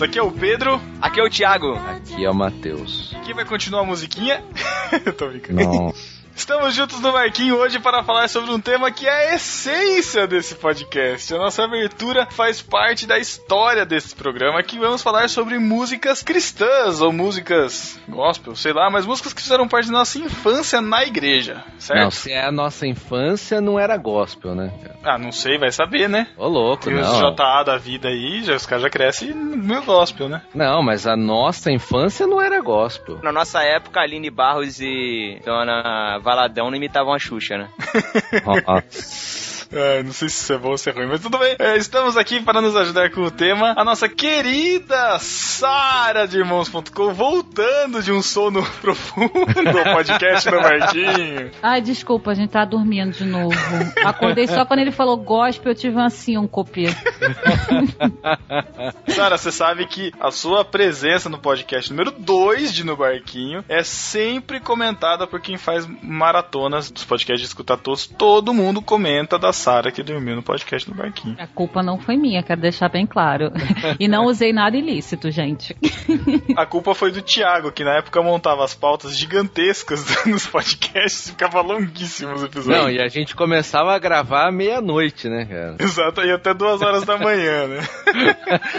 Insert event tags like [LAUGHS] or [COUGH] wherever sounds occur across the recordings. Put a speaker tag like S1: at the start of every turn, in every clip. S1: Aqui é o Pedro. Aqui é o Thiago.
S2: Aqui é o Matheus.
S1: Aqui vai continuar a musiquinha. [LAUGHS] Tô brincando.
S2: Nossa.
S1: Estamos juntos no Marquinho hoje para falar sobre um tema que é a essência desse podcast. A nossa abertura faz parte da história desse programa, que vamos falar sobre músicas cristãs ou músicas gospel, sei lá, mas músicas que fizeram parte da nossa infância na igreja, certo?
S2: Não, se é a nossa infância, não era gospel, né? cara?
S1: Ah, não sei, vai saber, né?
S2: Ô, louco,
S1: Tem os
S2: não.
S1: JA da vida aí, já, os caras já crescem no gospel, né?
S2: Não, mas a nossa infância não era gospel.
S3: Na nossa época, Aline Barros e Dona Valadão não imitavam a Xuxa, né?
S2: Nossa.
S1: Ah, não sei se isso é bom ou se é ruim, mas tudo bem. É, estamos aqui para nos ajudar com o tema. A nossa querida Sara de Irmãos.com, voltando de um sono [LAUGHS] profundo ao podcast do Martinho.
S4: Ai, desculpa, a gente tá dormindo de novo. Acordei só quando ele falou gospel, eu tive assim um uma síncope.
S1: Sara, você sabe que a sua presença no podcast número 2 de No Barquinho é sempre comentada por quem faz maratonas dos podcasts de escutar todos. Todo mundo comenta da Sara que dormiu no podcast no Barquinho.
S4: A culpa não foi minha, quero deixar bem claro. E não usei nada ilícito, gente.
S1: A culpa foi do Thiago, que na época montava as pautas gigantescas [LAUGHS] nos podcasts, ficava longuíssimos os episódios.
S2: Não, e a gente começava a gravar à meia-noite, né, cara?
S1: Exato, aí até duas horas da manhã,
S3: [LAUGHS]
S1: né?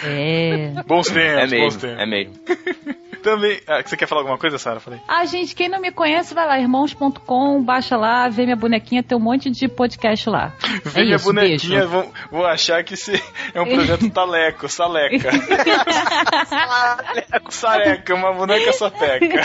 S4: É.
S1: Bons tempos, um bons
S3: É mesmo,
S1: tempos.
S3: é mesmo.
S1: Também. Ah, você quer falar alguma coisa, Sara? Falei.
S4: Ah, gente, quem não me conhece, vai lá, irmãos.com, baixa lá, vê minha bonequinha, tem um monte de podcast lá.
S1: Vem minha
S4: É isso,
S1: bonequinha,
S4: beijo.
S1: vão, vão achar que esse é um projeto taleco, saleca. [LAUGHS] Sareca, uma boneca
S4: [LAUGHS]
S1: sapeca.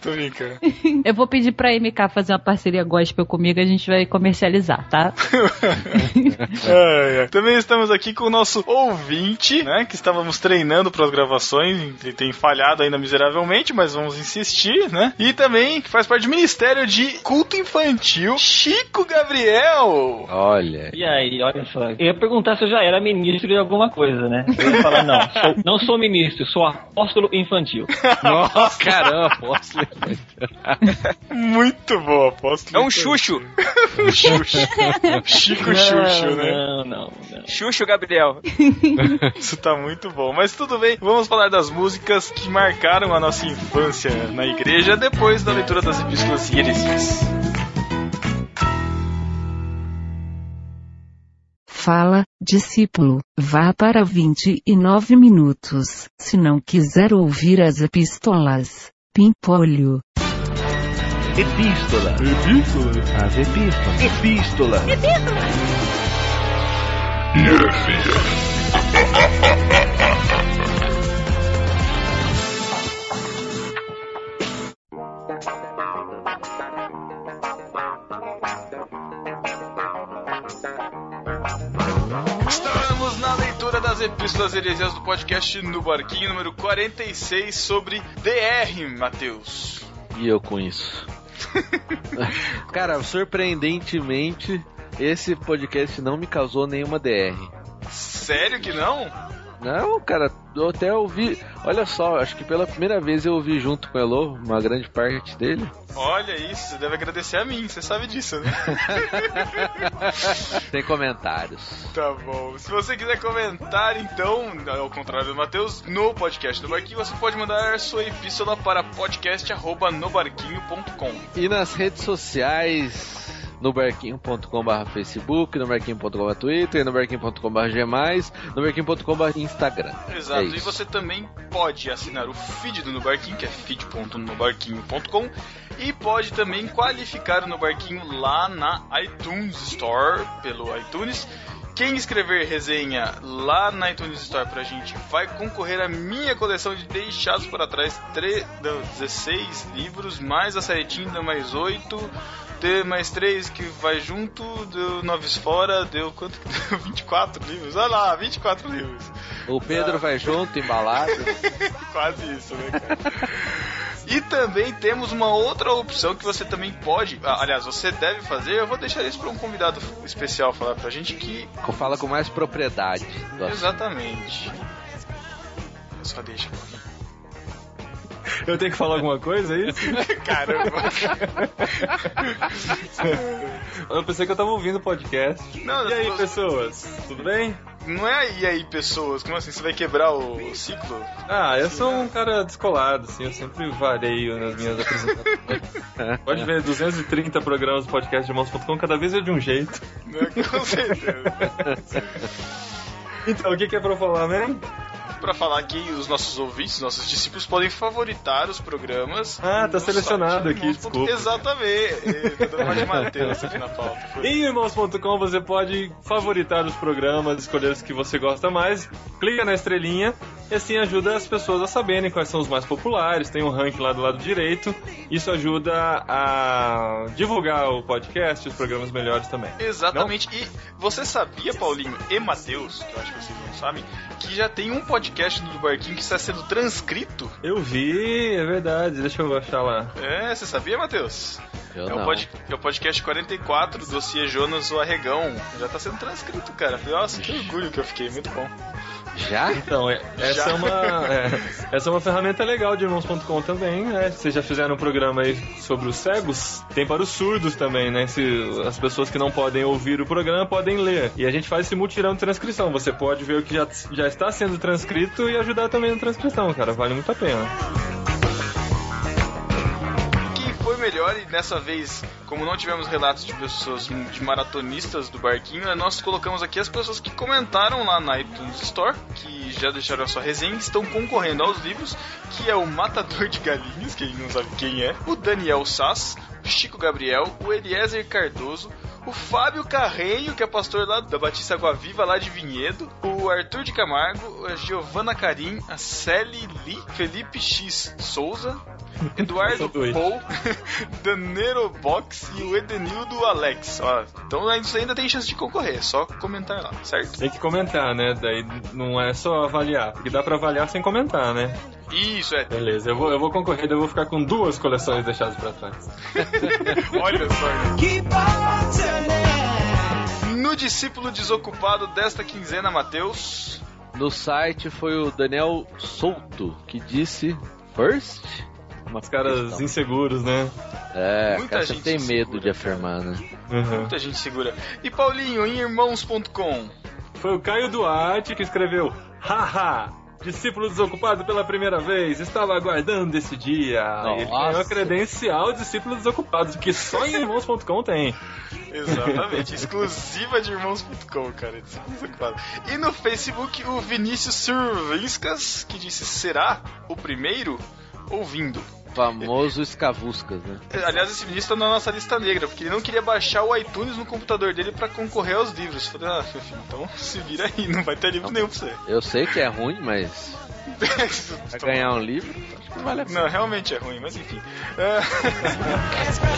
S1: Tô brincando.
S4: Eu vou pedir pra MK fazer uma parceria gospel comigo, a gente vai comercializar, tá?
S1: [LAUGHS] Ai, ai. Também estamos aqui com o nosso ouvinte, né? Que estávamos treinando para as gravações e tem falhado ainda miseravelmente, mas vamos insistir, né? E também que faz parte do Ministério de Culto Infantil, Chico Gabriel.
S2: Olha.
S5: E aí, olha só. Eu ia perguntar se eu já era ministro de alguma coisa, né? Eu ia falar, não, sou- não sou ministro, sou apóstolo infantil. [LAUGHS]
S2: Nossa, caramba, posso
S1: Muito bom, aposto.
S3: É um Xuxo.
S1: Um [LAUGHS] Xuxo. Chico Xuxo, né?
S5: Não, não, não.
S3: Xuxo Gabriel.
S1: [LAUGHS] Isso tá muito bom. Mas tudo bem, vamos falar das músicas que marcaram a nossa infância na igreja depois da leitura das epístolas e heresias.
S6: Fala, discípulo, vá para 29 minutos, se não quiser ouvir as epístolas. Pimpolho.
S7: Epístola. As epístolas. Epístola.
S1: Estamos na leitura das epístolas e heresias do podcast no Barquinho número 46 sobre DR, Matheus.
S2: E eu com isso. Cara, surpreendentemente, esse podcast não me causou nenhuma DR.
S1: Sério que não?
S2: Não, cara, eu até ouvi. Olha só, acho que pela primeira vez eu ouvi junto com o Elo, uma grande parte
S1: [LAUGHS]
S2: dele.
S1: Olha isso, você deve agradecer a mim, você sabe disso, né?
S2: Sem comentários.
S1: Tá bom. Se você quiser comentar, então, ao contrário do Matheus, no podcast do Barquinho, você pode mandar sua epístola para podcast.nobarquinho.com.
S2: E nas redes sociais, no barquinho.com.br Facebook, no barquinho.com.br Twitter, no barquinho.com.br Gmais, no barquinho.com.br Instagram.
S1: Exato,
S2: É
S1: e
S2: isso.
S1: você também pode assinar o feed do Nubarquinho, que é feed.nubarquinho.com, e pode também qualificar o Nubarquinho lá na iTunes Store, pelo iTunes. Quem escrever resenha lá na iTunes Store pra gente vai concorrer à minha coleção de Deixados para Trás, tre- não, 16 livros, mais a série Tinda, mais 8, Deu mais três que vai junto, deu 9 fora, deu quanto que [LAUGHS] deu? 24 livros. Olha lá, 24 livros.
S2: O Pedro vai junto,
S1: [LAUGHS]
S2: embalado.
S1: Quase isso, né, cara? [LAUGHS] E também temos uma outra opção que você também pode, ah, aliás, você deve fazer. Eu vou deixar isso para um convidado especial falar pra gente que
S2: Fala com mais propriedade.
S5: Tá.
S2: do assunto.
S1: exatamente. Só deixa.
S5: Eu tenho que falar alguma coisa, é isso?
S1: [LAUGHS] Caramba.
S5: Eu pensei que eu tava ouvindo o podcast.
S1: Não,
S5: pessoas? Tudo bem?
S1: Não é e aí, pessoas? Como assim? Você vai quebrar o ciclo?
S8: Ah, eu sou um cara descolado, assim, eu sempre vareio nas minhas apresentações. Pode ver, 230 programas do podcast de irmãos.com, cada vez é de um jeito. [LAUGHS]
S1: Né? Com certeza.
S8: Então, o que, que é pra eu falar mesmo?
S1: pra falar que os nossos ouvintes, nossos discípulos, podem favoritar os programas.
S8: Ah, tá
S1: no
S8: selecionado
S1: site
S8: aqui,
S1: irmãos ponto-
S8: desculpa. [LAUGHS]
S1: Exatamente. É, Tô dando uma de Matheus aqui na pauta. Foi.
S8: Em irmãos.com você pode favoritar os programas, escolher os que você gosta mais, clica na estrelinha e assim ajuda as pessoas a saberem quais são os mais populares, tem um ranking lá do lado direito. Isso ajuda a divulgar o podcast, os programas melhores também.
S1: Exatamente. E você sabia, Paulinho e Matheus, que eu acho que vocês não sabem, que já tem um podcast do Barquinho que está sendo transcrito?
S8: Eu vi, é verdade, deixa eu achar lá.
S1: É, você sabia, Matheus?
S2: Eu
S1: É
S2: não.
S1: o, pod- é o podcast 44 do Cia Jonas o Arregão. Já tá sendo transcrito, cara. Nossa, que orgulho que eu fiquei, muito bom.
S2: Já?
S8: Então, é- essa,
S1: Já.
S8: é uma, é, essa é uma ferramenta legal de irmãos.com também, né? Vocês já fizeram um programa aí sobre os cegos? Tem para os surdos também, né? Se as pessoas que não podem ouvir o programa podem ler. E a gente faz esse mutirão de transcrição. Você pode ver o que já, já está sendo transcrito e ajudar também na transcrição, cara. Vale muito a pena.
S1: que foi melhor e dessa vez, como não tivemos relatos de pessoas de maratonistas do barquinho, é nós colocamos aqui as pessoas que comentaram lá na iTunes Store, que já deixaram a sua resenha, e estão concorrendo aos livros, que é o Matador de Galinhas, que ele não sabe quem é, o Daniel Sass, o Chico Gabriel, o Eliezer Cardoso, o Fábio Carreiro, que é pastor lá da Batista Água Viva, lá de Vinhedo, o Arthur de Camargo, a Giovana Carim, a Sally Lee, Felipe X Souza, Eduardo
S8: São dois.
S1: Paul, [LAUGHS] Danero Box e o Edenildo Alex. Ó, então ainda- você ainda tem chance de concorrer, é só comentar lá, certo?
S8: Tem que comentar, né? Daí não é só avaliar, porque dá para avaliar sem comentar, né?
S1: Isso, é.
S8: Beleza, eu vou, eu vou concorrer, daí eu vou ficar com duas coleções deixadas para trás.
S1: Olha só. No discípulo desocupado desta quinzena, Matheus.
S2: No site foi o Daniel Souto que disse First? Uma
S8: Os caras
S2: questão.
S8: inseguros, né?
S2: É,
S1: Muita
S2: cara, você
S1: gente
S2: tem
S1: se
S2: medo
S1: segura,
S2: de afirmar, né?
S8: Uhum.
S1: Muita gente segura. E Paulinho, em irmãos.com.
S8: Foi o Caio Duarte que escreveu: Haha! Discípulo desocupado pela primeira vez, estava aguardando esse dia. E Ele ganhou a
S2: Nossa.
S8: credencial discípulo desocupado, que só em irmãos.com tem.
S1: Exatamente, exclusiva de irmãos.com, cara. Discípulo desocupado. E no Facebook, o Vinícius Survinskas, que disse: será o primeiro? Ouvindo.
S2: Famoso escavuscas, né?
S1: Aliás, esse ministro tá na nossa lista negra, porque ele não queria baixar o iTunes no computador dele pra concorrer aos livros. Falei, ah, meu filho, então [LAUGHS] se vira aí, não vai ter livro nenhum pra você.
S2: Eu sei que é ruim, mas
S1: É
S2: pra ganhar um livro, acho que vale a pena.
S1: Não, realmente é ruim, mas enfim. É. [LAUGHS]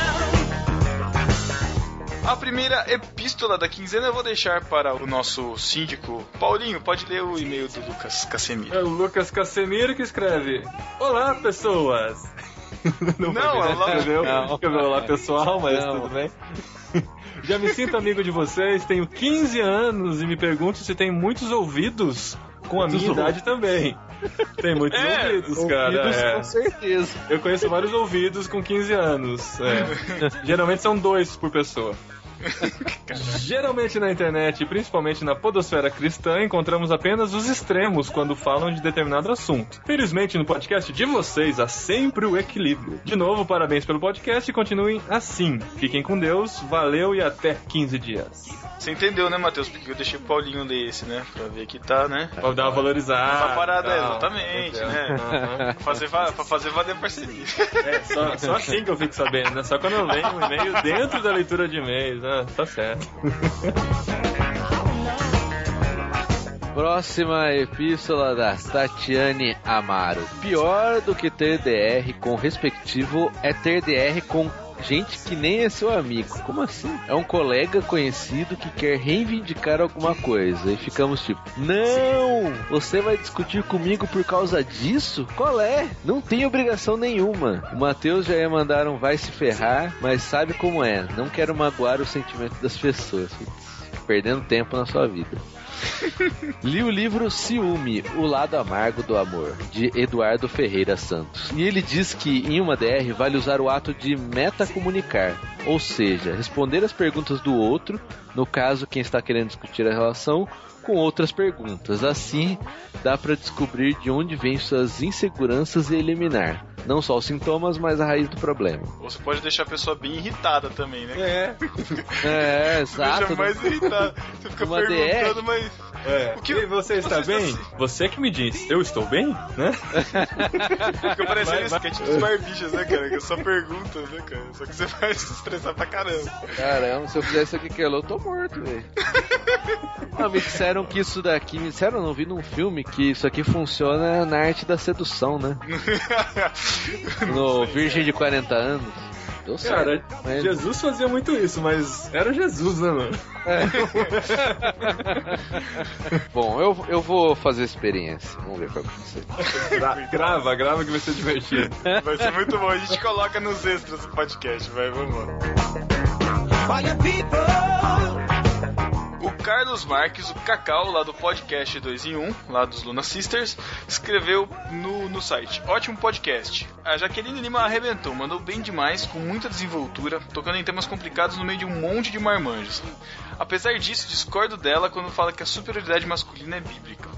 S1: A primeira epístola da quinzena eu vou deixar para o nosso síndico Paulinho. Pode ler o e-mail do Lucas Casemiro.
S8: É o Lucas Casemiro que escreve: Olá, pessoas!
S1: Não,
S8: vai
S1: é olá.
S8: escrever,
S2: Não.
S8: escreveu olá, pessoal, mas
S2: Não.
S8: tudo bem. [LAUGHS] Já me sinto amigo de vocês, tenho 15 anos e me pergunto se tem muitos ouvidos com a minha idade também. Tem muitos
S1: É,
S8: ouvidos, cara.
S2: Ouvidos,
S8: é.
S2: com certeza.
S8: Eu conheço vários ouvidos com 15 anos. é. Geralmente são dois por pessoa. Geralmente na internet, principalmente na podosfera cristã, encontramos apenas os extremos quando falam de determinado assunto. Felizmente, no podcast de vocês há sempre o equilíbrio. De novo, parabéns pelo podcast e continuem assim. Fiquem com Deus, valeu e até 15 dias.
S1: Você entendeu, né, Matheus? Porque eu deixei o Paulinho ler esse, né? Pra ver que tá, né?
S8: Pra dar uma valorizada.
S1: Essa parada,
S8: tal.
S1: exatamente, né?
S8: Aham.
S1: Pra fazer, va- pra fazer valer a parceria.
S8: É, só, só assim que eu fico sabendo, né? Só quando eu leio um e-mail dentro da leitura de e-mails. Ah, tá certo.
S2: Próxima epístola da Tatiane Amaro. Pior do que ter DR com respectivo é ter DR com gente que nem é seu amigo. Como assim? É um colega conhecido que quer reivindicar alguma coisa e ficamos tipo: "Não! Você vai discutir comigo por causa disso? Qual é? Não tem obrigação nenhuma." O Matheus já ia mandar um vai se ferrar, mas sabe como é? Não quero magoar o sentimento das pessoas. Putz, Perdendo tempo na sua vida. Li o livro Ciúme, O Lado Amargo do Amor, de Eduardo Ferreira Santos. E ele diz que em uma DR vale usar o ato de metacomunicar. Ou seja, responder as perguntas do outro, no caso quem está querendo discutir a relação, com outras perguntas. Assim, dá para descobrir de onde vêm suas inseguranças e eliminar não só os sintomas, mas a raiz do problema.
S1: Ou você pode deixar a pessoa bem irritada também, né?
S8: É,
S2: É,
S1: Deixa
S2: exato.
S1: mais irritada. Você fica
S2: Uma
S1: perguntando, mas.
S8: é.
S1: O que-
S8: e você está
S1: você
S8: bem?
S1: está
S8: Você que me diz, eu estou bem? Né?
S1: Fica parecendo
S8: Vai, vai.
S1: sketch dos barbichas, né, cara? Que é só perguntas, né, cara? Só que você vai [LAUGHS] se estressar pra caramba.
S2: Caramba, se eu fizer isso aqui que eu tô morto, velho. Ah, me disseram que isso daqui, me disseram, não vi num filme que isso aqui funciona na arte da sedução, né? No Virgem de 40 anos. Deu
S8: Cara,
S2: certo. É, mas-
S8: Jesus fazia muito isso, mas era Jesus, né, mano?
S2: Bom, eu, eu vou fazer experiência. Vamos ver o que vai acontecer.
S8: Gra- grava, grava que vai ser divertido.
S1: Vai ser muito bom. A gente coloca nos extras do podcast, vai, vamos lá. O Carlos Marques, o Cacau, lá do podcast 2 em 1, lá dos Luna Sisters, escreveu no, no site: Ótimo podcast. A Jaqueline Lima arrebentou, mandou bem demais, com muita desenvoltura, tocando em temas complicados no meio de um monte de marmanjos. Apesar disso, discordo dela quando fala que a superioridade masculina é bíblica.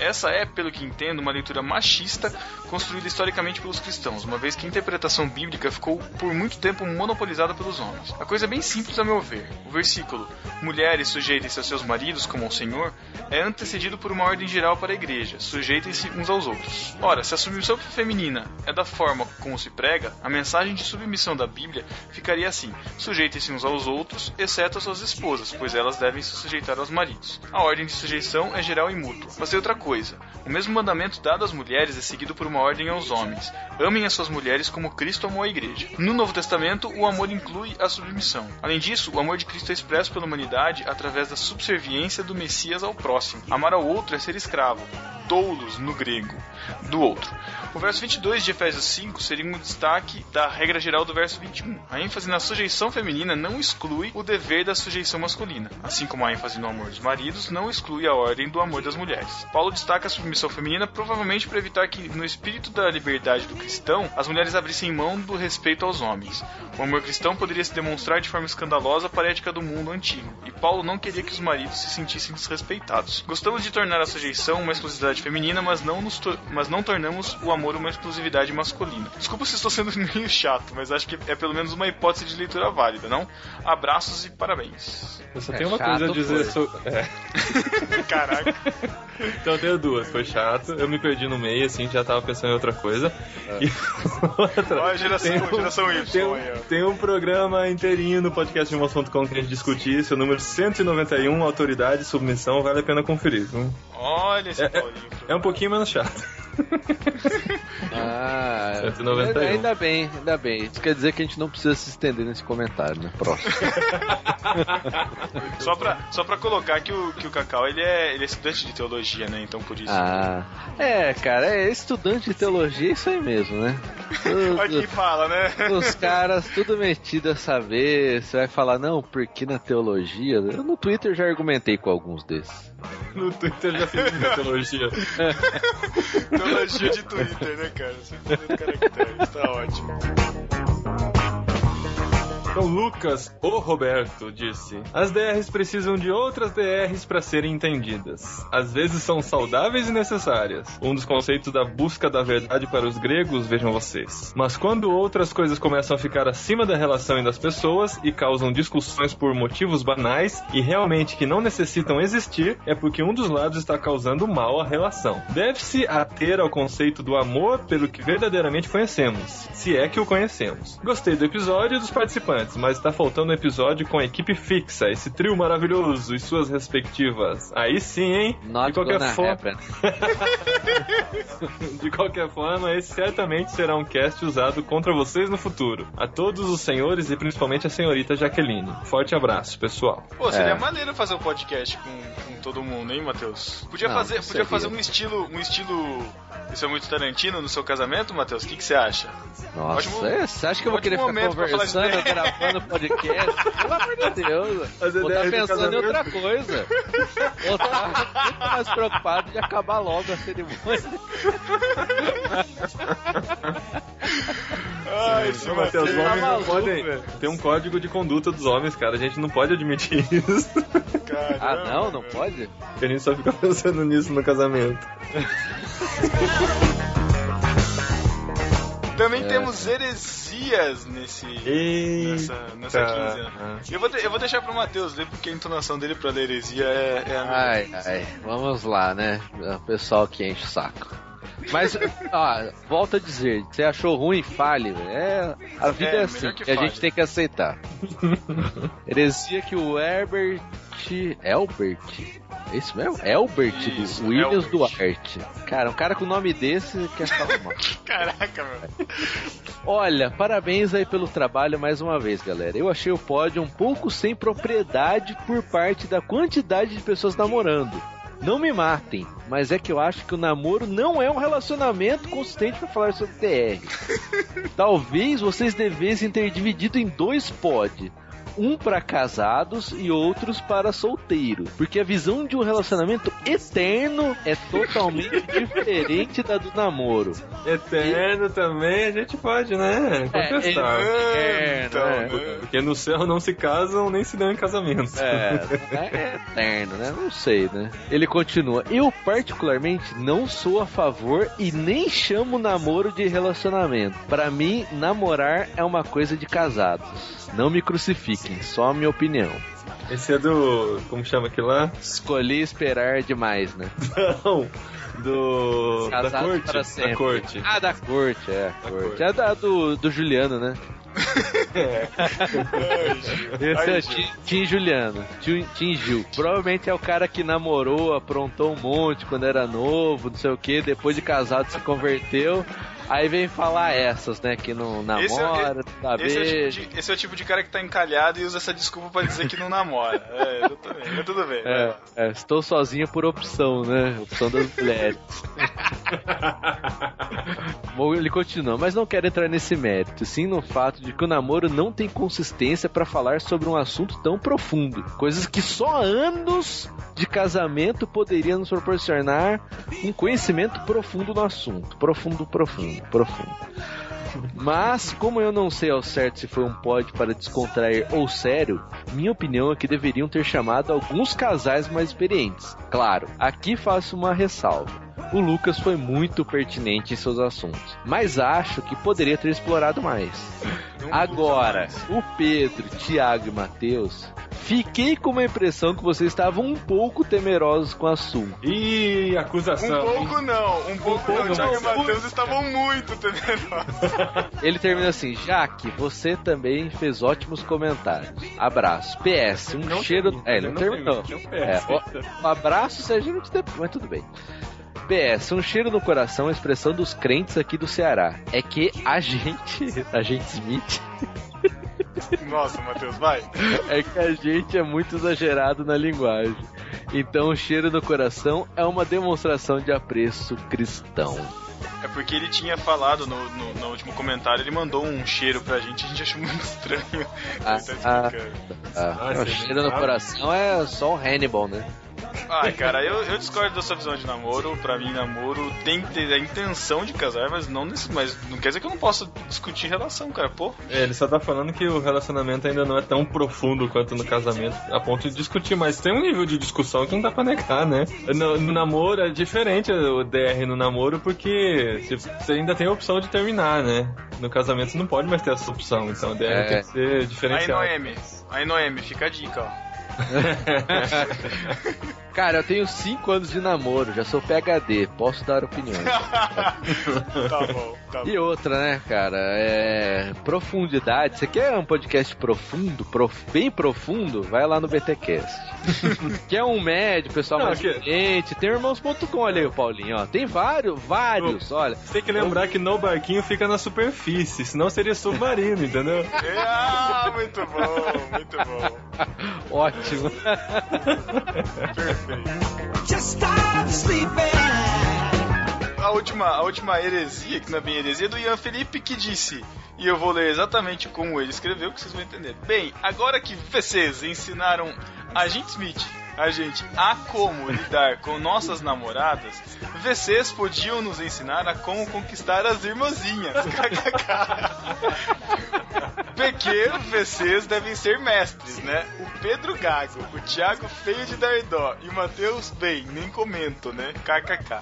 S1: Essa é, pelo que entendo, uma leitura machista construída historicamente pelos cristãos, uma vez que a interpretação bíblica ficou por muito tempo monopolizada pelos homens. A coisa é bem simples a meu ver. O versículo Mulheres, sujeitem-se aos seus maridos como ao Senhor é antecedido por uma ordem geral para a igreja, sujeitem-se uns aos outros. Ora, se a submissão feminina é da forma como se prega, a mensagem de submissão da Bíblia ficaria assim: sujeitem-se uns aos outros, exceto às suas esposas, pois elas devem se sujeitar aos maridos. A ordem de sujeição é geral e mútua. Mas tem outra coisa: o mesmo mandamento dado às mulheres é seguido por uma ordem aos homens: amem as suas mulheres como Cristo amou a igreja. No Novo Testamento, o amor inclui a submissão. Além disso, o amor de Cristo é expresso pela humanidade através da subserviência do Messias ao próximo. Amar ao outro é ser escravo. Doulos no grego, do outro. O verso 22 de Efésios 5 seria um destaque da regra geral do verso 21. A ênfase na sujeição feminina não exclui o dever da sujeição masculina, assim como a ênfase no amor dos maridos não exclui a ordem do amor das mulheres. Paulo destaca a submissão feminina provavelmente para evitar que, no espírito da liberdade do cristão, as mulheres abrissem mão do respeito aos homens. O amor cristão poderia se demonstrar de forma escandalosa para a ética do mundo antigo, e Paulo não queria que os maridos se sentissem desrespeitados. Gostamos de tornar a sujeição uma exclusividade feminina, mas não, nos tor- mas não tornamos o amor uma exclusividade masculina. Desculpa se estou sendo [LAUGHS] meio chato, mas acho que é pelo menos uma hipótese de leitura válida, não? Abraços e parabéns.
S8: Eu só
S2: É,
S8: tenho uma
S2: chato
S8: coisa a
S2: foi.
S8: dizer sobre. É,
S1: Caraca.
S8: então eu tenho duas, foi chato. Eu me perdi no meio, assim, já tava pensando em outra coisa. E [LAUGHS] outra.
S1: Olha a geração,
S8: Tem um-
S1: geração Y.
S8: Tem um,
S1: aí, ó.
S8: tem um programa inteirinho no podcast de moço.com que a gente discute isso, é o número 191, autoridade, submissão, vale a pena conferir. viu?
S1: Olha esse
S8: É-
S1: Paulinho.
S8: É um pouquinho menos chato.
S2: Ah,
S8: 191.
S2: ainda bem, ainda bem. Isso quer dizer que a gente não precisa se estender nesse comentário, né? Próximo.
S1: Só pra, só pra colocar que o, que o Cacau ele é, ele é estudante de teologia, né? Então por isso.
S2: Ah, é, cara, é estudante de teologia, é isso aí mesmo, né?
S1: Olha quem
S2: Tudo-
S1: fala, né?
S2: os caras tudo metido a saber, você vai falar, não, porque na teologia? Eu no Twitter já argumentei com alguns desses.
S8: No Twitter eu já fiz minha teologia.
S1: Teologia um de Twitter, né, cara? Sempre fazendo caracteres, tá ótimo.
S8: Então, Lucas, o Roberto, disse: As DRs precisam de outras DRs para serem entendidas. Às vezes são saudáveis e necessárias. Um dos conceitos da busca da verdade para os gregos, vejam vocês. Mas quando outras coisas começam a ficar acima da relação e das pessoas e causam discussões por motivos banais e realmente que não necessitam existir, é porque um dos lados está causando mal à relação. Deve-se ater ao conceito do amor pelo que verdadeiramente conhecemos, se é que o conhecemos. Gostei do episódio e dos participantes, mas está faltando um episódio com a equipe fixa, esse trio maravilhoso e suas respectivas. Aí sim, hein?
S2: Not
S8: de qualquer
S2: gonna
S8: forma,
S2: happen.
S8: [LAUGHS] de qualquer forma, esse certamente será um cast usado contra vocês no futuro. A todos os senhores e principalmente a senhorita Jaqueline. Forte abraço, pessoal.
S1: Pô, seria
S2: É.
S1: maneiro fazer um podcast com, com todo mundo, hein, Matheus? Podia
S2: Não,
S1: fazer, podia
S2: seria.
S1: fazer um estilo, um estilo. Isso é muito Tarantino no seu casamento, Matheus? O que que você acha?
S2: Nossa,
S1: Ótimo-
S2: é, você acha que eu vou
S1: ótimo
S2: querer ficar
S1: momento pra falar isso
S2: conversando,
S1: daí.
S2: gravando podcast? Pelo amor de Deus,
S8: [LAUGHS] As
S2: vou
S8: ideias
S2: estar
S8: de um.
S2: pensando em
S8: casamento.
S2: outra coisa. Vou estar muito mais preocupado de acabar logo a cerimônia.
S1: Ah,
S8: Ai,
S1: é
S8: esse Matheus, os homens não podem. Tem um código de conduta dos homens, cara. A gente não pode admitir [LAUGHS] isso.
S2: Ah, não? Não pode?
S8: A gente só fica [LAUGHS] pensando nisso no casamento.
S1: Também
S2: É.
S1: temos heresias nesse.
S8: Eita.
S1: Nessa, nessa quinzena. Eu vou, de- eu vou deixar pro Matheus ler, porque a entonação dele pra ler heresia é, é a minha.
S2: Ai, ai, vamos lá, né? O pessoal que enche o saco. Mas, ó, volto a dizer, você achou ruim, fale. velho. É, a vida
S1: É,
S2: é,
S1: melhor
S2: assim,
S1: que
S2: e a
S1: fale.
S2: gente tem que aceitar. Heresia que o Herbert. Elbert? É isso mesmo? Elbert
S1: Isso,
S2: do Williams
S1: Elbert.
S2: Duarte. Cara, um cara com nome desse é quer falar mal.
S1: Caraca, meu.
S2: Olha, parabéns aí pelo trabalho mais uma vez, galera. Eu achei o pódio um pouco sem propriedade por parte da quantidade de pessoas namorando. Não me matem, mas é que eu acho que o namoro não é um relacionamento consistente pra falar sobre TR. Talvez vocês devessem ter dividido em dois pod. Um pra casados e outros para solteiro. Porque a visão de um relacionamento eterno é totalmente diferente da do namoro.
S8: Eterno também a gente pode, né? Contestar.
S2: É,
S1: Então,
S2: né?
S1: né?
S8: Porque no céu não se casam nem se dão em casamento.
S2: É, é eterno, né? Não sei, né? Ele continua. Eu, particularmente, não sou a favor e nem chamo namoro de relacionamento. Pra mim, namorar é uma coisa de casados. Não me crucifiquem, só a minha opinião.
S8: Esse é do. Como chama aquilo lá?
S2: Escolhi esperar demais, né?
S8: [LAUGHS] Não. Do. da
S2: Casados
S8: corte.
S2: para sempre.
S8: Da corte.
S2: Ah, da corte, é. Da corte.
S8: corte.
S2: É da, do, do Juliano, né? Esse é o Tim, Tim Juliano. Tim, Tim Gil. Provavelmente é o cara que namorou, aprontou um monte quando era novo, não sei o que, depois de casado se converteu. Aí vem falar essas, né? Que não
S1: Esse é o-
S2: namora, sabe?
S1: Esse é, o tipo de, esse é o tipo de cara que tá encalhado e usa essa desculpa pra dizer que não [LAUGHS] namora. É, exatamente. Mas tudo bem.
S2: É, é, estou sozinho por opção, né? Opção das mulheres. Bom, ele continua, mas não quero entrar nesse mérito, sim no fato de que o namoro não tem consistência para falar sobre um assunto tão profundo. Coisas que só anos de casamento poderiam nos proporcionar um conhecimento profundo no assunto. Profundo, profundo, profundo. Mas, como eu não sei ao certo se foi um pod para descontrair ou sério, minha opinião é que deveriam ter chamado alguns casais mais experientes. Claro, aqui faço uma ressalva. O Lucas foi muito pertinente em seus assuntos, mas acho que poderia ter explorado mais.
S1: Não
S2: Agora,
S1: usa mais.
S2: o Pedro, Thiago e Matheus, fiquei com uma impressão que vocês estavam um pouco temerosos com o assunto.
S8: Ih,
S1: Um
S8: acusação.
S1: pouco não, um pouco não.
S8: pouco
S1: O Thiago e
S8: não.
S1: Matheus estavam muito temerosos.
S2: Ele termina assim: Jaque, você também fez ótimos comentários. Abraço. PS, um cheiro. é, não, terminou. É, ó, um abraço, Sérgio, muito tempo, mas tudo bem. PS, um cheiro no coração, a expressão dos crentes aqui do Ceará. É que a gente, a gente Smith,
S1: [LAUGHS] Nossa, Matheus, vai.
S2: é que a gente é muito exagerado na linguagem. Então, o cheiro no coração é uma demonstração de apreço cristão.
S1: É porque ele tinha falado no, no, no último comentário, ele mandou um cheiro pra gente, a gente achou muito [LAUGHS] estranho. Ele tá
S2: Ah,
S1: explicando.
S2: Ah,
S8: Ah,
S2: o
S8: sim,
S2: cheiro no
S8: claro.
S2: coração é só o Hannibal, né?
S1: Ai, cara, eu, eu discordo da sua visão de namoro. Pra mim, namoro tem que ter a intenção de casar, mas não nesse, mas não quer dizer que eu não posso discutir relação, cara. Pô,
S8: É, ele só tá falando que o relacionamento ainda não é tão profundo quanto no casamento, a ponto de discutir, mas tem um nível de discussão que não dá pra negar, né? No, no namoro é diferente o DR no namoro, porque se- você ainda tem a opção de terminar, né? No casamento você não pode mais ter essa opção, então o DR
S2: É.
S8: tem que ser
S1: aí
S8: diferenciado.
S1: Noemi, é aí Noemi, fica a dica, ó.
S2: Cara, eu tenho 5 anos de namoro, já sou PHD, posso dar opiniões.
S1: Tá bom, tá bom.
S2: E outra, né, cara? É. Profundidade. Você quer um podcast profundo, prof- bem profundo? Vai lá no
S8: [LAUGHS]
S2: BTcast. quer um médio, pessoal
S8: Não,
S2: mais
S8: que-
S2: gente. Tem o irmãos.com, olha aí o Paulinho, ó. Tem vários, vários, olha.
S8: Você tem que lembrar que no barquinho fica na superfície, senão seria submarino, [LAUGHS] entendeu?
S1: É, Ah, muito bom, muito bom.
S2: Ótimo. [LAUGHS]
S1: A última, a última heresia, que não é bem heresia, é do Ian Felipe, que disse, e eu vou ler exatamente como ele escreveu, que vocês vão entender. Bem, agora que vocês ensinaram a gente Smith a gente a como lidar com nossas namoradas, VCs podiam nos ensinar a como conquistar as irmãzinhas. [LAUGHS] KKK. Pequeno VCs devem ser mestres, né? O Pedro Gago, o Thiago Feio de Dardó e o Matheus Bem, nem comento, né? KKK.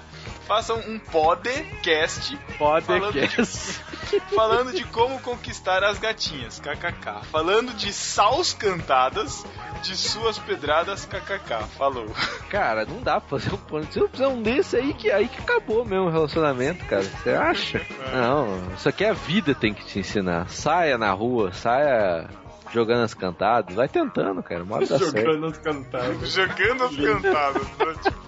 S1: Façam um podcast
S2: Podcast.
S1: [LAUGHS] falando de como conquistar as gatinhas, kkk. Falando de sals cantadas, de suas pedradas, kkk. Falou. [LAUGHS]
S2: Cara, não dá pra fazer um plano. Se eu fizer um desse aí que, aí que acabou mesmo o relacionamento, cara. Você acha? Não, isso aqui é a vida tem que te ensinar. Saia na rua, saia jogando as cantadas, vai tentando, cara. Uma hora dá certo.
S8: Jogando as cantadas.
S1: Jogando as cantadas, né? tipo. [LAUGHS]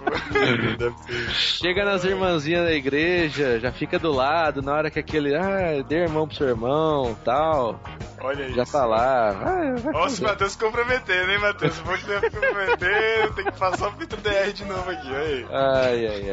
S8: Deve ser.
S2: Chega nas irmãzinhas da igreja, já fica do lado, na hora que aquele, ah, dê irmão pro seu irmão, tal,
S1: Olha isso.
S2: já tá lá. Ah, vai
S1: Nossa, o
S2: fazer.
S1: Matheus se comprometendo, hein, Matheus? Vou te comprometer, tem que passar o Pito DR de novo aqui, olha aí.
S2: Ai, ai,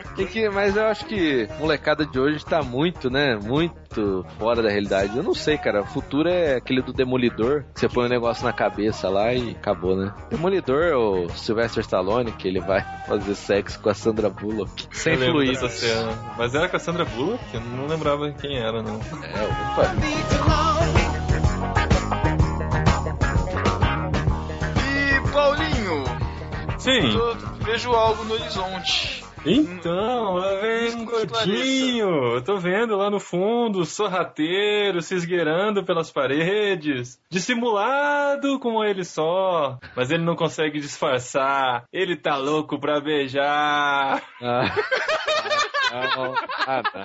S2: ai. Tem que, mas eu acho que a molecada de hoje tá muito, né? Muito fora da realidade. Eu não sei, cara. O futuro é aquele do Demolidor. que Você põe um negócio na cabeça lá e acabou, né? Demolidor, o Sylvester Stallone, que ele vai fazer sexo com a Sandra Bullock. Sem
S8: Eu lembro
S2: fluido.
S8: dessa cena. Mas era com a Sandra Bullock? Eu não lembrava quem era, não.
S2: É, opa.
S1: E Paulinho,
S8: Sim.
S1: tô- vejo algo no horizonte.
S8: Então, lá vem um gordinho. Eu tô vendo lá no fundo, sorrateiro, se esgueirando pelas paredes. Dissimulado como ele só. Mas ele não consegue disfarçar. Ele tá louco pra beijar.
S2: Ah, não. Ah, não.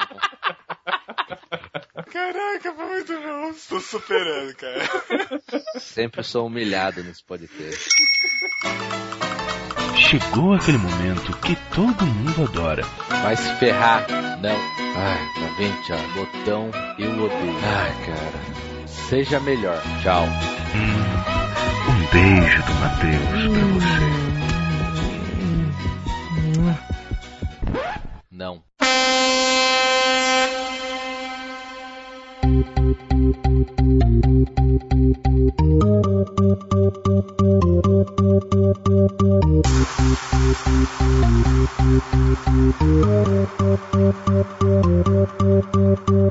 S1: Caraca, foi muito bom. Estou superando, cara.
S2: Sempre sou humilhado nesse podcast.
S7: Chegou aquele momento que todo mundo adora.
S2: Mas ferrar, não. Ai, tá vendo, tchau. Botão, eu odeio. Ai, cara. Seja melhor. Tchau.
S7: Um beijo do Matheus pra você.
S2: Não.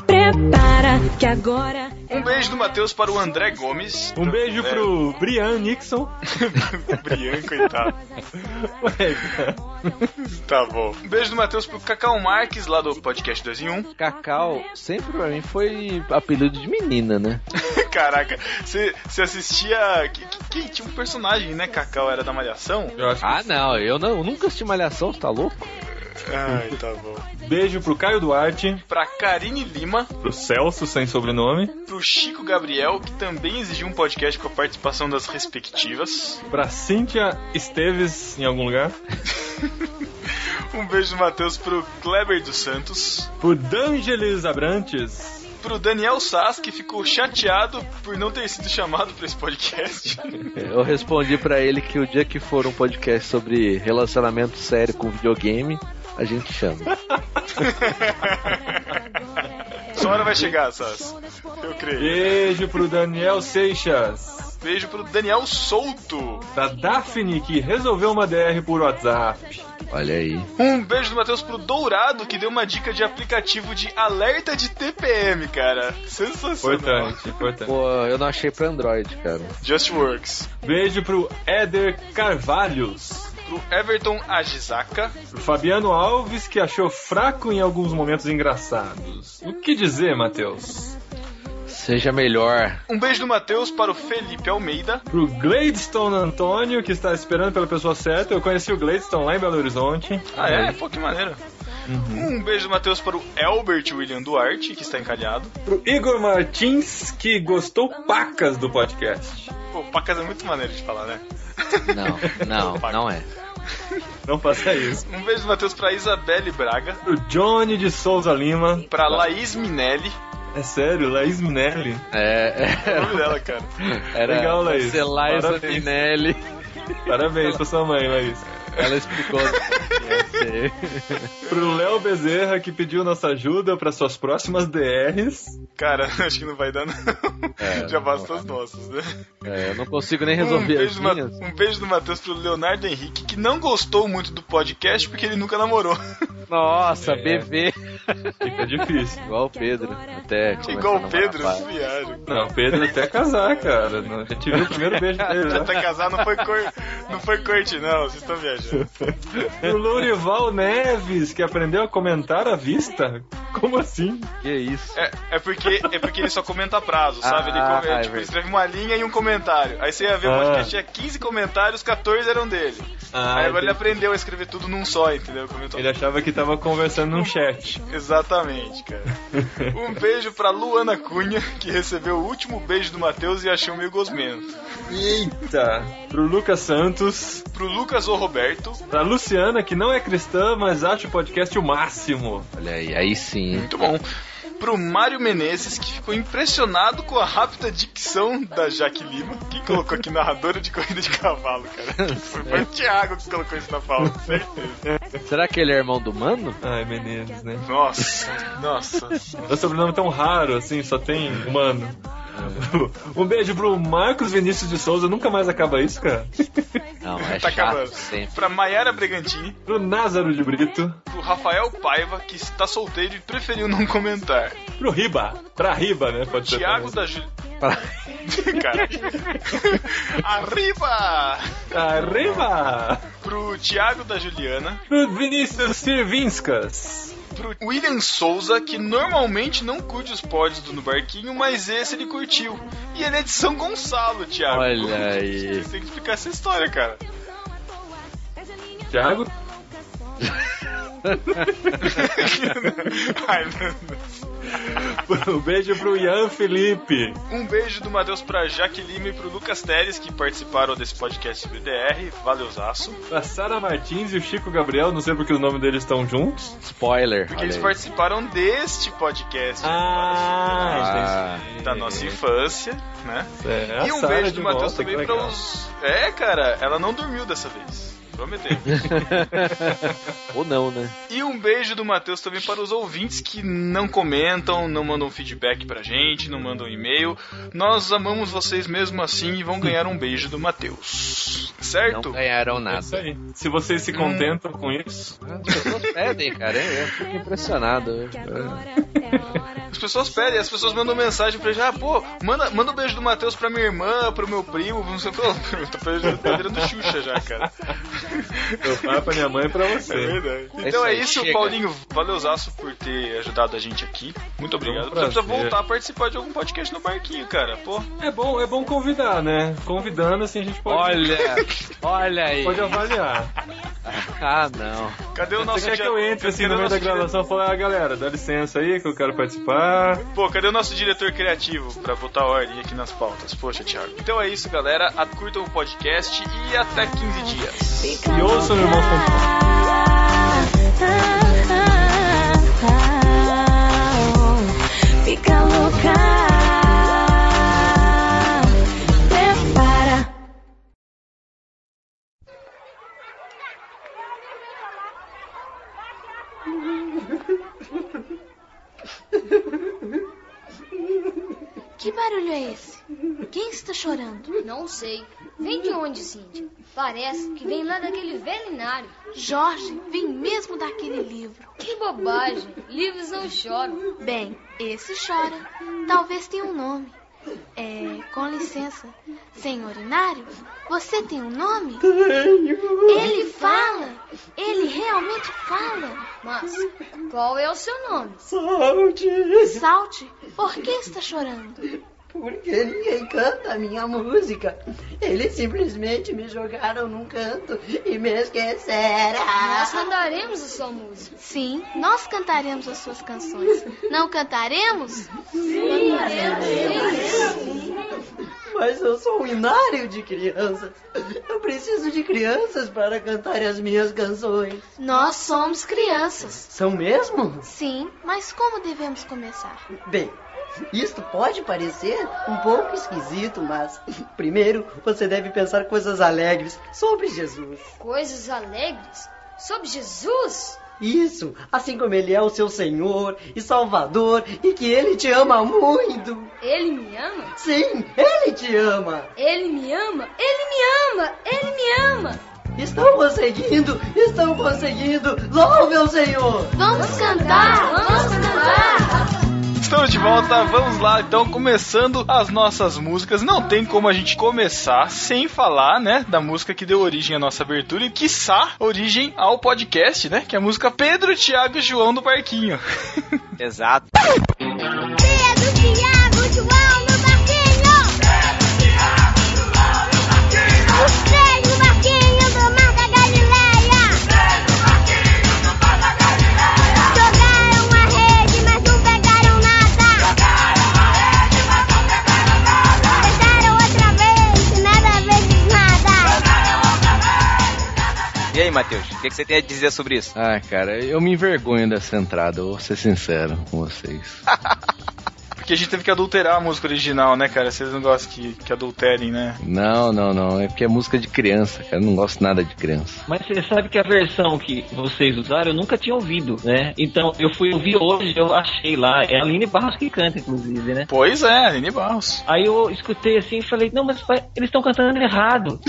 S9: Prepara que agora
S1: Um beijo do Matheus para o André Gomes.
S8: Um beijo
S1: É,
S8: pro Brian Nixon.
S1: o É, Brian, coitado.
S8: Ué, cara.
S1: Tá bom. Um beijo do Matheus pro Cacau Marques, lá do podcast 2 em 1.
S2: Cacau sempre pra mim foi apelido de menina, né?
S1: [LAUGHS] Caraca, você você assistia. que- que- que- tinha um personagem, né? Cacau era da Malhação?
S8: Eu acho
S2: Ah, não, eu, não, eu nunca assisti Malhação, você tá louco?
S1: Ai, tá bom.
S8: que... Beijo pro Caio Duarte,
S1: Pra Karine Lima,
S8: pro Celso sem sobrenome,
S1: pro Chico Gabriel, que também exigiu um podcast com a participação das respectivas.
S8: pra Cíntia Esteves em algum lugar,
S1: Um beijo do Matheus pro Kleber dos Santos.
S8: pro Dangelis Abrantes,
S1: Pro Daniel Sass, que ficou chateado por não ter sido chamado pra esse podcast.
S2: Eu respondi pra ele que o dia que for um podcast sobre relacionamento sério com videogame, a gente chama.
S1: Sua hora vai chegar, Sass. Eu creio.
S8: Beijo pro Daniel Seixas,
S1: Beijo pro Daniel Souto.
S8: da Daphne, que resolveu uma DR por WhatsApp.
S2: Olha aí.
S1: Um beijo do Matheus pro Dourado, que deu uma dica de aplicativo de alerta de TPM, cara. Sensacional.
S8: Importante, importante.
S2: Pô, eu não achei pra Android, cara.
S1: Just Works.
S8: Beijo pro Éder Carvalhos,
S1: Pro Everton Ajizaka.
S8: pro Fabiano Alves, que achou fraco em alguns momentos engraçados. O que dizer, Matheus?
S2: Seja melhor.
S1: Um beijo do Matheus para o Felipe Almeida.
S8: Pro Gladstone Antônio, que está esperando pela pessoa certa. Eu conheci o Gladstone lá em Belo Horizonte.
S1: Ah, é? Pô, que maneiro.
S2: Uhum.
S1: Um beijo do Matheus para o Albert William Duarte, que está encalhado.
S8: Pro Igor Martins, que gostou pacas do podcast.
S1: Pô, pacas é muito maneiro de falar, né?
S2: Não,
S1: [LAUGHS]
S2: não, não é.
S8: Não faça isso.
S1: Um beijo do Matheus para Isabelle Braga.
S8: Pro Johnny de Souza Lima.
S2: Tá.
S1: Pra Laís Minelli.
S8: É sério, Laís Minelli.
S2: É,
S1: É o
S2: é
S1: [LAUGHS] nome dela, cara.
S2: era
S8: Legal, Laís.
S2: Você Laís
S8: Parabéns.
S2: Minelli.
S8: Parabéns pra sua mãe, Laís.
S2: Ela explicou. aí.
S1: [LAUGHS]
S8: Pro Léo Bezerra, que pediu nossa ajuda para suas próximas DRs.
S1: Cara, [LAUGHS] acho que não vai dar, não. [LAUGHS]
S2: É,
S1: Já
S2: não,
S1: basta as nossas, né?
S2: É, eu não consigo nem
S1: Um
S2: resolver as
S1: beijo, do Ma-
S2: minhas.
S1: um beijo do Matheus pro Leonardo Henrique, que não gostou muito do podcast porque ele nunca namorou. [LAUGHS]
S2: Nossa,
S8: É.
S2: bebê. [LAUGHS]
S8: Fica difícil.
S2: Igual o Pedro. Até começar a
S1: Igual o
S2: namorar
S1: Pedro,
S2: a Paty.
S1: viagem.
S8: Não, o Pedro até casar, cara. A gente viu o primeiro beijo
S1: [LAUGHS]
S8: dele, né?
S1: Até casar tá não foi, cor... não foi corte, não. Vocês estão viajando.
S8: O Lourival Neves, que aprendeu a comentar à vista? Como assim?
S2: Que isso.
S1: É, é porque, é porque ele só comenta prazo, sabe? Ele,
S2: Ah,
S1: come-
S2: é
S1: tipo,
S2: verdade.
S1: escreve uma linha e um comentário. Aí você ia ver o
S8: Ah.
S1: podcast, tinha 15 comentários, 14 eram dele.
S8: Ah,
S1: Aí agora ele
S8: ele,
S1: aprendeu a escrever tudo num só, entendeu? Comentou
S8: ele achava que tava conversando num chat.
S1: Exatamente, cara. Um beijo pra Luana Cunha, que recebeu o último beijo do Matheus e achou meio gosmento.
S8: Eita! Pro Lucas Santos,
S1: Pro Lucas ou Roberto,
S8: pra Luciana, que não é cristã, mas acha o podcast o máximo.
S2: Olha aí, aí sim.
S1: muito bom. Pro Mário Menezes, que ficou impressionado com a rápida dicção da Jaque Lima, que colocou aqui narradora de corrida de cavalo,
S2: [LAUGHS]
S1: cara. Foi, foi o Thiago que colocou isso na pauta, certeza.
S2: Será que ele é irmão do Mano?
S8: Ai, Menezes, né?
S1: Nossa, nossa.
S8: É um sobrenome tão raro, assim, só tem humano. Um beijo pro Marcos Vinícius de Souza, nunca mais acaba isso, cara.
S2: Não, é
S1: Tá
S2: chato
S1: acabando.
S2: sempre.
S1: Pra Maiara Bragantini,
S8: Pro Názaro de Brito,
S1: pro Rafael Paiva, que está solteiro e preferiu não comentar.
S8: pro Riba, pra Riba, né? Pode ser.
S1: Tiago
S8: também.
S1: da Ju... [LAUGHS] Cara. Arriba!
S8: Ah, Arriba!
S1: Pro Tiago da Juliana,
S8: Pro Vinícius Sirvinskas.
S1: pro William Souza, que normalmente não curte os pods do No Barquinho, mas esse ele curtiu. E ele é de São Gonçalo, Tiago.
S2: Olha aí.
S1: Você tem que explicar essa história,
S8: [LAUGHS]
S1: cara.
S8: Thiago?
S1: Ai, meu
S8: Um beijo pro Ian Felipe.
S1: Um beijo do Matheus pra Jaque Lima e pro Lucas Teres, que participaram desse podcast do DR. Valeuzaço.
S8: Pra Sara Martins e o Chico Gabriel, não sei porque o nome deles estão juntos.
S2: Spoiler.
S1: Porque
S2: olha
S1: eles
S2: aí.
S1: participaram deste podcast. né?
S2: Ah,
S1: Da tá, nossa infância, né?
S8: É, a
S1: e um
S8: Sara
S1: beijo
S8: de
S1: do Matheus
S8: volta, que
S1: também pra
S8: legal.
S1: os. É, cara, ela não dormiu dessa vez. Prometeu.
S2: Ou não, né?
S1: e um beijo do Matheus também para os ouvintes que não comentam, não mandam feedback pra gente, não mandam e-mail. Nós amamos vocês mesmo assim e vão ganhar um beijo do Matheus.
S2: Não
S1: Certo?
S2: ganharam
S8: É
S2: nada.
S8: isso aí. Se vocês
S1: Hum.
S8: se contentam com isso,
S2: As pessoas pedem, cara. Eu eu fico impressionado.
S1: As pessoas pedem, as pessoas mandam mensagem pra gente, ah, pô, manda, manda um beijo do Matheus pra minha irmã, pro meu primo, não sei o que. [LAUGHS] Tá virando Xuxa já, cara.
S8: eu falo pra minha mãe e pra
S1: É
S8: você.
S1: verdade. Então
S2: É isso
S1: é
S2: aí,
S1: isso,
S2: chega.
S1: Paulinho. Valeuzaço por ter ajudado a gente aqui. Muito obrigado.
S8: um
S1: Você precisa
S8: prazer.
S1: voltar a participar de algum podcast no barquinho, cara. Pô,
S8: É bom, é bom convidar, né? Convidando, assim, a gente pode,
S2: Olha, olha aí.
S8: pode avaliar.
S2: Ah, não.
S1: cadê o nosso
S8: Você quer que
S1: dia-
S8: eu entre, assim,
S1: cadê
S8: no
S1: o
S8: meio
S1: nosso
S8: da gravação e falar, ah, galera, dá licença aí que eu quero participar.
S1: dire- Pô, cadê o nosso diretor criativo pra botar ordem aqui nas pautas? Poxa, Thiago. Então é isso, galera. A- Curtam o podcast e até 15 dias.
S8: E ouçam, irmãos, com
S9: Fica louca. Prepara.
S10: Que barulho é esse? Quem está chorando? Não sei. Vem de onde, Cindy? Parece que vem lá daquele velinário. Jorge, vem mesmo daquele livro. Que bobagem. Livros não choram. Bem, esse chora. Talvez tenha um nome. É, com licença. Senhorinário, você tem um nome? Ele fala! Ele realmente fala! Mas qual é o seu nome? Salte! Por que está chorando?
S11: Porque ninguém canta a minha música. Eles simplesmente me jogaram num canto e me esqueceram.
S10: Nós cantaremos a sua música. Sim, nós cantaremos as suas canções. Não cantaremos? Sim,
S11: Mas eu sou um inário de crianças. Eu preciso de crianças para cantar as minhas canções.
S10: Nós somos crianças.
S11: São mesmo?
S10: Sim, mas como devemos começar?
S11: Bem, isto pode parecer um pouco esquisito, mas primeiro você deve pensar coisas alegres sobre Jesus.
S10: Coisas alegres? Sobre Jesus?
S11: Isso, assim como ele é o seu Senhor e Salvador e que ele te ama muito.
S10: Ele me ama?
S11: Sim, ele te ama.
S10: Ele me ama? Ele me ama! Ele me ama!
S11: Estão conseguindo, estão conseguindo. Louve ao Senhor.
S10: Vamos cantar, vamos cantar.
S1: Estamos de volta, vamos lá então, começando as nossas músicas. Não tem como a gente começar sem falar, né, da música que deu origem à nossa abertura e, quiçá, origem ao podcast, né, que é a música Pedro, Tiago e João do Barquinho.
S3: Exato.
S9: Pedro, Tiago, João no barquinho. Pedro, Tiago, João no barquinho. Pedro, barquinho do Mar da Galileia. Pedro, barquinho do Mar da Galileia. Jogaram a rede, mas não pegaram nada. Jogaram a rede, mas não pegaram nada. Tentaram outra vez, nada vezes nada.
S3: E aí, Matheus, o que, que você tem a dizer sobre isso?
S2: Ah, cara, eu me envergonho dessa entrada, eu vou ser sincero com vocês.
S1: [LAUGHS] Porque a gente teve que adulterar a música original, né, cara? Vocês não gostam que, que adulterem, né?
S2: Não, não, não. É porque é música de criança, cara. Eu não gosto nada de criança.
S5: Mas você sabe que a versão que vocês usaram eu nunca tinha ouvido, né? Então eu fui ouvir hoje, eu achei lá. É a Aline Barros que canta, inclusive, né?
S1: Pois é, Aline Barros.
S5: Aí eu escutei assim e falei, não, mas pai, eles estão cantando errado.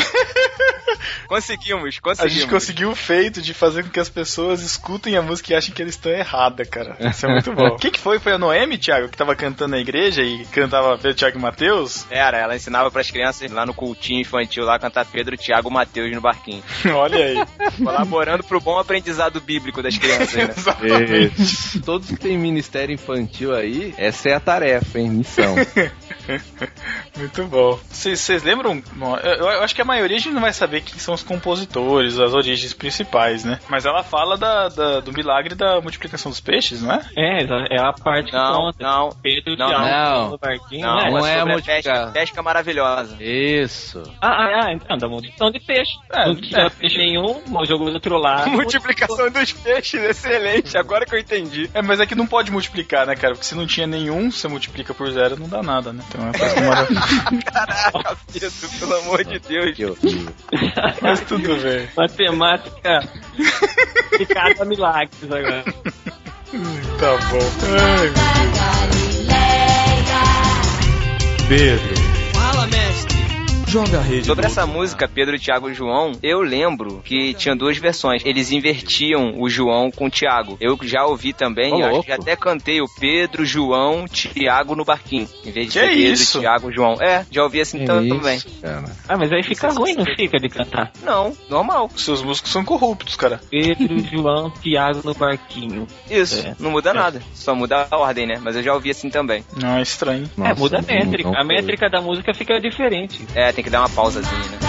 S3: Conseguimos,
S1: A gente
S3: conseguimos.
S1: conseguiu o feito de fazer com que as pessoas escutem a música e achem que eles estão errada, cara. Isso é muito bom. O [LAUGHS] que, que foi? Foi a Noemi, Thiago, que tava cantando na igreja e cantava Pedro, Thiago e Matheus?
S3: Era, ela ensinava pras crianças lá no cultinho infantil lá cantar Pedro, Tiago, Matheus no barquinho.
S1: [LAUGHS] Olha aí.
S3: Colaborando pro bom aprendizado bíblico das crianças, né?
S2: Exatamente. Todos que têm ministério infantil aí, essa é a tarefa, hein? Missão.
S1: Muito bom. Vocês vocês lembram? Bom, Eu, eu acho que a maioria a gente não vai saber quem são os compositores, as origens principais, né? Mas ela fala da- da- do milagre da multiplicação dos peixes, não é?
S5: É, exa- é a parte
S3: Não,
S5: que conta.
S3: não,
S5: Pedro,
S3: não,
S2: [LAUGHS]
S5: Tiago,
S2: não.
S5: João do barquinho,
S3: Não,
S5: né?
S2: não
S3: é
S2: é
S3: sobre a
S2: multiplicar.
S3: pesca, pesca maravilhosa.
S2: Isso.
S5: Ah, ah, ah, então, da multiplicação de peixe.
S1: É,
S5: não tinha
S1: é.
S5: peixe nenhum, jogou do outro lado.
S1: [LAUGHS] Multiplicação dos peixes, excelente, agora que eu entendi. É, mas é que não pode multiplicar, né, cara? Porque se não tinha nenhum, você multiplica por zero, não dá nada, né? Então é uma coisa maravilhosa.
S3: Caraca, Pedro, pelo amor de Deus.
S2: Que horrível.
S1: [LAUGHS] Mas tudo bem.
S5: Matemática aplicada a milagres agora.
S1: Tá bom. Ai, Pedro.
S3: Sobre essa música, Pedro, Tiago e João, eu lembro que tinha duas versões. Eles invertiam o João com o Tiago. Eu já ouvi também,
S2: Ô,
S3: eu acho
S2: louco.
S3: que já até cantei o Pedro, João, Tiago no barquinho. Em vez de
S1: Que
S3: ser Pedro,
S1: isso?
S3: Tiago, João. É, já ouvi assim
S2: É
S3: também.
S2: isso, cara.
S5: Ah, mas aí fica ruim, não fica de cantar.
S3: Não, normal.
S1: Seus músicos são corruptos, cara.
S5: Pedro, João, Tiago no barquinho.
S3: Isso,
S5: É.
S3: não muda
S5: É.
S3: nada. Só muda a ordem, né? Mas eu já ouvi assim também.
S1: Não, é estranho.
S5: é,
S2: Nossa,
S5: muda a
S2: não-
S5: métrica.
S2: não
S5: a
S2: foi.
S5: métrica da música fica diferente.
S3: É, tem que dar uma pausazinha, né?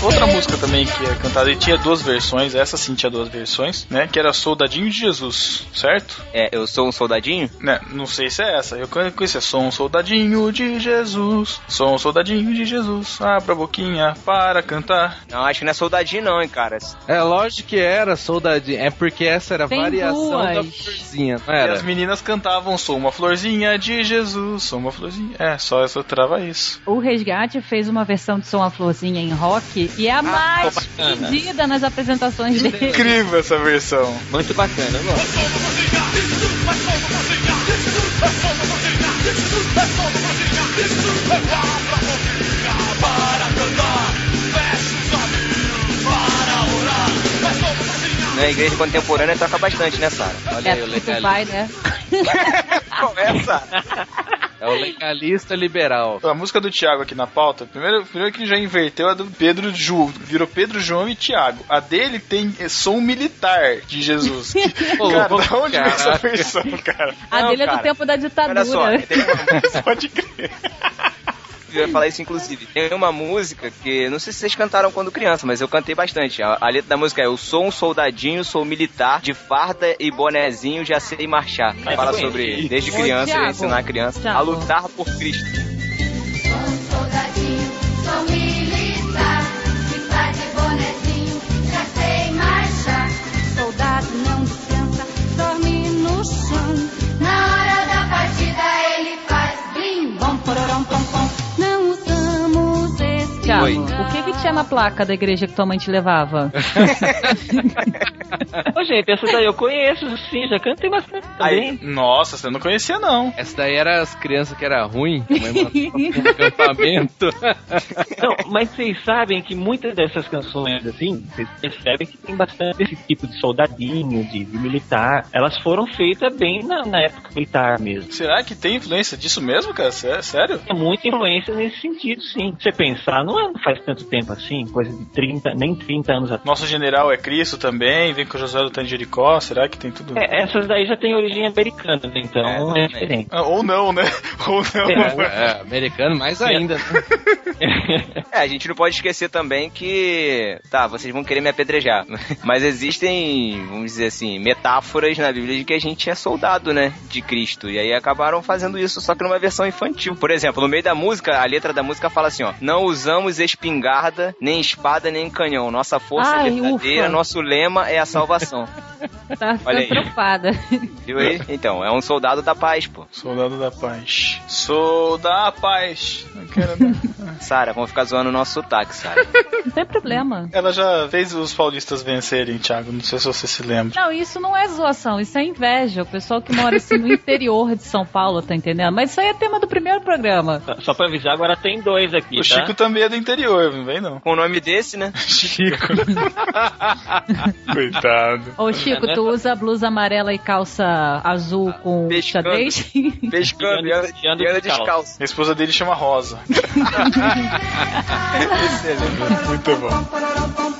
S1: Outra música também que é cantada e tinha duas versões, essa sim tinha duas versões, né? Que era Soldadinho de Jesus, certo?
S3: É, eu sou um soldadinho?
S1: Né? Não sei se é essa. Eu conheço, é Sou um soldadinho de Jesus, sou um soldadinho de Jesus, abra a boquinha para cantar.
S3: Não, acho que não é soldadinho não, hein, cara.
S2: É lógico que era, soldadinho. É porque essa era a
S4: Tem
S2: variação da
S4: duas.
S2: florzinha, não
S1: E as
S2: era?
S1: meninas cantavam Sou uma florzinha de Jesus, sou uma florzinha. É, só essa trava isso.
S4: O Resgate fez uma versão de Som a Florzinha em rock e é
S3: Ah,
S4: a mais
S5: bacana.
S4: pedida nas apresentações dele.
S1: Incrível essa versão.
S5: Muito bacana, eu gosto.
S3: Na é igreja contemporânea toca bastante, né, Sara? Olha
S4: É,
S3: aí o
S4: porque tu
S3: legal.
S4: vai, né?
S3: Começa!
S2: É o legalista liberal.
S1: A música do Thiago aqui na pauta, primeiro, primeiro que já inverteu a do Pedro Ju, virou Pedro, João e Thiago. A dele tem é, som militar de
S2: [LAUGHS]
S1: Jesus.
S2: Ô,
S1: cara,
S2: louco,
S1: da onde veio essa
S2: caraca.
S1: versão, cara? [LAUGHS]
S4: A
S3: Não,
S4: dele é do
S3: cara.
S4: tempo da ditadura.
S3: Olha só, tem uma
S1: Pode crer.
S3: Eu ia falar isso, inclusive. Tem uma música que, não sei se vocês cantaram quando criança, mas eu cantei bastante. A, a letra da música é Eu sou um soldadinho, sou militar, de farda e bonezinho, já sei marchar. Fala
S5: bem.
S3: sobre, desde
S4: Ô,
S3: criança, eu
S4: Thiago.
S3: ensinar a criança a
S4: Thiago.
S3: lutar por Cristo.
S9: Um Soldadinho, sou militar, que tá de bonezinho, já sei marchar. Soldado não descansa, dorme no chão. Na hora da partida ele faz blim, bom, pororão, pom, pom. Não usamos esse
S4: Tchau.
S3: Oi.
S4: O que que tinha na placa da igreja que tua mãe
S3: [LAUGHS]
S4: te levava?
S5: Ô, gente, essa daí eu conheço, sim, já cantei bastante
S2: Tá
S5: também.
S1: Nossa, você não conhecia não.
S2: Essa daí era as crianças que era ruim, a mãe mandava
S1: [LAUGHS]
S2: pro acampamento.
S5: Não, mas vocês sabem que muitas dessas canções, assim, vocês percebem que tem bastante esse tipo de soldadinho, de, de militar. Elas foram feitas bem na, na época militar mesmo.
S1: Será que tem influência disso mesmo, cara? Sé- Sério?
S5: Tem muita influência nesse sentido, sim. Se Você pensar, não é- não faz tanto tempo assim, coisa de 30, nem 30 anos atrás.
S1: Nosso general é Cristo também, vem com Josué do Tangericó, será que tem tudo?
S5: É, essas daí já tem origem americana, né? então é, diferente.
S1: Ah, Ou não, né? [LAUGHS] Ou não.
S2: É, americano mais ainda. né?
S3: É, a gente não pode esquecer também que. Tá, vocês vão querer me apedrejar. [LAUGHS] Mas existem, vamos dizer assim, metáforas na Bíblia de que a gente é soldado, né? De Cristo. E aí acabaram fazendo isso, só que numa versão infantil. Por exemplo, no meio da música, a letra da música fala assim, ó. Não usamos espingarda, nem espada, nem canhão. Nossa força
S4: Ai,
S3: é verdadeira,
S4: ufa.
S3: nosso lema é a
S4: [LAUGHS]
S3: salvação.
S4: Tá
S3: Olha
S4: ficando
S3: aí.
S4: preocupada.
S3: Viu aí? Então, é um soldado da paz, pô.
S1: Soldado da paz. Sou da paz. Não quero não.
S3: Sara, vão ficar zoando o nosso sotaque, Sara.
S4: Não tem problema.
S1: [LAUGHS] Ela já fez os paulistas vencerem, Thiago. Não sei se você se lembra.
S4: Não, isso não é zoação, isso é inveja. O pessoal que mora assim no interior de São Paulo, tá entendendo? Mas isso aí é tema do primeiro programa.
S5: Só- Só pra avisar, agora tem dois aqui,
S1: O
S5: tá?
S1: Chico também é do interior, não vem não.
S3: Com o nome desse,
S4: [LAUGHS]
S3: né?
S1: Chico. Coitado.
S3: Né?
S4: Ô Chico, tu usa blusa amarela e calça azul com
S3: Pescando.
S4: xadrez?
S3: é Pescando e anda,
S5: E anda
S3: e anda
S5: descalço.
S3: descalço. [LAUGHS]
S1: A esposa dele chama Rosa. [LAUGHS] Muito bom.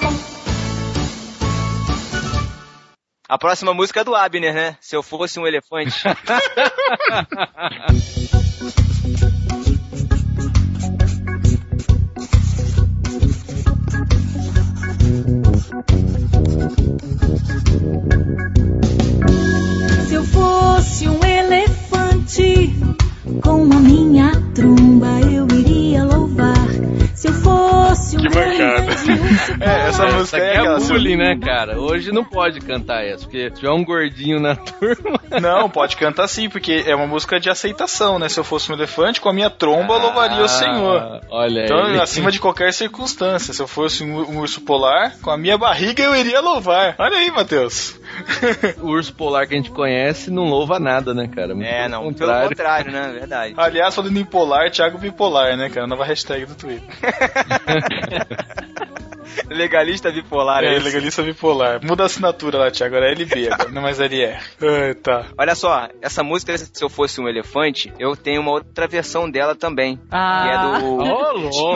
S3: A próxima música é do Abner, né? Se eu fosse um elefante.
S9: Se eu fosse um elefante, com a minha tromba eu iria louvar. Se eu fosse um
S1: Que mancada. É, essa
S2: Essa
S1: música
S2: aqui
S1: é
S2: é
S1: aquela.
S2: bullying, né, cara? Hoje não pode cantar essa, porque se tiver um gordinho na [LAUGHS] turma.
S1: Não, pode cantar sim, porque é uma música de aceitação, né? Se eu fosse um elefante, com a minha tromba eu louvaria o Senhor.
S2: Ah, Olha
S1: Então,
S2: aí.
S1: acima de qualquer circunstância, se eu fosse um, um urso polar, com a minha barriga eu iria louvar. Olha aí, Matheus.
S2: [LAUGHS] O urso polar que a gente conhece não louva nada, né, cara? Muito
S3: É,
S2: pelo
S3: não, pelo
S2: contrário.
S3: contrário, né?
S1: [LAUGHS]
S3: Verdade.
S1: Aliás, falando em polar, Thiago Bipolar, né, cara? Nova hashtag do Twitter.
S3: Legalista bipolar,
S1: É,
S3: é, isso.
S1: legalista bipolar. Muda a assinatura lá, Thiago. Agora é LB, agora, não mais LR. Ah, tá.
S3: Olha só, essa música, se eu fosse um elefante, eu tenho uma outra versão dela também. Que é
S4: Ah,
S3: do.
S2: Ô,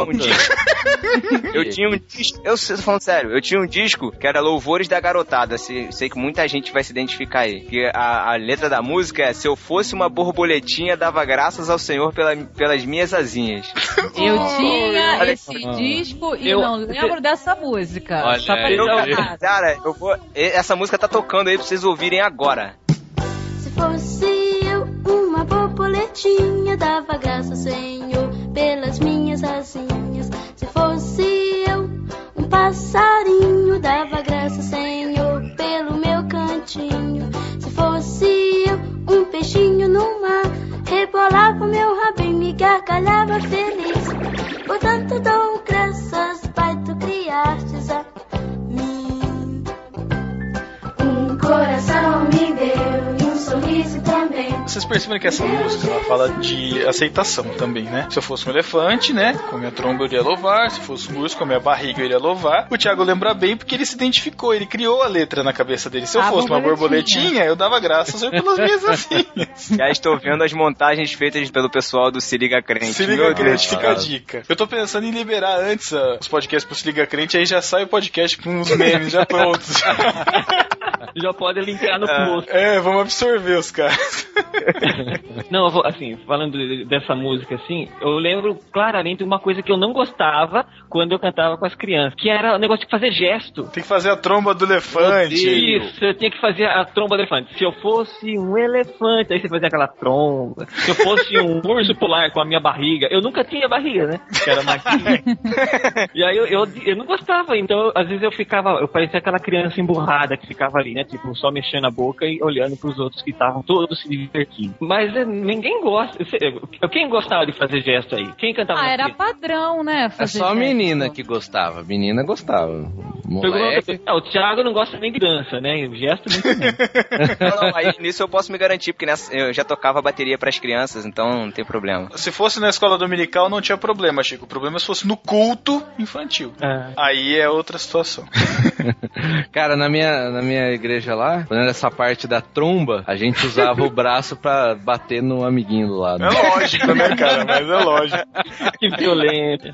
S3: [LAUGHS] Eu tinha um
S2: louco.
S3: disco- Eu tinha um disco. Eu sei, tô falando sério, eu tinha um disco que era Louvores da Garotada. se- Sei que muita gente vai se identificar aí. Que a, a letra da música é: Se eu fosse uma borboletinha, dava graças ao Senhor pela- pelas minhas asinhas.
S4: eu tinha
S3: Olha
S4: esse disco e
S5: Eu-
S4: não lembro dessa música.
S2: Olha
S4: só pra
S2: aí.
S4: deixar claro.
S3: Cara, eu vou. e- Essa música tá tocando aí pra vocês ouvirem agora.
S9: Se fosse eu uma borboletinha, dava graça, Senhor, pelas minhas asinhas. Se fosse eu um passarinho, dava graça, Senhor, pelo meu cantinho. Se fosse eu um peixinho no mar, rebolava o meu rabinho e gargalhava feliz. Portanto, dou graças, Pai, tu criastes a mim. Um coração me deu e um sorriso também.
S1: Vocês percebem que essa música ela fala de aceitação também, né? Se eu fosse um elefante, né? Com a minha tromba eu iria louvar. Se fosse um urso, com a minha barriga eu iria louvar. O Thiago lembra bem porque ele se identificou, ele criou a letra na cabeça dele. Se eu
S4: A
S1: fosse uma
S4: borboletinha.
S1: borboletinha, eu dava graças pelas minhas assim. asinhas.
S3: Já estou vendo as montagens feitas pelo pessoal do Se Liga Crente.
S1: Se
S3: Meu
S1: liga crente,
S3: Deus,
S1: fica a
S3: cara.
S1: dica. Eu tô pensando em liberar antes ah, os podcasts pro Se Liga Crente, aí já sai o podcast com os memes já prontos. [LAUGHS] tá-
S5: [LAUGHS] Já pode linkar no post.
S1: é, vamos absorver os caras.
S5: Não, eu vou, assim, falando de- dessa música, assim, eu lembro claramente uma coisa que eu não gostava quando eu cantava com as crianças, que era o negócio de fazer gesto.
S1: Tem que fazer a tromba do elefante.
S5: Isso, eu tinha que fazer a tromba do elefante. Se eu fosse um elefante, aí você fazia aquela tromba. Se eu fosse um urso polar com a minha barriga, eu nunca tinha barriga, né? Que era mais. e aí eu, eu, eu não gostava, então eu- às vezes eu ficava, eu parecia aquela criança emburrada que ficava ali, né? né? Tipo, só mexendo a boca e olhando pros outros que estavam todos se divertindo. Mas né, ninguém gosta. Cê- Quem gostava de fazer gesto aí? Quem cantava
S4: Ah,
S5: na
S4: era
S5: fila?
S4: padrão, né?
S2: É
S4: fazer
S2: só a
S4: gesto.
S2: menina que gostava. Menina gostava.
S5: Perguntou outra
S2: Moleque.
S5: pessoa. Ah, o Thiago não gosta nem de dança, né? O gesto muito [LAUGHS] menos.
S3: Não, não, aí nisso eu posso me garantir, porque nessa, eu já tocava bateria pras crianças, então não tem problema.
S1: Se fosse na escola dominical, não tinha problema, Chico. O problema é se fosse no culto infantil. Aí é outra situação.
S2: Cara, na minha, na minha igreja lá, quando era essa parte da tromba, a gente usava o braço pra bater no amiguinho do lado.
S1: É lógico, né, cara? Mas é lógico.
S5: Que violento.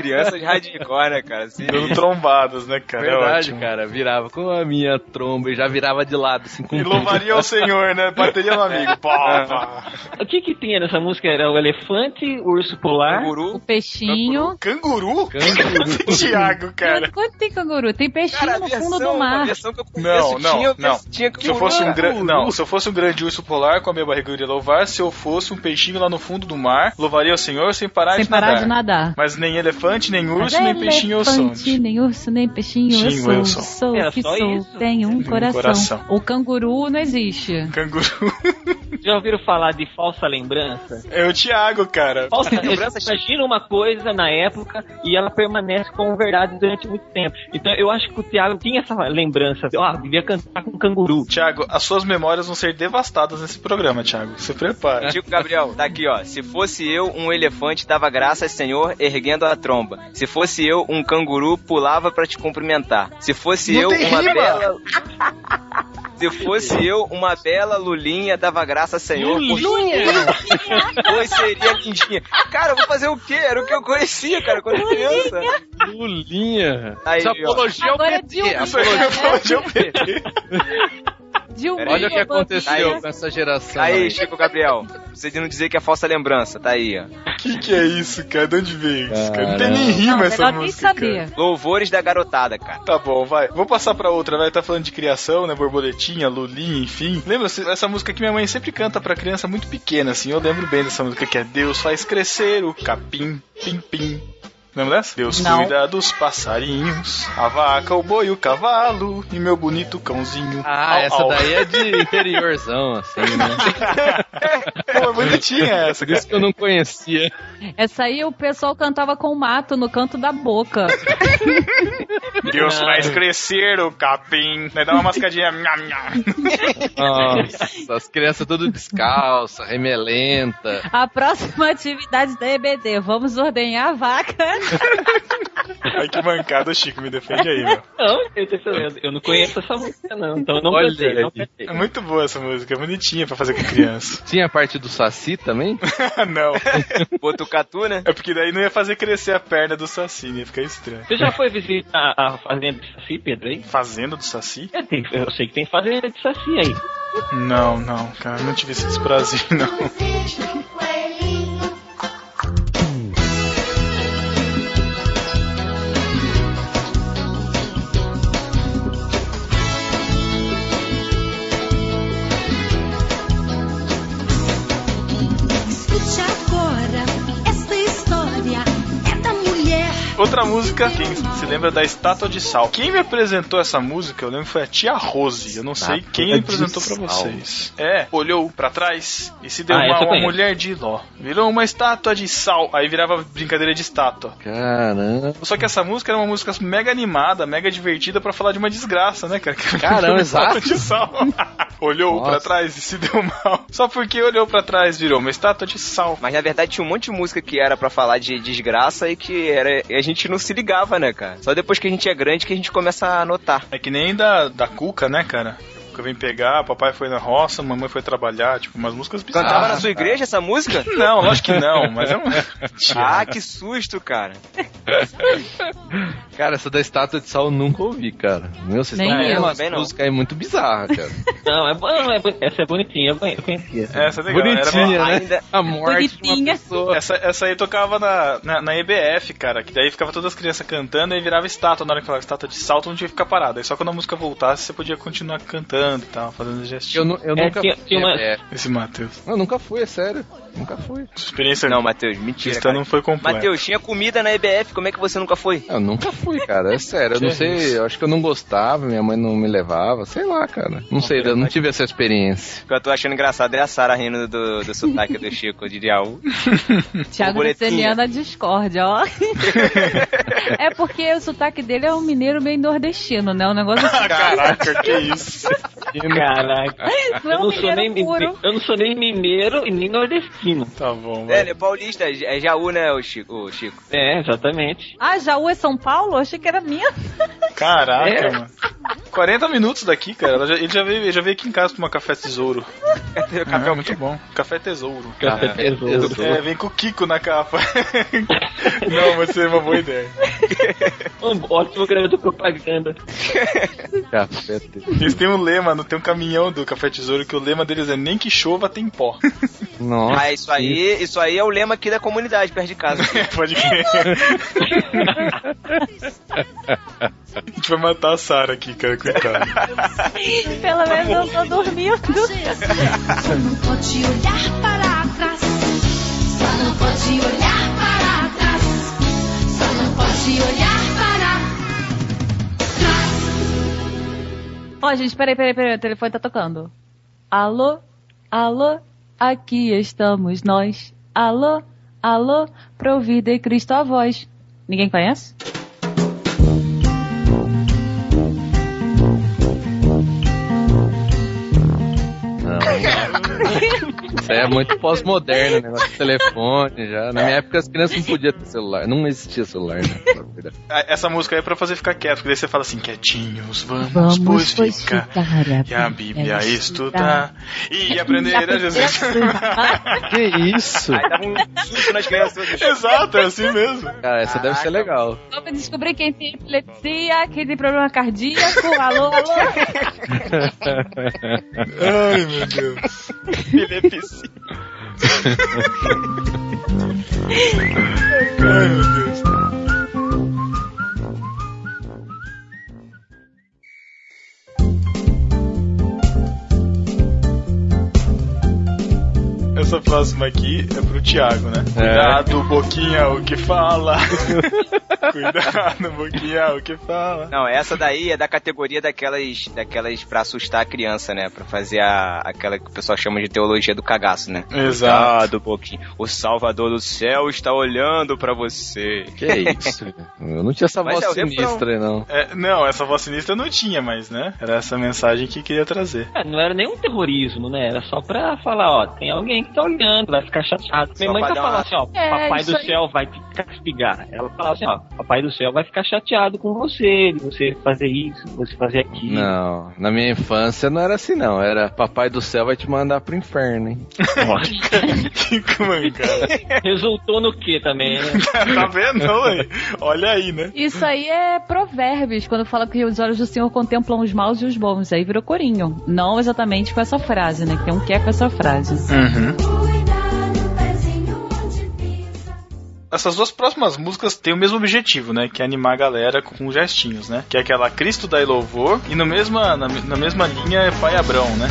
S3: Crianças hardcore, né, cara? Se...
S1: Dando trombadas, né, cara? é
S2: Verdade,
S1: ótimo.
S2: cara. Virava com a minha tromba e já virava de lado, assim, com
S1: E louvaria ao Senhor, né? Bateria no [LAUGHS] amigo. Pá, pá.
S5: O que que tinha nessa música? Era o elefante, o urso polar.
S4: O peixinho.
S1: Canguru? [LAUGHS]
S2: Canguru.
S1: Tiago, cara.
S4: Quanto tem canguru? Tem peixinho no fundo do mar.
S1: Não, não,
S3: tinha-
S1: não.
S3: tinha
S1: se eu
S3: canguru,
S1: fosse um
S3: né?
S1: grande, não, se eu fosse um grande urso polar com a minha barriga eu iria louvar, se eu fosse um peixinho lá no fundo do mar, louvaria o Senhor sem parar
S4: Sem
S1: de
S4: parar
S1: nadar.
S4: de nadar.
S1: Mas nem elefante, nem urso,
S4: Mas é
S1: nem peixinho eu sou.
S4: elefante, Nem urso, nem peixinho eu
S1: Peixinho eu sou.
S4: sou. Sou
S5: Era
S4: que
S5: só
S4: sou.
S5: isso.
S4: Tenho um coração.
S1: coração.
S4: O canguru não existe.
S1: Canguru. [LAUGHS]
S5: Já ouviram falar de falsa lembrança?
S1: É o Thiago, cara.
S5: [LAUGHS] Falsa lembrança, imagina uma coisa na época e ela permanece como verdade durante muito tempo. Então eu acho que o Thiago tinha essa lembrança. Ó, devia cantar com canguru.
S1: Thiago, as suas memórias vão ser devastadas nesse programa, Thiago. Se prepara.
S3: Chico Gabriel, tá aqui, ó. Se fosse eu, um elefante dava graças, Senhor, erguendo a tromba. Se fosse eu, um canguru pulava pra te cumprimentar. Se fosse
S1: Não
S3: eu,
S1: tem
S3: uma
S1: rima.
S3: bela. Se fosse eu, uma bela lulinha dava graça, Senhor. Lulinha? Pois seria lindinha. Cara, eu vou fazer o quê? Era o que eu conhecia, cara, quando criança.
S2: Lulinha.
S3: Aí,
S2: Essa
S3: ó.
S2: apologia ao
S4: Agora é
S2: PT.
S4: Dilma. né?
S2: Essa apologia-
S4: Dilma.
S2: Olha o que aconteceu
S3: Aí.
S2: com essa geração.
S3: Aí, Chico Gabriel. Você de não dizer que é falsa lembrança, tá aí, ó.
S1: Que que é isso, cara? De onde veio isso, cara? Não tem nem
S2: Caramba.
S1: rima
S4: Não,
S1: essa
S4: melhor nem
S1: música, cara.
S4: saber.
S3: Louvores da garotada, cara.
S1: Tá bom, vai. Vou passar pra outra, vai. Tá falando de criação, né? Borboletinha, lulinha, enfim. Lembra se- essa música que minha mãe sempre canta pra criança muito pequena, assim. Eu lembro bem dessa música que é Deus faz crescer o capim, pim, pim. Lembra dessa? Deus
S4: Não.
S1: cuida dos passarinhos, a vaca, o boi, o cavalo e meu bonito cãozinho.
S2: Ah,
S1: Au,
S2: essa
S1: au.
S2: daí é de interiorzão, assim, né?
S1: [LAUGHS] Pô, é bonitinha essa,
S2: Por [LAUGHS]
S1: cara.
S2: isso que eu não conhecia.
S4: Essa aí o pessoal cantava com o mato no canto da boca.
S1: Deus
S2: Ah.
S1: faz crescer o capim. Daí dá uma mascadinha. nham, nham.
S2: Nossa, as crianças tudo descalça, remelenta.
S5: [LAUGHS]
S4: A próxima atividade da EBD, vamos ordenhar a
S5: [LAUGHS]
S4: vaca.
S1: [LAUGHS] Ai, que mancada, Chico. Me defende aí, meu.
S5: Não, eu, tô falando, eu não conheço essa música, não. Então eu não
S2: Olha
S5: cantei, não
S2: aí.
S5: cantei.
S1: É muito boa essa música. É bonitinha pra fazer com criança.
S2: Tinha a parte do Saci também?
S1: Ah, [LAUGHS] não.
S3: Botucatu, né?
S1: É porque daí não ia fazer crescer a perna do Saci, ia ficar estranho.
S5: Você já foi visitar a fazenda de Saci, Pedro, aí?
S1: Fazenda do Saci?
S5: Eu, tenho- eu sei que tem fazenda de Saci aí.
S1: Não, não, cara, não tive esse desprazer, [LAUGHS] não.
S9: Escute agora esta história é da mulher.
S1: Outra música, quem se lembra da Estátua de Sal. Quem me apresentou essa música, eu lembro, foi a tia Rose. Eu não sei
S2: Estátua
S1: quem me
S2: de
S1: apresentou pra
S2: Sal.
S1: vocês. É, olhou pra trás e se deu
S5: Ah,
S1: uma,
S5: essa eu
S1: uma
S5: conheço.
S1: mulher de ló. Virou uma estátua de sal. Aí virava brincadeira de estátua.
S2: Caramba.
S1: Só que essa música era uma música mega animada, mega divertida pra falar de uma desgraça, né, cara? [LAUGHS]
S2: Caramba,
S1: Estátua
S2: exato.
S1: de sal. [LAUGHS] olhou
S2: Nossa.
S1: pra trás e se deu mal. Só porque olhou pra trás virou uma estátua de sal.
S3: Mas na verdade tinha um monte de música que era pra falar de desgraça e que era e a gente não se ligava, né, cara? Só depois que a gente é grande que a gente começa a notar.
S1: É que nem da, da Cuca, né, cara? Que eu vim pegar, papai foi na roça, mamãe foi trabalhar, tipo, umas músicas bizarras.
S3: Cantava na sua igreja
S1: [LAUGHS]
S3: essa música?
S1: Não, lógico que não, mas é um.
S3: Ah, que susto, cara.
S2: Cara, essa da estátua de sal eu nunca ouvi, cara. Meu, vocês
S4: Nem
S2: estão
S4: eu.
S2: vendo umas
S3: Também não.
S2: músicas aí muito bizarras, cara.
S5: Não, é, bo- não, é bo- essa é bonitinha, eu conhe- eu conhecia.
S1: Essa é legal. era uma-
S2: Bonitinha, né?
S3: Ainda-
S2: A morte de uma
S4: Bonitinha.
S2: pessoa.
S1: Essa, essa aí tocava na, na, na EBF, cara, que daí ficava todas as crianças cantando e virava estátua. Na hora que falava estátua de salto, não tinha que ficar parado. Aí só quando a música voltasse, você podia continuar cantando cantando e tal, fazendo gestinho.
S2: Eu nu- eu É, nunca tinha- fui, tinha uma- é.
S1: Esse Matheus.
S2: Eu nunca fui, é sério. Nunca fui.
S1: Experiência
S3: Não, Matheus, mentira.
S1: Cristã é- não foi completa.
S3: Matheus, tinha comida na EBF, como é que você nunca foi?
S2: Eu nunca fui, cara. É sério. Eu não
S3: Que
S2: sei.
S3: isso?
S2: Eu acho que eu não gostava, minha mãe não me levava. Sei lá, cara. Não sei, eu não tive essa
S3: [LAUGHS]
S2: experiência.
S3: O que eu tô achando engraçado é a Sara rindo do, do sotaque do Chico
S1: [LAUGHS]
S3: de Diaú.
S4: Thiago
S3: Borboletinha.
S4: Luceniano a discórdia,
S5: [LAUGHS]
S4: ó. é porque o sotaque dele é um mineiro meio nordestino, né? Um negócio
S5: [LAUGHS]
S4: assim.
S1: Caraca, que isso?
S5: Caraca.
S4: Não, é um
S5: eu, não sou
S4: mineiro
S5: nem, mi-
S4: puro.
S5: eu não sou nem mineiro e nem nordestino.
S1: Tá bom.
S3: É, ele é paulista, é Jaú, né, o Chico? O Chico.
S5: É, exatamente.
S4: Ah, Jaú é São Paulo? Achei que era minha.
S1: Caraca,
S4: É.
S1: mano. 40 minutos daqui, cara. Ela já- ele já veio, ele já veio aqui em casa tomar café tesouro. café é muito bom. Café tesouro.
S5: Café
S1: É.
S5: tesouro.
S1: É, vem com o Kiko na capa. [LAUGHS] Não, mas seria uma boa ideia.
S5: Um ótimo grande propaganda.
S2: Café
S1: Eles têm um lema, não tem um caminhão do Café Tesouro, que o lema deles é nem que chova tem pó. [LAUGHS]
S2: Nossa.
S3: ah, isso aí, isso aí é o lema aqui da comunidade, perto de casa.
S1: Pode crer. A gente vai matar a Sarah aqui, cara, coitado.
S4: Pelo menos eu tô dormindo.
S9: Só não pode olhar para trás. Só não pode olhar para trás. Só não pode olhar para
S4: Ó, gente, peraí, peraí, peraí. O telefone tá tocando. Alô? Alô? Aqui estamos nós. Alô? Alô? Provida e Cristo a voz. Ninguém conhece?
S2: Isso aí é muito pós-moderno, né? negócio de telefone já. Na minha época as crianças não podiam ter celular. Não existia celular, né? Na verdade.
S1: [LAUGHS] A- Essa música aí é pra você ficar quieto, porque daí você fala assim, quietinhos, vamos, né? É.
S2: Vamos,
S1: pois,
S2: pois
S1: ficar.
S2: ficar a
S1: e a Bíblia
S4: Tá.
S1: estudar. E aprender a Jesus.
S2: que isso?
S3: Aí dava um susto nas
S1: [LAUGHS]
S3: crianças.
S1: Exato, é assim mesmo.
S2: Cara, essa deve ser legal.
S4: Só pra descobrir quem tem epilepsia, quem tem problema cardíaco. [LAUGHS] Alô, alô?
S1: Ai, meu Deus. Epilepsia. Ai, meu Deus. Essa próxima aqui é pro Thiago, né? Cuidado, boquinha, o que fala. [LAUGHS] Cuidado, boquinha, o que fala.
S3: Não, essa daí é da categoria daquelas, daquelas pra assustar a criança, né? Pra fazer a, aquela que o pessoal chama de teologia do cagaço, né?
S1: Exato.
S3: Cuidado, pouquinho. O Salvador do céu está olhando pra você.
S2: Que isso? Eu não tinha essa
S3: Mas
S2: voz
S3: é o refrão.
S2: sinistra, não.
S1: É, não, essa voz sinistra não tinha mais, né? Era essa mensagem que queria trazer.
S5: Ah, não era nenhum terrorismo, né? Era só pra falar, ó, tem alguém que tá olhando, vai ficar chateado. Minha
S3: Só
S5: mãe
S3: pra
S5: tá
S3: dar uma-
S5: falando assim, ó,
S4: É,
S5: papai
S4: isso
S5: do
S4: aí.
S5: céu vai te castigar. Ela fala assim, ó, papai do céu vai ficar chateado com você, de você fazer isso, de você fazer aquilo.
S2: Não, na minha infância não era assim, não. Era papai do céu vai te mandar pro inferno, hein?
S1: [LAUGHS] Que mancada.
S5: [LAUGHS] Resultou no que também, né?
S1: [LAUGHS] tá vendo? Ué? Olha aí, né?
S4: Isso aí é provérbios, quando fala que os olhos do Senhor contemplam os maus e os bons. Aí virou corinho. Não exatamente com essa frase, né? Que tem um que é com essa frase.
S2: Uhum.
S1: Essas duas próximas músicas têm o mesmo objetivo, né? Que é animar a galera com gestinhos, né? Que é aquela Cristo dai louvor e no mesma, na, na mesma linha é Pai Abrão, né?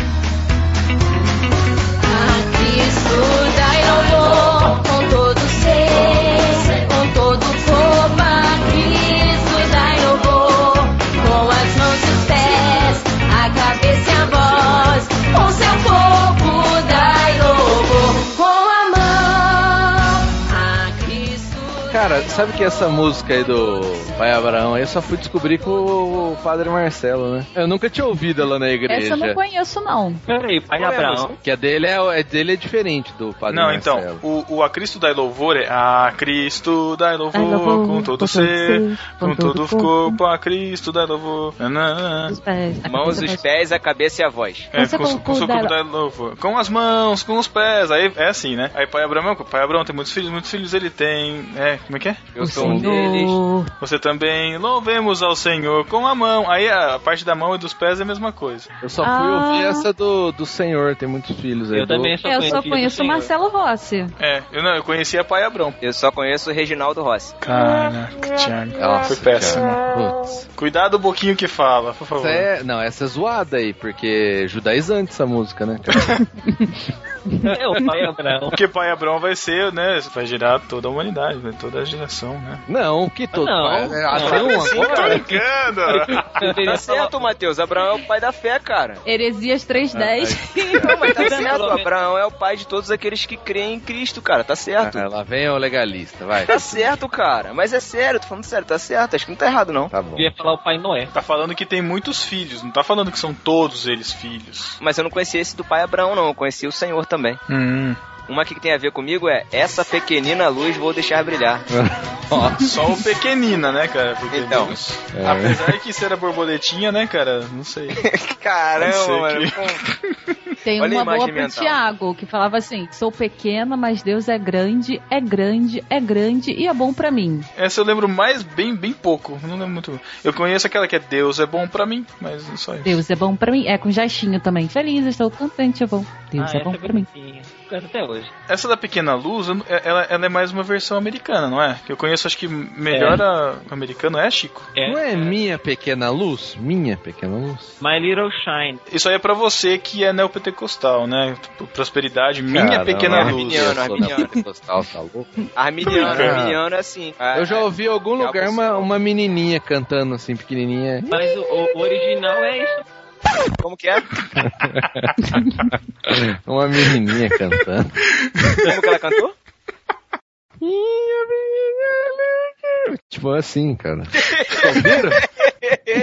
S9: Estudai louvor com todo ser, com todo corpo aqui. Estudai louvor com as mãos e os pés, a cabeça e a voz. Com seu corpo dai louvor com a mão. A Cristo
S2: Cara, sabe que essa música aí do Pai Abraão aí eu só fui descobrir com o Padre Marcelo, né? Eu nunca tinha ouvido ela na igreja.
S4: Essa eu não conheço, não.
S5: Peraí, pai Abraão.
S2: Que a dele é, é dele é diferente do Padre
S1: Não,
S2: Marcelo.
S1: então, o, o A Cristo dai louvor é A Cristo dai louvor, com todo ser, com todo corpo, a Cristo dai louvor. Nananã.
S4: Os pés, a
S3: Mãos,
S4: cabeça
S3: os
S4: faz-
S3: pés, a cabeça e a voz.
S1: É,
S4: Você
S1: com, com, com,
S4: colocou dela-
S1: com, com as mãos, com os pés, aí é assim, né? Aí pai Abraão, pai Abraão tem muitos filhos, muitos filhos ele tem, é, Como é que é?
S3: Eu sou um deles.
S1: Você também. Louvemos ao Senhor com a mão. Aí a parte da mão e dos pés é a mesma coisa.
S2: Eu só fui
S4: Ah.
S2: ouvir essa do, do senhor, tem muitos filhos aí.
S3: Eu
S2: do-
S3: também sou-
S4: É, Eu
S3: conheço
S4: só
S3: filho do
S4: conheço o
S5: assim,
S3: senhor.
S4: Marcelo Rossi.
S1: É, eu não, eu conheci a Pai Abrão.
S3: Eu só conheço o Reginaldo Rossi.
S1: Caraca, Thiago.
S2: Nossa,
S1: Foi péssimo.
S2: cara. Putz.
S1: Cuidado o boquinho que fala, por favor.
S2: Essa é, não, essa é zoada aí, porque é judaizante essa música, né? cara?
S5: É o pai Abraão.
S1: Porque Pai Abrão vai ser, né? Vai girar toda a humanidade, né, toda a geração, né?
S2: não, que todo.
S5: Não,
S2: é, Abraão
S5: não.
S1: Tô
S2: agora?
S1: brincando!
S5: é
S3: Tá certo, Matheus. Abraão é o pai da fé, cara.
S4: Heresias
S3: Ah,
S4: 310.
S3: Não, mas tá certo. Abraão é o pai de todos aqueles que creem em Cristo, cara. Tá certo.
S2: Ah, é lá vem o legalista, vai.
S3: Tá certo, cara. Mas é sério, tô falando sério. Tá certo. Acho que não tá errado, não.
S2: Tá bom.
S5: Eu ia falar o Pai Noé.
S1: [LAUGHS] Tá falando que tem muitos filhos, não tá falando que são todos eles filhos.
S3: Mas eu não conhecia esse do pai Abraão, não. Eu conheci o Senhor também.
S1: Hum.
S3: Uma aqui que tem a ver comigo é Essa pequenina luz vou deixar brilhar.
S2: Nossa,
S1: Só o pequenina, né, cara? Porque
S3: Então.
S1: Deus-
S2: É.
S1: Apesar que ser a borboletinha, né, cara? Não sei.
S3: Caramba,
S1: Não sei
S3: mano.
S1: que-
S4: Tem
S3: Olha a
S4: uma boa
S3: imagem
S4: pro
S3: mental.
S4: Tiago, que falava assim: sou pequena, mas Deus é grande, é grande, é grande e é bom pra mim.
S1: Essa eu lembro mais bem, bem pouco. Não lembro muito. Eu conheço aquela que é Deus é bom pra mim, mas não só isso.
S4: Deus é bom pra mim. É com Jaixinho também. Feliz, estou contente, é bom. Deus
S5: Ah,
S4: é bom
S5: essa
S4: pra mim.
S5: bonitinha. Canto até hoje.
S1: Essa da Pequena Luz, eu não- é- ela, ela é mais uma versão americana, não é? Que eu conheço, acho que melhor a- o americano é, Chico?
S5: É.
S2: não é minha pequena luz? Minha pequena luz?
S5: My Little Shine.
S1: Isso aí é pra você que é neopentecostal, né? Tipo, Prosperidade, minha
S2: Cara,
S1: pequena
S2: não, é
S1: luz.
S2: eu sou
S3: Arminiano,
S2: da
S3: arminiano.
S2: Pentecostal, tá louco? É
S3: Arminiano,
S2: Ah.
S3: arminiano é assim. Ah,
S2: [LAUGHS] Eu já ouvi em algum
S3: Já
S2: lugar uma,
S3: pensou.
S2: uma menininha cantando assim, pequenininha.
S5: Mas o, o original é isso.
S3: Como que é?
S2: Uma menininha cantando.
S3: Como que ela cantou?
S2: Tipo assim, cara. Ouviram? [LAUGHS]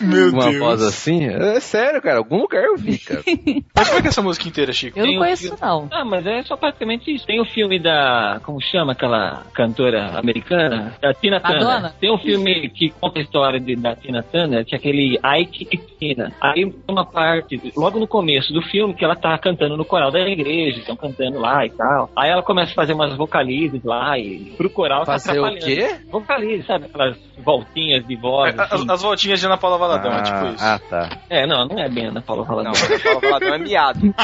S1: Meu
S2: Uma
S1: Deus.
S2: voz assim? É sério, cara. Algum lugar eu vi, cara.
S1: Mas como é que é essa música inteira, Chico?
S4: Eu
S5: Tem
S4: não
S5: um
S4: conheço,
S5: filme-
S4: não.
S5: Ah, mas é só praticamente isso. Tem o filme da. Como chama aquela cantora americana? Da Tina Turner.
S4: Madonna?
S5: Tem um filme que conta a história de, da Tina Turner, que é aquele Ike e Tina. Aí tem uma parte, logo no começo do filme, que ela tá cantando no coral da igreja, estão cantando lá e tal. Aí ela começa a fazer umas vocalizes lá e pro coral tá
S2: Fazer o
S5: atrapalhando.
S2: quê?
S5: Vocalize, sabe? Aquelas voltinhas de voz.
S1: É, As,
S5: assim.
S1: as voltinhas de Ana Paula Valadão, é tipo isso.
S2: ah, tá.
S5: É, não, não é bem Ana Paula
S3: Não,
S5: Valadão.
S3: ela fala- fala, não é miado.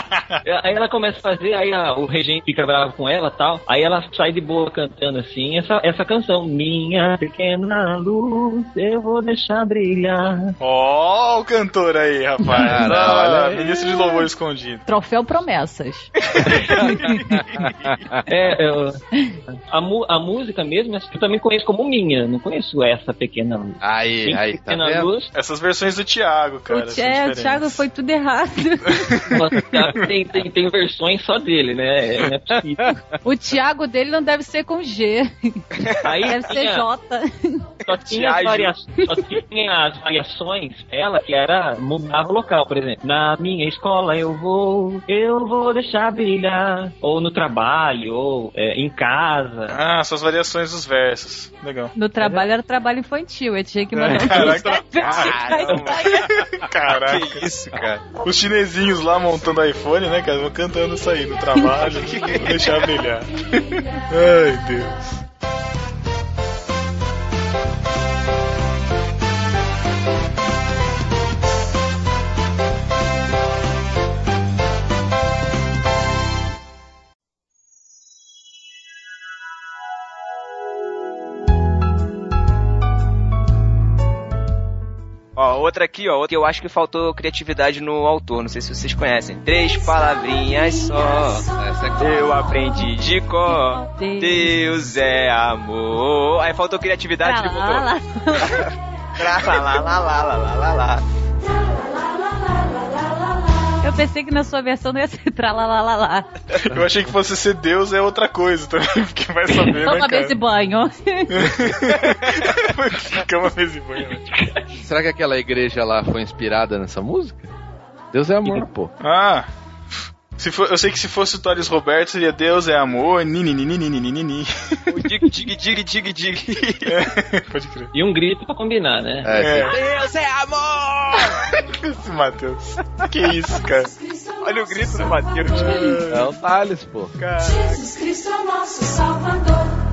S5: Aí ela começa a fazer, aí a- o regente fica bravo com ela tal. Aí ela sai de boa cantando assim, essa, essa canção. Minha pequena luz, eu vou deixar brilhar.
S1: Ó, o cantor aí, rapaz.
S2: Cara,
S1: ah,
S2: olha aí.
S1: ministro de louvor escondido.
S4: Troféu Promessas.
S5: É, eu- a, mu- a música mesmo eu também conheço como minha, não conheço essa pequena luz.
S2: Aí,
S5: Minha
S2: aí, tá
S5: pequena
S2: vendo?
S5: luz,
S1: Essas versões do Thiago, cara.
S4: o,
S1: são
S4: Thi- é, o
S1: diferentes.
S4: Thiago foi tudo errado.
S5: tá, tem, tem, tem versões só dele, né? É, não é possível.
S4: [LAUGHS] o Thiago dele não deve ser com G,
S5: Aí
S4: deve ser
S5: tinha-
S4: J.
S5: Só tinha, as
S3: Tiago.
S5: varia- [LAUGHS] só tinha as variações, ela que era, mudava o local, por exemplo. Na minha escola eu vou, eu vou deixar brilhar. Ou no trabalho, ou é, em casa.
S1: Ah, são as variações dos versos. Legal.
S4: No trabalho era trabalho infantil, eu tinha que mandar um
S1: Caraca, tá-
S4: [LAUGHS]
S1: caraca.
S3: Que isso, cara.
S1: Os chinesinhos lá montando iPhone, né, cara? Vão cantando isso aí no trabalho. Vou deixar brilhar. Ai, Deus.
S3: Ó, outra aqui, ó, outra que eu acho que faltou criatividade no autor, não sei se vocês conhecem. Três palavrinhas só.
S2: Essa aqui.
S3: Eu aprendi de cor. Deus é amor. Aí faltou criatividade e
S4: Lá,
S3: botou.
S4: lá,
S3: Tra- lá, lá, lá, lá, lá, lá, lá.
S4: lá. Eu pensei que na sua versão não ia ser tralalalá.
S1: Eu achei que fosse ser Deus é outra coisa também, [LAUGHS] porque vai saber, né,
S4: Toma
S1: cara?
S4: desse
S1: [LAUGHS]
S4: banho.
S1: Fica uma vez e banho, né?
S2: Será que aquela igreja lá foi inspirada nessa música? Deus é amor, pô.
S1: Ah... Se for, eu sei que se fosse o Thales Roberto seria Deus é amor, ninininininininini.
S3: O dig, dig, dig, dig, dig.
S1: É, pode crer.
S5: E um grito pra combinar, né?
S2: É,
S1: É.
S3: Deus é
S1: [LAUGHS]
S3: amor!
S1: Esse Matheus. Que isso, cara? Ah.
S3: Olha o grito do Matheus.
S2: É o Thales, pô.
S1: Cara.
S9: Jesus Cristo é o nosso Salvador.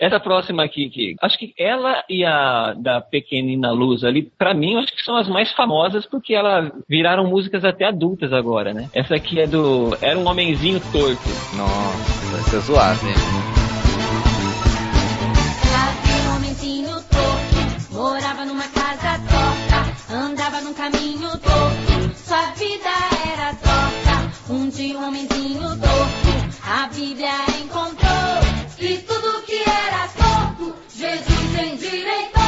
S5: Essa próxima aqui, que acho que ela e a da pequenina Luz ali, pra mim, eu acho que são as mais famosas porque elas viraram músicas até adultas agora, né? Essa aqui é do Era um Homenzinho Torto.
S2: Nossa, vai ser zoado, hein?
S9: Lá tem um homenzinho torto, morava numa casa torta, andava num caminho torto, sua vida era torta. Um dia um homenzinho torto, a Bíblia encontrou, e tudo que era torto, Jesus endireitou.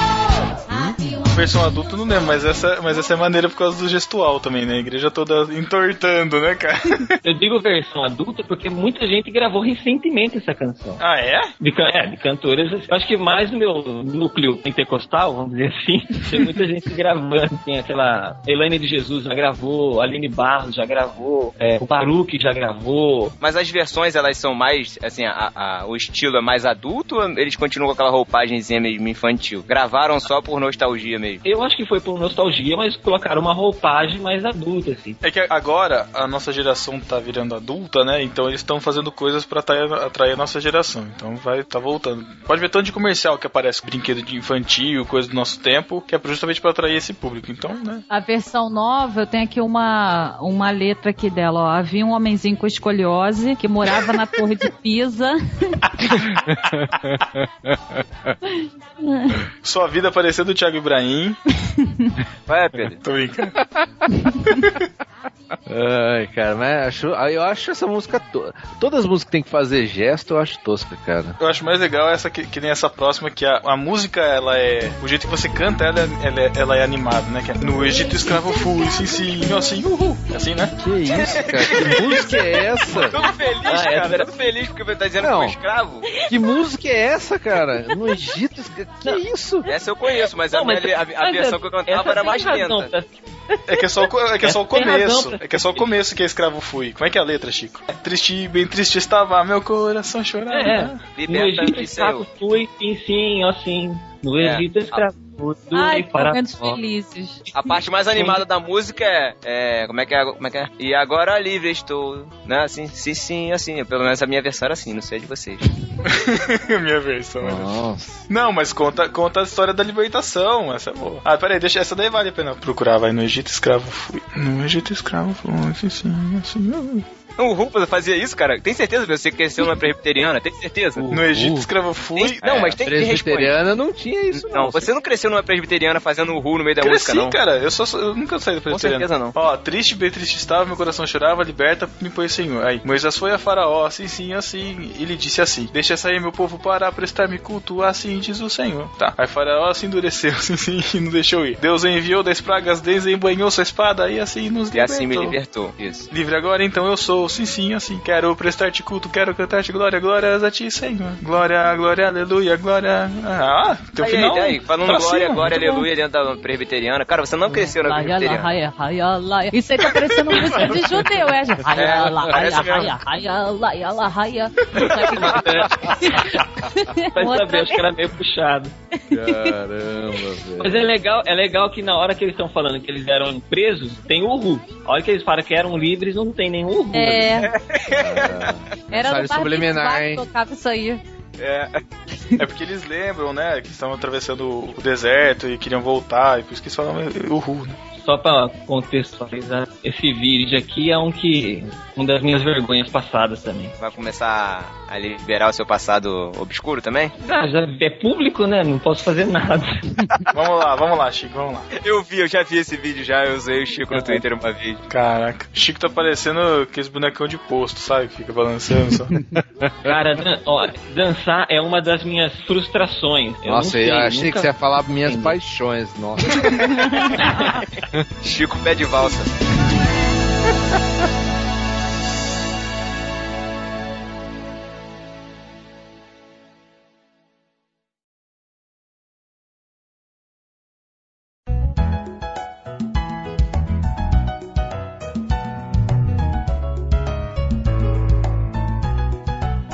S9: Havia um
S1: Versão adulta não lembro, mas essa, mas essa é maneira por causa do gestual também, né? A igreja toda entortando, né, cara?
S5: Eu digo versão adulta porque muita gente gravou recentemente essa canção.
S1: Ah, é?
S5: De, can- é, de cantoras, eu acho que mais no meu núcleo pentecostal, vamos dizer assim, [LAUGHS] tem muita gente gravando. Tem aquela Elaine de Jesus já gravou, Aline Barros já gravou, é, o Baruque já gravou.
S3: Mas as versões, elas são mais, assim, a- a- o estilo é mais adulto ou eles continuam com aquela roupagemzinha mesmo infantil? Gravaram só por nostalgia mesmo.
S5: Eu acho que foi por nostalgia, mas colocaram uma roupagem mais adulta, assim.
S1: É que agora a nossa geração tá virando adulta, né? Então eles estão fazendo coisas pra atrair, atrair a nossa geração. Então vai tá voltando. Pode ver tanto de comercial que aparece brinquedo de infantil, coisa do nosso tempo, que é justamente pra atrair esse público. Então, né?
S4: A versão nova, eu tenho aqui uma, uma letra aqui dela, ó. Havia um homenzinho com escoliose que morava na Torre de Pisa.
S1: Sua vida parecendo o Thiago Ibrahim.
S3: Vai, Pedro.
S1: [LAUGHS] Tô brincando.
S2: Ai, cara, mas acho, aí eu acho essa música. To... Todas as músicas que tem que fazer gesto, eu acho tosca, cara.
S1: Eu acho mais legal essa que, que nem essa próxima, que a, a música, ela é. O jeito que você canta, ela, é- ela, é- ela é animada, né? Que é, no Egito escravo fui, sim, sim, assim, uhul. É Assim, né?
S2: Que isso, cara? Que música é essa?
S3: Todo feliz,
S2: Ah,
S3: cara.
S2: essa era-
S3: Todo feliz porque tá dizendo
S2: Não.
S3: que foi escravo.
S2: Que música é essa, cara? No Egito, que é isso?
S3: Essa eu conheço, mas, a,
S5: Não, mas-
S3: minha- a- a
S5: mas
S3: versão
S5: eu-
S3: que eu cantava
S5: essa
S3: era
S5: tem
S3: mais
S5: razão,
S3: lenta.
S5: tá?
S1: É que é só, o co- é que é só o
S5: Tem razão
S1: começo.
S5: pra-
S1: É que é só o começo que é escravo fui. Como é que é a letra, Chico? Triste, bem triste estava, meu coração chorando.
S5: É,
S3: Uhum.
S5: é. No Egito
S3: Liberta-me,
S5: escravo
S3: Senhor.
S5: fui, sim, sim, ó, sim. No
S3: É.
S5: Egito escravo fui,
S4: Ai, que
S5: para
S4: momentos
S5: fora.
S4: felizes.
S3: A parte mais animada da música é, é, como é que é, como é que é? E agora livre estou, né? Assim, sim, sim, assim. Pelo menos a minha versão era assim, não sei a de vocês.
S1: [LAUGHS] Minha versão. né?
S2: Nossa.
S1: Não, mas conta, conta a história da libertação. Essa é boa. Ah, peraí, deixa essa daí vale a pena procurar. Vai no Egito escravo fui. No Egito escravo fui, sim, sim, assim. uhul.
S3: O Rupa fazia isso, cara. Tem certeza que você cresceu na presbiteriana? Tem certeza?
S1: No Egito
S2: Uhul.
S1: escravo fui.
S3: Tem- não, mas tem que responder.
S2: Presbiteriana não tinha isso, não.
S3: Não, você não cresceu numa presbiteriana fazendo um ru no meio da
S1: Cresci,
S3: música, não.
S1: cara. Eu, só, eu nunca saí do
S3: Com
S1: presbiteriano.
S3: certeza não.
S1: Ó, triste, bem triste estava, meu coração chorava, liberta, me pôs Senhor. Aí, Moisés foi a faraó, assim, sim, assim, e lhe disse assim, deixa sair meu povo para prestar-me culto, assim diz o Senhor. Tá, aí faraó se endureceu, [LAUGHS] assim, sim, e não deixou ir. Deus enviou das pragas, desembanhou sua espada, e assim nos
S3: E
S1: libertou.
S3: assim me libertou. Isso.
S1: Livre agora, então eu sou, sim, sim, assim. Quero prestar-te culto, quero cantar-te glória, glórias a ti, Senhor. Glória, glória, aleluia, glória. Ah, teu
S3: aí,
S1: final.
S3: aí, aí, falando
S1: pra
S3: glória,
S1: cima,
S3: glória,
S1: muito bom.
S3: aleluia dentro da presbiteriana. Cara, você não cresceu na
S4: Laia,
S3: presbiteriana.
S4: laia, laia, laia. Isso aí tá parecendo música de judeu, é, gente? Laia, laia,
S3: parece mesmo.
S4: laia, laia, laia, laia.
S5: Vai
S4: Outra
S5: saber, acho que é era meio puxado.
S2: Caramba,
S5: Mas
S2: velho.
S5: é legal, é legal que na hora que eles estão falando que eles eram presos, tem o Ru. A hora que eles falam que eram livres, não tem nenhum Ru.
S4: É, era
S2: Mensagem
S4: no
S2: subliminar,
S4: bar que
S2: hein?
S4: tocava isso aí.
S1: É porque eles lembram, né, que estão atravessando o deserto e queriam voltar, e por isso que eles falam o Ru, né?
S5: Só pra contextualizar, esse vídeo aqui é um que. Uma das minhas vergonhas passadas também.
S3: Vai começar a liberar o seu passado obscuro também?
S5: Ah, já é público, né? Não posso fazer nada.
S1: Vamos lá, vamos lá, Chico, vamos lá.
S3: Eu vi, eu já vi esse vídeo já, eu usei o Chico no Twitter uma vez.
S1: Caraca. Chico tá parecendo aqueles bonecão de posto, sabe? Que fica balançando [LAUGHS] só.
S5: Cara, dan- ó, dançar é uma das minhas frustrações. Eu não
S2: Nossa,
S5: sei,
S2: eu achei
S5: nunca-
S2: que você ia falar minhas
S5: Entendi.
S2: paixões, nossa.
S3: Chico pé de valsa.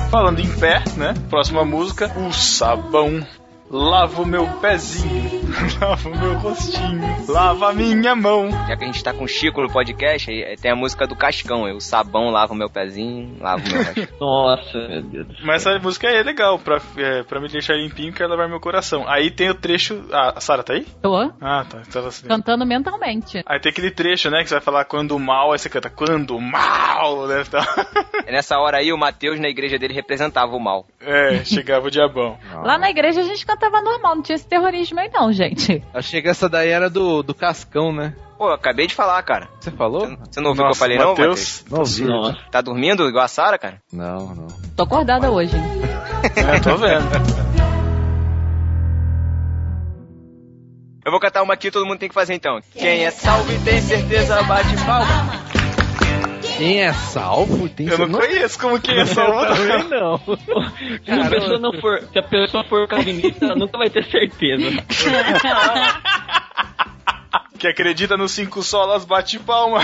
S1: Falando em pé, né? Próxima música, o sabão. Lava o meu pezinho, [LAUGHS] lava o meu rostinho, lava a minha mão.
S3: Já que a gente tá com o Chico no podcast, aí, aí tem a música do Cascão, aí, o sabão lava o meu pezinho, lava o meu rostinho.
S5: Nossa, meu Deus.
S1: Mas essa música é legal, pra, é, pra me deixar limpinho, quero lavar meu coração. Aí tem o trecho. Ah, a Sara tá aí?
S4: Tô
S1: Ah, tá. Tava assim.
S4: cantando mentalmente.
S1: Aí tem aquele trecho, né, que você vai falar quando o mal, aí você canta quando o mal, né? [LAUGHS] tá?
S3: É Nessa hora aí, o Mateus na igreja dele representava o mal.
S1: É, chegava o diabão.
S2: Ah.
S4: Lá na igreja a gente cantava normal, não tinha esse terrorismo aí não, gente.
S2: [LAUGHS] Achei que essa daí era do, do Cascão, né?
S3: Pô, eu acabei de falar, cara.
S2: Você falou?
S3: Você não ouviu o que eu falei, não, Mateus?
S2: Não ouvi.
S5: Nossa.
S3: [LAUGHS] Tá dormindo igual a Sara, cara?
S2: Não, não.
S4: Tô acordada hoje. hein?
S1: É, tô vendo.
S3: Eu vou cantar uma aqui todo mundo tem que fazer então. Quem é salvo e tem certeza bate palma.
S2: Quem é salvo tem
S1: Eu não conheço como que é essa outra.
S2: também não.
S5: Se a pessoa não for, se a pessoa for calvinista, ela nunca vai ter certeza.
S1: Que acredita nos cinco solas, bate
S3: [LAUGHS]
S1: palma.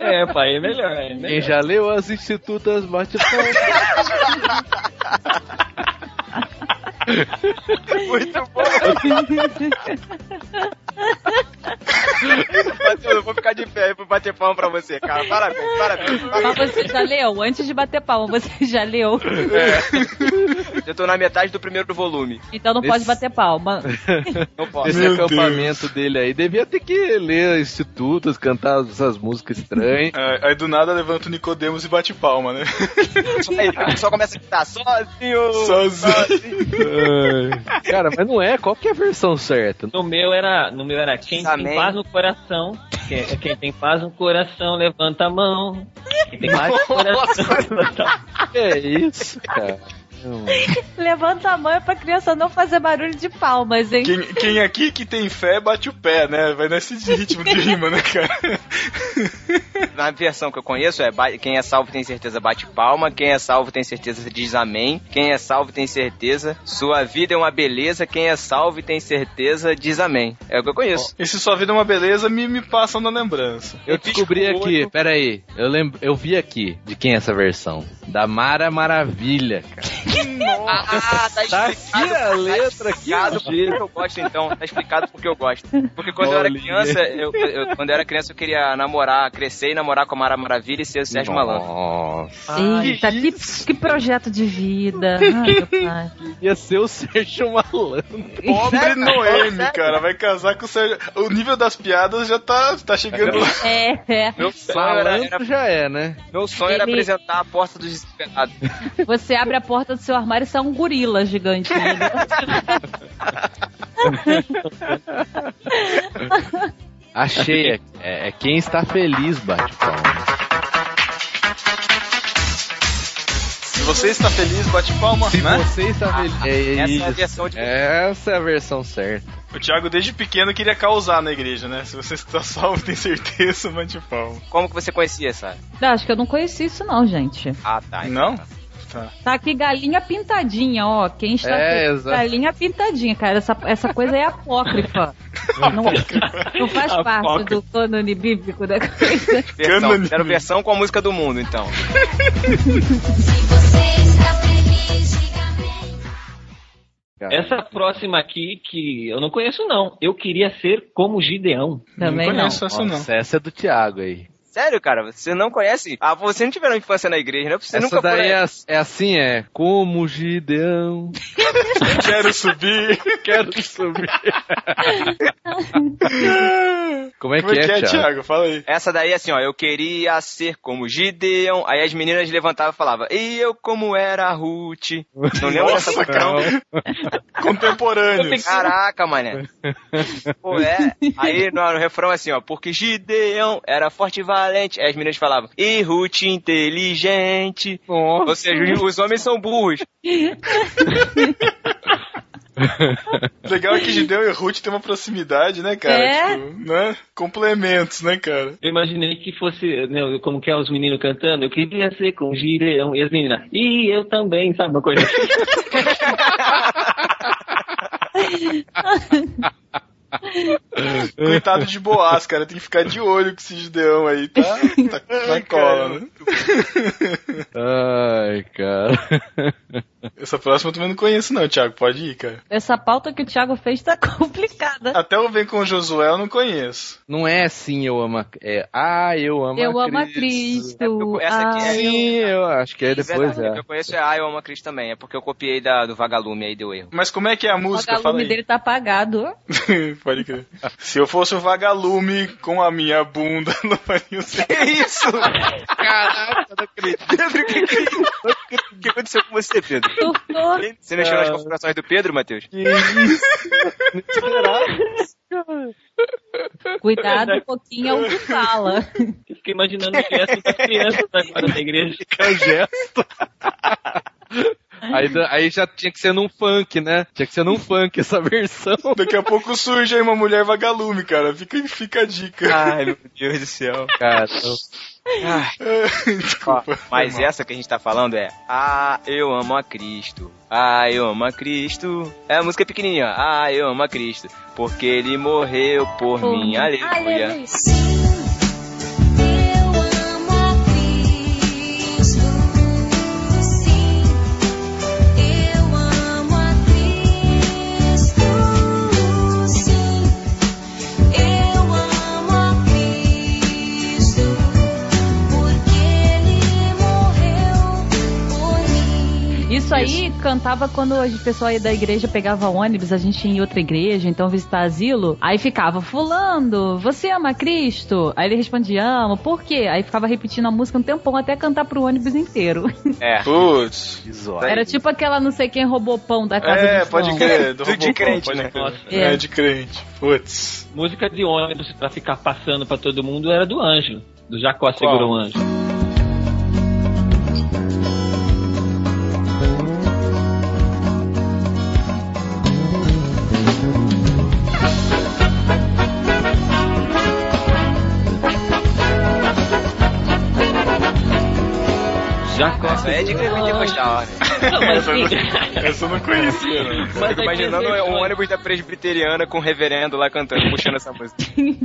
S5: É, pai, é melhor. É
S2: Quem
S5: melhor.
S2: já leu as institutas bate palma.
S1: Muito bom.
S3: Mateus, eu vou ficar de pé aí pra bater palma pra você, cara. Parabéns, parabéns.
S4: Mas
S3: parabéns.
S4: você já leu? Antes de bater palma, você [LAUGHS] já leu?
S3: Eu tô na metade do primeiro volume.
S4: Então não pode bater palma.
S3: Não posso.
S2: Esse
S1: Meu
S2: acampamento dele aí devia ter que ler institutas, cantar essas músicas estranhas.
S1: É, aí do nada levanta o Nicodemos e bate palma, né?
S3: Aí, o pessoal começa a gritar sozinho.
S1: Sozinho.
S2: Ai. Cara, mas não é. Qual que é a versão certa?
S5: No meu era, no meu era quem
S3: Amém.
S5: tem paz no coração. Quem, quem tem paz no coração, levanta a mão. Quem tem
S3: [LAUGHS]
S5: paz no coração, levanta a mão.
S2: Que é isso, cara? Não.
S4: Levanta a mão é pra criança não fazer barulho de palmas, hein?
S1: Quem, quem aqui que tem fé, bate o pé, né? Vai nesse ritmo de rima, né, cara?
S3: [LAUGHS] Na versão que eu conheço é ba- quem é salvo tem certeza bate palma, quem é salvo tem certeza diz amém, quem é salvo tem certeza sua vida é uma beleza, quem é salvo e tem certeza diz amém. É o que eu conheço.
S1: Esse Sua Vida é uma Beleza me, me passam na lembrança.
S2: Eu descobri aqui, peraí, eu lembro, eu vi aqui de quem é essa versão. Da Mara Maravilha, cara.
S3: Ah,
S2: Tá aqui a letra aqui.
S3: explicado porque eu gosto, então. Tá explicado porque eu gosto. Porque quando eu era
S2: Olha.
S3: criança, eu, eu- quando eu era criança, eu queria namorar, crescer e namorar com a Mara Maravilha e ser o Sérgio Malandro.
S2: Nossa,
S4: Eita, tá que, que projeto de vida. [LAUGHS] Ai, meu pai.
S2: ia ser o Sérgio Malandro.
S1: Pobre
S3: [LAUGHS]
S1: Noemi, cara, vai casar com o Sérgio. O nível das piadas já tá, tá chegando lá.
S4: É, é.
S3: Meu sonho era, era-
S2: Malandro já é, né?
S3: meu sonho era
S4: Ele-
S3: apresentar a porta dos desesperados.
S4: Você abre a porta do seu armário e sai um gorila [LAUGHS] gigante. né?
S2: Achei, é, é quem está feliz, bate palma.
S1: Se você está feliz, bate palma,
S2: Se
S1: né?
S2: você está feliz. É
S3: Essa é a
S2: isso.
S3: versão de
S2: Essa é a versão certa.
S1: O Thiago, desde pequeno, queria causar na igreja, né? Se você está salvo, tem certeza, bate palma.
S3: Como que você conhecia essa?
S4: Não, acho que eu não conheci isso não, gente.
S3: Ah, tá.
S1: Não? Tá.
S4: Tá aqui galinha pintadinha, ó. Quem está
S2: É,
S4: feliz?
S2: exato.
S4: galinha pintadinha, cara. Essa, essa coisa é
S2: [LAUGHS]
S4: apócrifa. não, não faz parte do cânone bíblico da coisa.
S3: Versão,
S1: Cânone.
S3: quero versão com a música do mundo, então.
S9: Se você está feliz, diga amém.
S5: Essa é próxima aqui que eu não conheço, não. Eu queria ser como Gideão.
S4: Também
S1: não
S4: não.
S1: conheço essa, não.
S2: Nossa, essa é do Thiago aí.
S3: Sério, cara, você não conhece? Ah, você não tiveram infância na igreja, né? Você
S2: essa
S3: nunca foi.
S2: daí é, é assim, é. Como Gideão.
S1: Quero
S2: [LAUGHS]
S1: subir.
S2: Quero subir. Como é que
S1: Como
S2: é, Thiago?
S1: Thiago? Fala aí.
S3: Essa daí é assim, ó, eu queria ser como Gideon. Aí as meninas levantavam e falavam, e eu como era a Ruth. Não lembro dessa
S1: Nossa,
S3: música, não?
S1: Contemporâneos.
S3: Caraca, [LAUGHS] mané. Pô, é. Aí no, no refrão é assim, ó, porque Gideon era forte e valente. Aí as meninas falavam, e Ruth inteligente.
S2: Nossa.
S3: Ou seja, os- os homens são burros.
S1: Legal é que Gideu e Ruth tem uma proximidade, né, cara?
S4: É.
S1: Tipo, né? Complementos, né, cara?
S5: Eu imaginei que fosse, né, como que é os meninos cantando, eu queria ser com Gideão e as meninas. E eu também, sabe uma coisa assim?
S1: Coitado de Boas, cara. Tem que ficar de olho com esse Gideão aí, tá? Tá na cola, né?
S2: Ai, cara.
S1: Essa próxima eu também não conheço, não, Thiago. Pode ir, cara.
S4: [LAUGHS] Essa pauta que o Thiago fez tá [LAUGHS] complicada.
S1: Até o Vem com o Josué eu não conheço.
S2: Não é assim, eu amo. a- É, ah, eu amo
S4: Eu
S2: a
S4: amo a
S1: É,
S4: Cristo. ai,
S2: Sim, eu acho que é depois.
S3: Verdade,
S2: É.
S3: o que eu conheço é a Iowa Cris também, é porque eu copiei da, do Vagalume aí deu erro.
S1: Mas como é que é a
S4: O
S1: música? Fala
S4: vagalume
S1: aí.
S4: dele tá apagado.
S1: [LAUGHS] Pode crer. Se eu fosse um vagalume com a minha bunda [LAUGHS] no paninho seco.
S3: Que isso? Caraca, eu não acredito. Pedro, o
S1: é
S3: que, que, que aconteceu com você, Pedro?
S4: Surtou.
S3: Você mexeu nas configurações do Pedro, Matheus?
S4: Cuidado um pouquinho é o que fala.
S5: Eu fiquei imaginando que essa das crianças agora da igreja.
S2: É o gesto. [LAUGHS] Aí, da- aí já tinha que ser num funk, né? Tinha que ser num funk essa versão.
S1: Daqui a pouco surge aí uma mulher vagalume, cara. Fica, fica a [LAUGHS] dica.
S3: Ai, [LAUGHS] meu Deus do céu.
S2: Cara,
S3: Ai,
S1: Desculpa.
S3: mas essa que a gente tá falando é Ah, eu amo a Cristo. Ah, eu amo a Cristo. É a música pequenininha, ó. Ah, eu amo a Cristo. Porque ele morreu por
S4: Por
S3: mim.
S4: mim.
S3: Aleluia.
S9: um Sim, eu amo a Cristo. Sim, eu amo a Cristo. Sim, eu amo a Cristo. Porque ele morreu por mim.
S4: Isso aí cantava quando as pessoas aí da igreja pegava ônibus, a gente ia em outra igreja, então visitar asilo. Aí ficava, fulano, você ama Cristo? Aí ele respondia, amo, por quê? Aí ficava repetindo a música um tempão até cantar pro ônibus inteiro.
S3: É.
S1: Putz.
S4: Era tipo aquela não sei quem roubou pão da casa
S1: É,
S4: de João.
S1: pode crer. Do
S3: Do de
S1: Robocop,
S3: crente,
S1: pode
S3: né?
S1: crer.
S5: Nossa.
S1: É,
S4: É.
S1: de crente. Putz.
S5: Música de ônibus pra ficar passando pra todo mundo era do Ângelo. Do Jacó Segurou o Anjo. Jacó
S3: Essa é de crente pentecostal, né?
S4: Como assim?
S1: Essa eu não conhecia. né?
S5: Mas
S3: Fico
S5: aí
S3: imaginando
S5: tem
S3: um
S5: versões.
S3: ônibus da presbiteriana com o reverendo lá cantando, puxando essa música.
S1: Ai,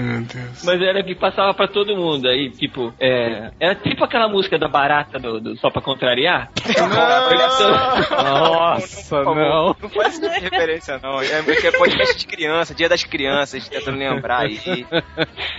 S1: meu Deus.
S5: Mas era que passava pra todo mundo. Aí, tipo, é, era tipo aquela música da barata do, do Só pra Contrariar.
S3: [LAUGHS]
S2: Nossa, não.
S3: Não faz essa referência, não. É porque é podcast de criança, dia das crianças, tentando lembrar aí.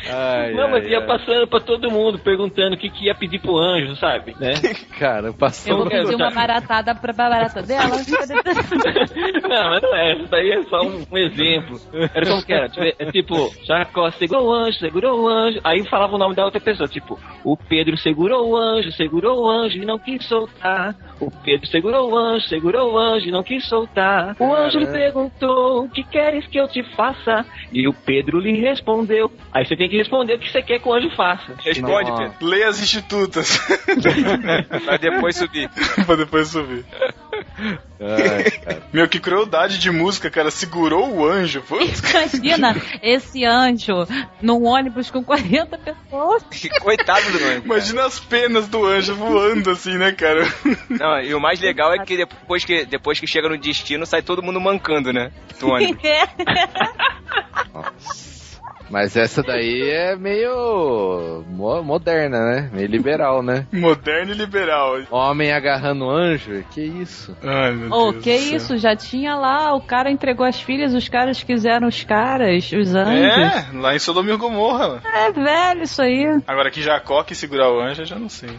S2: Ai,
S5: Não, mas
S2: ai,
S5: ia
S2: ai.
S5: passando pra todo mundo, perguntando o que, que ia pedir pro anjo, sabe? Né?
S2: Cara, [LAUGHS]
S4: Eu
S2: passou.
S4: vou pedir uma baratada pra barata dela.
S5: [LAUGHS] Não, mas não é. Isso daí é só um, um exemplo. Era como que era? Tipo, é tipo, Jacó segurou o anjo, segurou o anjo. Aí falava o nome da outra pessoa. Tipo, o Pedro segurou o anjo, segurou o anjo e não quis soltar. O Pedro segurou o anjo, segurou o anjo e não quis soltar. O anjo lhe perguntou, o que queres que eu te faça? E o Pedro lhe respondeu. Aí você tem que responder o que você quer que o anjo faça.
S3: Responde,
S2: Nossa.
S3: Pedro,
S1: Leia as institutas [LAUGHS]
S3: pra depois subir. [LAUGHS]
S1: pra depois subir.
S2: Ai, cara.
S1: Meu, que crueldade de música, cara. Segurou o anjo. Putz.
S4: Imagina esse anjo num ônibus com 40 pessoas.
S3: Coitado do ônibus. cara.
S1: Imagina as penas do anjo voando assim, né, cara? [LAUGHS]
S3: Não, e o mais legal é que depois que, depois que chega no destino, sai todo mundo mancando, né? Do
S4: [LAUGHS] É.
S3: ônibus.
S2: Mas essa daí é meio mo- moderna, né? Meio liberal, né?
S1: Moderno e liberal.
S2: Homem agarrando anjo? Que isso?
S1: Ai, meu
S4: Oh,
S1: Deus.
S4: que
S1: do céu.
S4: isso, já tinha lá, o cara entregou as filhas, os caras quiseram os caras, os anjos.
S1: É, lá em Sodoma e Gomorra.
S4: É, velho isso aí.
S1: Agora que Jacó que segurar o anjo, eu já não sei.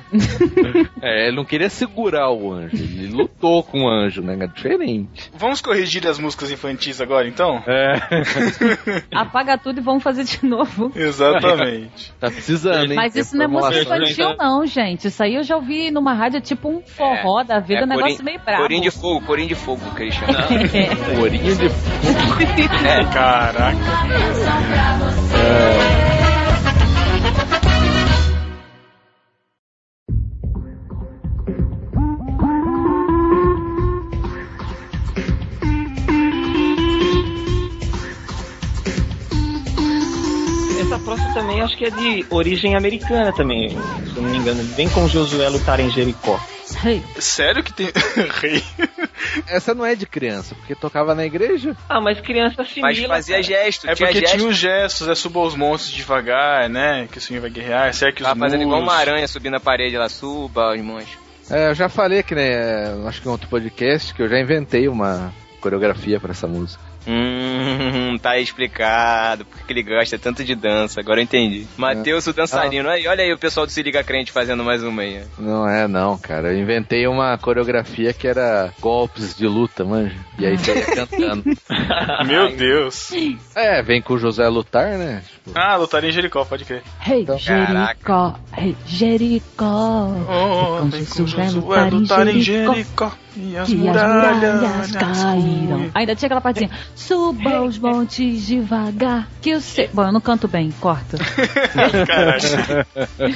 S2: É, ele não queria segurar o anjo. Ele lutou com o anjo, né? É diferente.
S1: Vamos corrigir as músicas infantis agora, então?
S2: É.
S4: Apaga tudo e vamos fazer de novo.
S1: Exatamente.
S2: Tá precisando, hein?
S4: Mas isso não é música
S2: né?
S5: formulação.
S4: infantil, não, gente. Isso aí eu já ouvi numa rádio, é tipo um forró da vida,
S3: É
S4: um negócio
S3: corin-
S4: meio brabo.
S3: Corinho de fogo, corinho de fogo, Christian.
S2: Corinho de
S1: Caraca.
S5: Essa próxima também acho que é de origem americana também, se eu não me engano. Vem com Josué lutar em Jericó.
S4: Ei,
S1: Sério que tem. [LAUGHS] Rei.
S2: Essa não é de criança, porque tocava na igreja.
S5: Ah, mas criança assimila.
S3: Mas fazia gesto,
S1: É
S3: tinha
S1: porque
S3: gesto.
S1: tinha os gestos, é suba os monstros devagar, né? Que o senhor vai guerrear, cerque os
S3: Tava
S1: muros.
S3: fazendo igual uma aranha subindo a parede, ela suba os monstros.
S2: É, eu já falei que, né, acho que em outro podcast, que eu já inventei uma coreografia pra essa música.
S3: Hum, tá explicado porque ele gosta tanto de dança, agora eu
S1: É.
S3: entendi. Matheus, o
S1: Ah.
S3: dançarino. Aí, olha aí o pessoal do Se Liga Crente fazendo mais uma aí.
S2: Não é não, cara. Eu inventei uma coreografia que era golpes de luta, manja. E aí você ia cantando.
S1: Meu Deus.
S2: É, vem com o José Lutar, né?
S1: Ah, lutaria em Jericó, pode crer.
S4: Rei Jericó, rei Jericó.
S1: Oh,
S4: com
S1: vem com
S4: Josué
S1: Josué lutar tá em Jericó. E as muralhas caíram.
S4: Ainda tinha aquela partezinha. Suba os montes devagar. Que o se... Bom, eu não canto bem, corta.
S1: Caralho.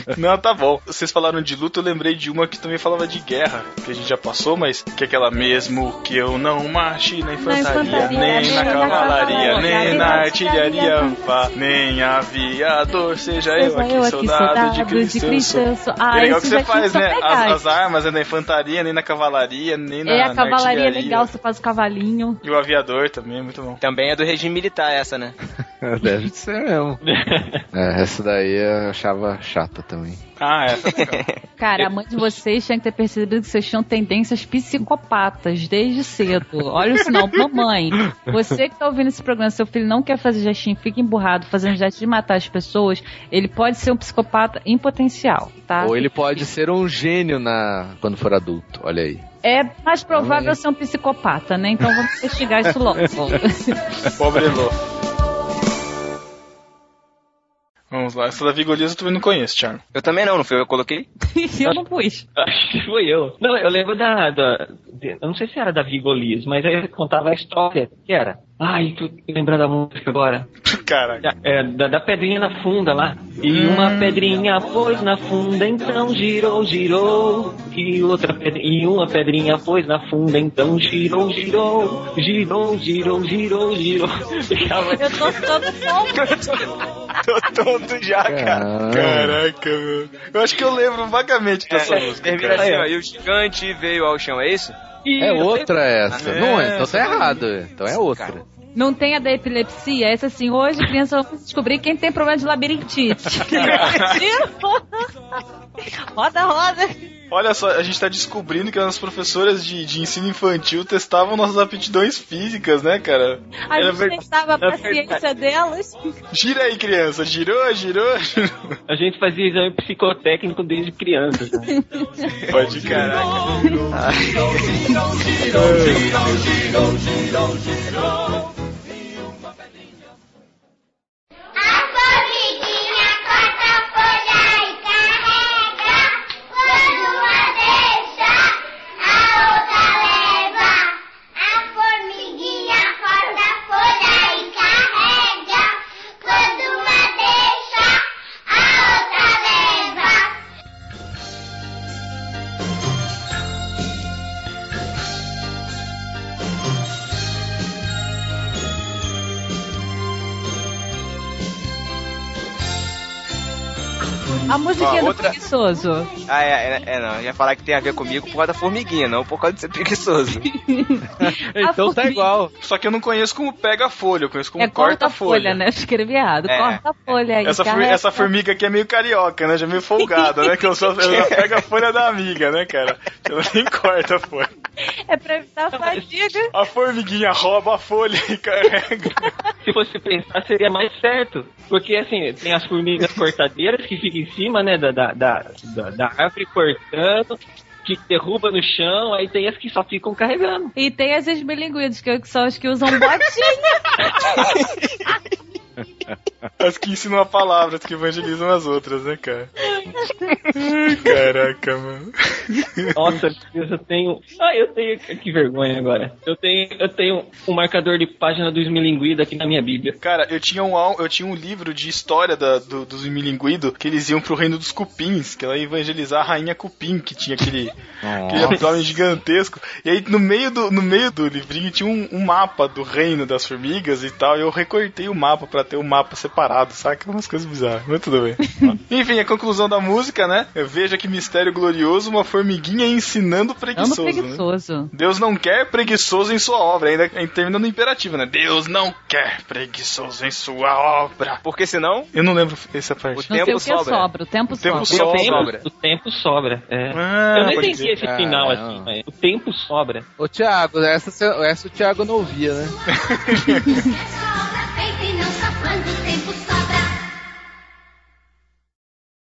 S1: [LAUGHS] Não, tá bom. Vocês falaram de luta, eu lembrei de uma que também falava de guerra, que a gente já passou, mas que é aquela mesmo que eu não marche na infantaria,
S4: infantaria,
S1: nem na cavalaria, nem na artilharia, vá, nem aviador, seja eu
S4: Seja eu
S1: aqui, soldado de
S4: soldado de
S1: Cristo. eu sou.
S4: Cristo, eu sou. Ah,
S1: E é legal
S4: esses
S1: que você
S4: aqui
S1: faz,
S4: são
S1: né? As,
S4: legais.
S1: as armas é na infantaria, nem na cavalaria, nem na.
S4: É,
S1: na
S4: a cavalaria é
S1: artilharia.
S4: legal, você faz o cavalinho.
S1: E o aviador também, é muito bom.
S3: Também é do regime militar essa, né?
S2: É, Deve ser mesmo. [LAUGHS] É, essa daí eu achava chata também.
S1: Ah, essa
S3: [LAUGHS]
S1: é legal.
S4: Cara, a mãe de vocês tinha que ter percebido que vocês tinham tendências psicopatas desde cedo. Olha o sinal, mamãe. Você que tá ouvindo esse programa, seu filho não quer fazer gestinho, fica emburrado fazendo gesto de matar as pessoas, ele pode ser um psicopata em potencial, tá?
S2: Ou ele pode ser um gênio na quando for adulto, olha aí.
S4: É mais provável ser um psicopata, né? Então vamos investigar isso [LAUGHS] logo.
S1: Pobre Elô. Vamos lá, essa da Vigolias eu também não conheço, Charme.
S3: Eu também não, não foi eu que coloquei?
S4: eu não pus.
S5: [LAUGHS] Acho que foi eu. Não, eu lembro da. da- de- eu não sei se era da Vigolias, mas aí eu contava a história que era. Ai, tô lembrando da música agora.
S1: [LAUGHS] Caraca.
S5: Da- é, da, da pedrinha na funda lá. E uma pedrinha pôs na funda, então girou, girou. E outra pedrinha, e uma pedrinha pôs na funda, então girou, girou. Girou, girou, girou, girou. [LAUGHS] Ficava
S4: Eu tô todo bom.
S3: [LAUGHS] Tô tonto já, cara.
S1: Caraca, meu. Eu acho que eu lembro vagamente dessa
S3: É,
S1: música.
S3: termina
S1: cara.
S3: assim, ó. E o gigante veio ao chão, é isso?
S2: É outra essa,
S1: É,
S2: não é? Então tá
S1: essa
S2: errado, então é outra.
S4: Não tem a da epilepsia? Essa assim, hoje criança vamos descobrir quem tem problema de [LAUGHS] labirintite. roda, roda.
S1: Olha só, a gente tá descobrindo que as professoras de, de ensino infantil testavam nossas aptidões físicas, né, cara?
S4: A
S1: Era
S4: gente
S1: ver-
S4: testava a
S5: era
S4: paciência delas.
S1: Gira aí, criança. Girou, girou, girou.
S5: A gente fazia exame psicotécnico desde criança. né?
S1: Pode caraca.
S9: A formiguinha corta a folha e carrega. Quando uma deixa, a outra leva. A formiguinha corta a folha e carrega. Quando uma deixa, a outra leva.
S4: A musiquinha
S3: Ó,
S4: do
S1: [LAUGHS]
S3: outra-
S4: preguiçoso.
S3: Ah, é, [LAUGHS] é, é, não. Eu ia falar que tem a ver comigo por causa da formiguinha, não por causa de ser preguiçoso.
S4: A
S2: Então tá
S4: formiga-
S2: igual.
S1: Só que eu não conheço como pega a folha, eu conheço como
S4: É
S1: corta a
S4: corta-folha,
S1: folha.
S4: né? Eu escrevi errado.
S3: É.
S4: Corta-folha.
S1: Essa, formi- essa formiga aqui é meio carioca, né? Já é meio folgada, né? Que eu só, ela pega a folha da amiga, né, cara? Ela [LAUGHS] nem corta a folha.
S4: É pra evitar a fadiga.
S1: A formiguinha rouba a folha e carrega.
S5: Se fosse pensar, seria mais certo. Porque, assim, tem as formigas cortadeiras que ficam em cima, né, da, da, da, da- da árvore cortando, que derruba no chão, aí tem as que só ficam carregando.
S4: E tem as esmilinguidas, que são as que usam botinha.
S1: As que ensinam a palavra, as que evangelizam as outras, né, cara? Ai, Caraca, mano.
S5: Nossa, [LAUGHS] eu tenho. Ah, eu tenho. Que vergonha agora. Eu tenho, eu tenho um marcador de página do esmilinguido aqui na minha Bíblia.
S1: Cara, eu tinha um, al- eu tinha um livro de história da, do, dos Milinguido que eles iam pro reino dos cupins, que ela ia evangelizar a rainha cupim, que tinha aquele, aquele abdômen um gigantesco. E aí no meio do, no meio do livrinho tinha um, um mapa do reino das formigas e tal, e eu recortei o mapa pra ter o mapa separado, saca? Umas coisas bizarras, mas tudo
S3: [LAUGHS]
S1: bem. Enfim, a conclusão da música, né? É, Veja que mistério glorioso, uma formiguinha ensinando [LAUGHS] preguiçoso. né?
S4: preguiçoso.
S1: Deus não quer preguiçoso em sua obra, ainda é terminando o imperativo, né? Deus não quer preguiçoso em sua obra.
S3: Porque senão
S1: Eu não lembro essa parte.
S3: o
S4: Não sei
S3: tempo
S4: o que
S3: sobra.
S4: sobra, o tempo,
S1: O tempo
S4: sobra.
S1: sobra.
S3: sobra.
S5: O tempo sobra. é.
S1: Ah,
S5: Eu não
S1: pode
S5: entendi
S1: crer.
S5: esse final
S2: Caramba.
S5: assim, mas o tempo sobra.
S2: Ô Thiago, essa, cê- essa o Thiago não ouvia, né?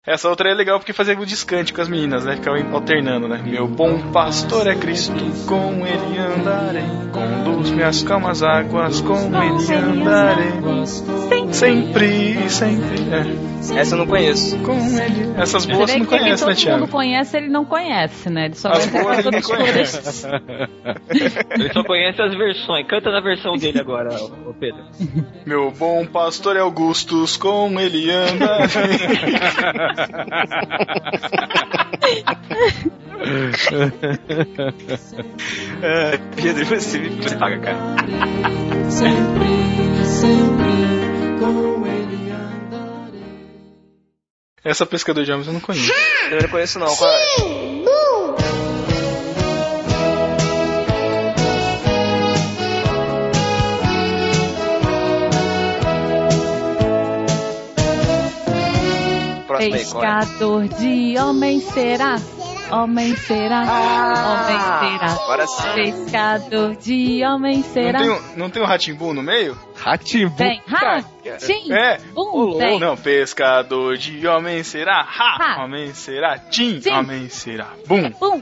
S1: Essa outra é legal porque fazia o descante com as meninas, né? Ficava alternando, né? Meu bom pastor é Cristo, com ele andarei. Conduz minhas calmas águas, com ele andarei. Sempre, sempre, é.
S3: Essa eu não conheço.
S1: Com ele. Essas
S4: Você
S1: boas você
S4: vê
S1: não
S4: que quem
S1: conhece, né,
S4: todo mundo
S1: Thiago?
S4: conhece, ele não conhece, né? Ele só
S1: As
S4: conhece
S1: boas
S4: as
S1: ele não
S4: outras
S1: conhece.
S4: escuras.
S5: Ele só conhece as versões. Canta na [LAUGHS] versão dele agora, ô ô Pedro.
S1: Meu bom pastor é Augustus, com ele andarei.
S3: [LAUGHS] É, Pedro, você me você paga, cara.
S1: Essa pescador de almas eu não conheço.
S3: Eu não conheço não, qual é? Próximo aí, qual é?
S4: Pescador de homem será, homem será,
S1: Ah!
S4: homem será.
S3: Agora sim.
S4: Pescador de homem
S1: Não
S4: será.
S1: tem, um- não tem um ratimbu no meio?
S2: Ratimbu.
S4: Tem. Ha! Tim!
S1: É.
S4: Bum! Tem.
S1: Não, pescador de homem será, ha,
S4: Ha.
S1: homem será, tim,
S4: Tim.
S1: homem será, bum.
S4: Bum!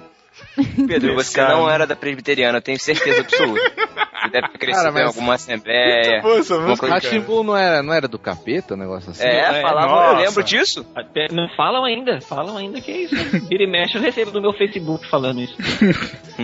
S3: Pedro, você
S1: Pescado.
S3: não era da presbiteriana, eu tenho certeza absoluta. Você deve ter crescido
S2: Cara, mas-
S3: em alguma assembleia.
S1: Pô, essa música, cara.
S2: Ratimbu tipo, não era, não era do capeta, um negócio assim?
S3: É,
S5: É,
S3: falava, eu
S1: nossa.
S3: lembro disso.
S5: Até- não falam ainda, falam ainda que é isso. Vira e mexe, eu recebo no meu Facebook falando isso.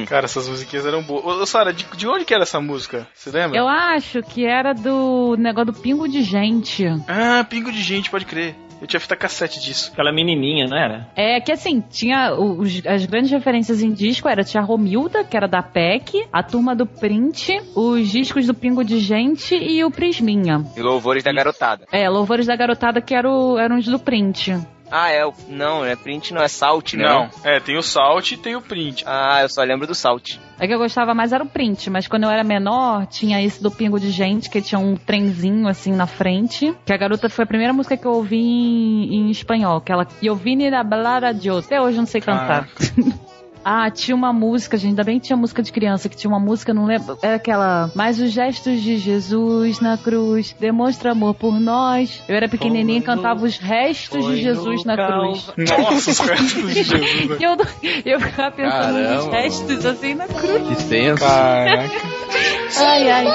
S1: Cara, essas musiquinhas eram boas. Ô, ô, Sara, de, de onde que era essa música? Você lembra?
S4: Eu acho que era do negócio do pingo de gente.
S1: Ah, Pingo de Gente, pode crer. Eu tinha fita cassete disso.
S5: Aquela menininha, não era?
S4: É que assim, tinha os- as grandes referências em disco era a Tia Romilda, que era da PEC, a Turma do Print, os discos do Pingo de Gente e o Prisminha.
S3: E louvores da garotada.
S4: É, Louvores da Garotada, que era o- eram os do Print.
S3: Ah, é. o- Não, é print, não é salt, né?
S1: Não. É, tem o Salt e tem o Print.
S3: Ah, eu só lembro do salt.
S4: É que eu gostava mais era o Print, mas quando eu era menor, tinha esse do Pingo de Gente, que tinha um trenzinho assim na frente. Que a garota foi a primeira música que eu ouvi em, em espanhol, que ela. Eu vim da Blara de Ouro. Até hoje eu não sei cantar. [LAUGHS] Ah, tinha uma música, gente. Ainda bem que tinha música de criança, que tinha uma música, não lembro. Era aquela. Mas os gestos de Jesus na cruz demonstra amor por nós. Eu era pequenininha e
S5: Foi no-
S4: cantava os restos
S5: Foi
S4: de Jesus
S5: no
S4: na cruz.
S1: Nossa, os [LAUGHS] restos de Jesus. né?
S4: [LAUGHS] E eu, eu ficava pensando nos
S2: Caramba.
S4: restos assim na cruz.
S2: Que tenso.
S1: Caraca.
S4: Ai, ai.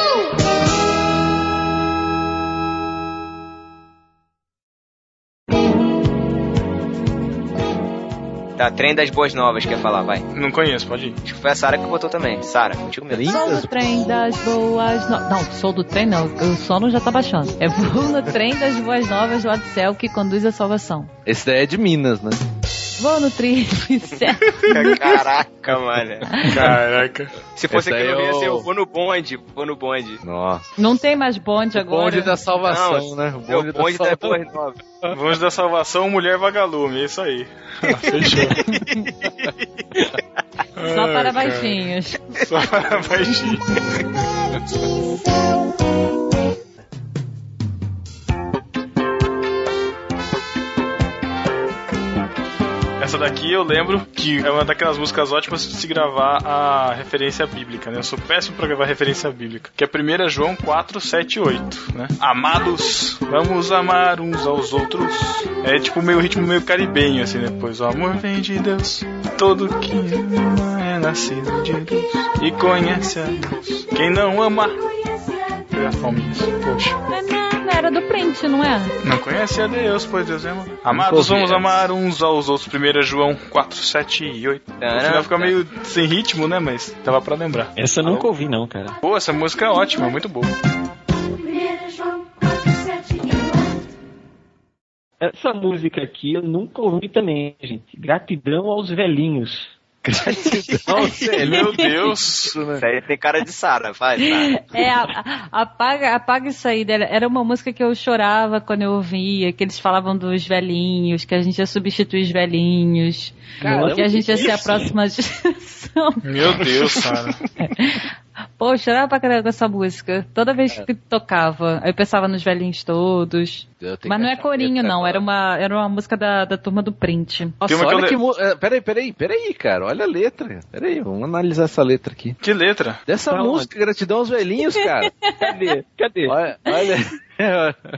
S3: Tá, trem das boas novas, quer falar, vai.
S1: Não conheço, pode ir.
S3: Acho que foi a Sara que botou também. Sara, contigo mesmo.
S4: Sou no trem das boas novas. Não, sou do trem não, o sono já tá baixando. É vou no trem das boas novas lá do céu que conduz à salvação.
S2: Esse daí é de Minas, né?
S4: Vou no trem do céu.
S3: [LAUGHS] Caraca, mano.
S1: Caraca.
S3: Se fosse
S2: Essa
S3: aqui
S2: aí
S3: no Rio, ia
S2: eu-
S3: ser eu vou no bonde, vou no bonde.
S2: é Nossa.
S4: Não tem mais bonde agora.
S2: Bonde da salvação,
S3: Não,
S2: né? O
S3: É o bonde das
S2: salvação.
S3: boas novas.
S1: Vamos da salvação, mulher vagalume, é isso aí. Ah, fechou.
S4: Só
S1: Ai, cara.
S4: para baixinhos.
S1: Só [LAUGHS] para baixinho. Essa daqui eu lembro que é uma daquelas músicas ótimas de se gravar a referência bíblica, né? Eu sou péssimo pra gravar referência bíblica. Que é 1 João 4, 7, 8, né? Amados, vamos amar uns aos outros. É tipo meio ritmo meio caribenho, assim, né? Pois o amor vem de Deus, todo que ama é nascido de Deus e conhece a Deus. Quem não ama... Pegar fome disso, poxa.
S4: Não é era do print, não é?
S1: Não conhece a Deus, pois Deus é amor. Amados,
S2: Nunca ouvi
S1: vamos
S2: essa.
S1: amar uns aos outros. 1 João 4, 7 e 8. No final fica meio sem ritmo, né? Mas tava pra lembrar.
S5: Essa eu nunca ouvi, não, cara.
S1: Boa, essa música é ótima, muito boa.
S5: Essa música aqui eu nunca ouvi também, gente. Gratidão aos velhinhos.
S2: Gratidão, Senhor.
S1: é Meu Deus.
S3: Isso aí tem cara de Sara, faz. Sara.
S4: É, a- a- apaga, apaga isso aí. dela. Era uma música que eu chorava quando eu ouvia, que eles falavam dos velhinhos, que a gente ia substituir os velhinhos,
S2: Caramba,
S4: que a gente ia ser a
S2: isso.
S4: próxima geração.
S1: [LAUGHS] Meu Deus, Sara.
S4: Pô, eu chorava pra caramba com essa música. Toda vez
S2: É.
S4: que tocava, eu pensava nos velhinhos todos.
S2: Eu tenho
S4: Mas
S2: que
S4: não é
S2: achar a
S4: corinho,
S2: letra
S4: não. Era
S2: agora.
S4: uma, era uma música da, da turma do print.
S2: Nossa,
S1: Tem uma que
S2: olha
S1: eu
S2: que...
S1: le-
S2: mu- eh, Peraí, peraí, peraí, cara. Olha a letra. Peraí, vamos analisar essa letra aqui.
S1: Que letra?
S2: Dessa
S5: Tá
S2: música, gratidão aos velhinhos, cara.
S5: Cadê? Cadê?
S2: Olha, olha.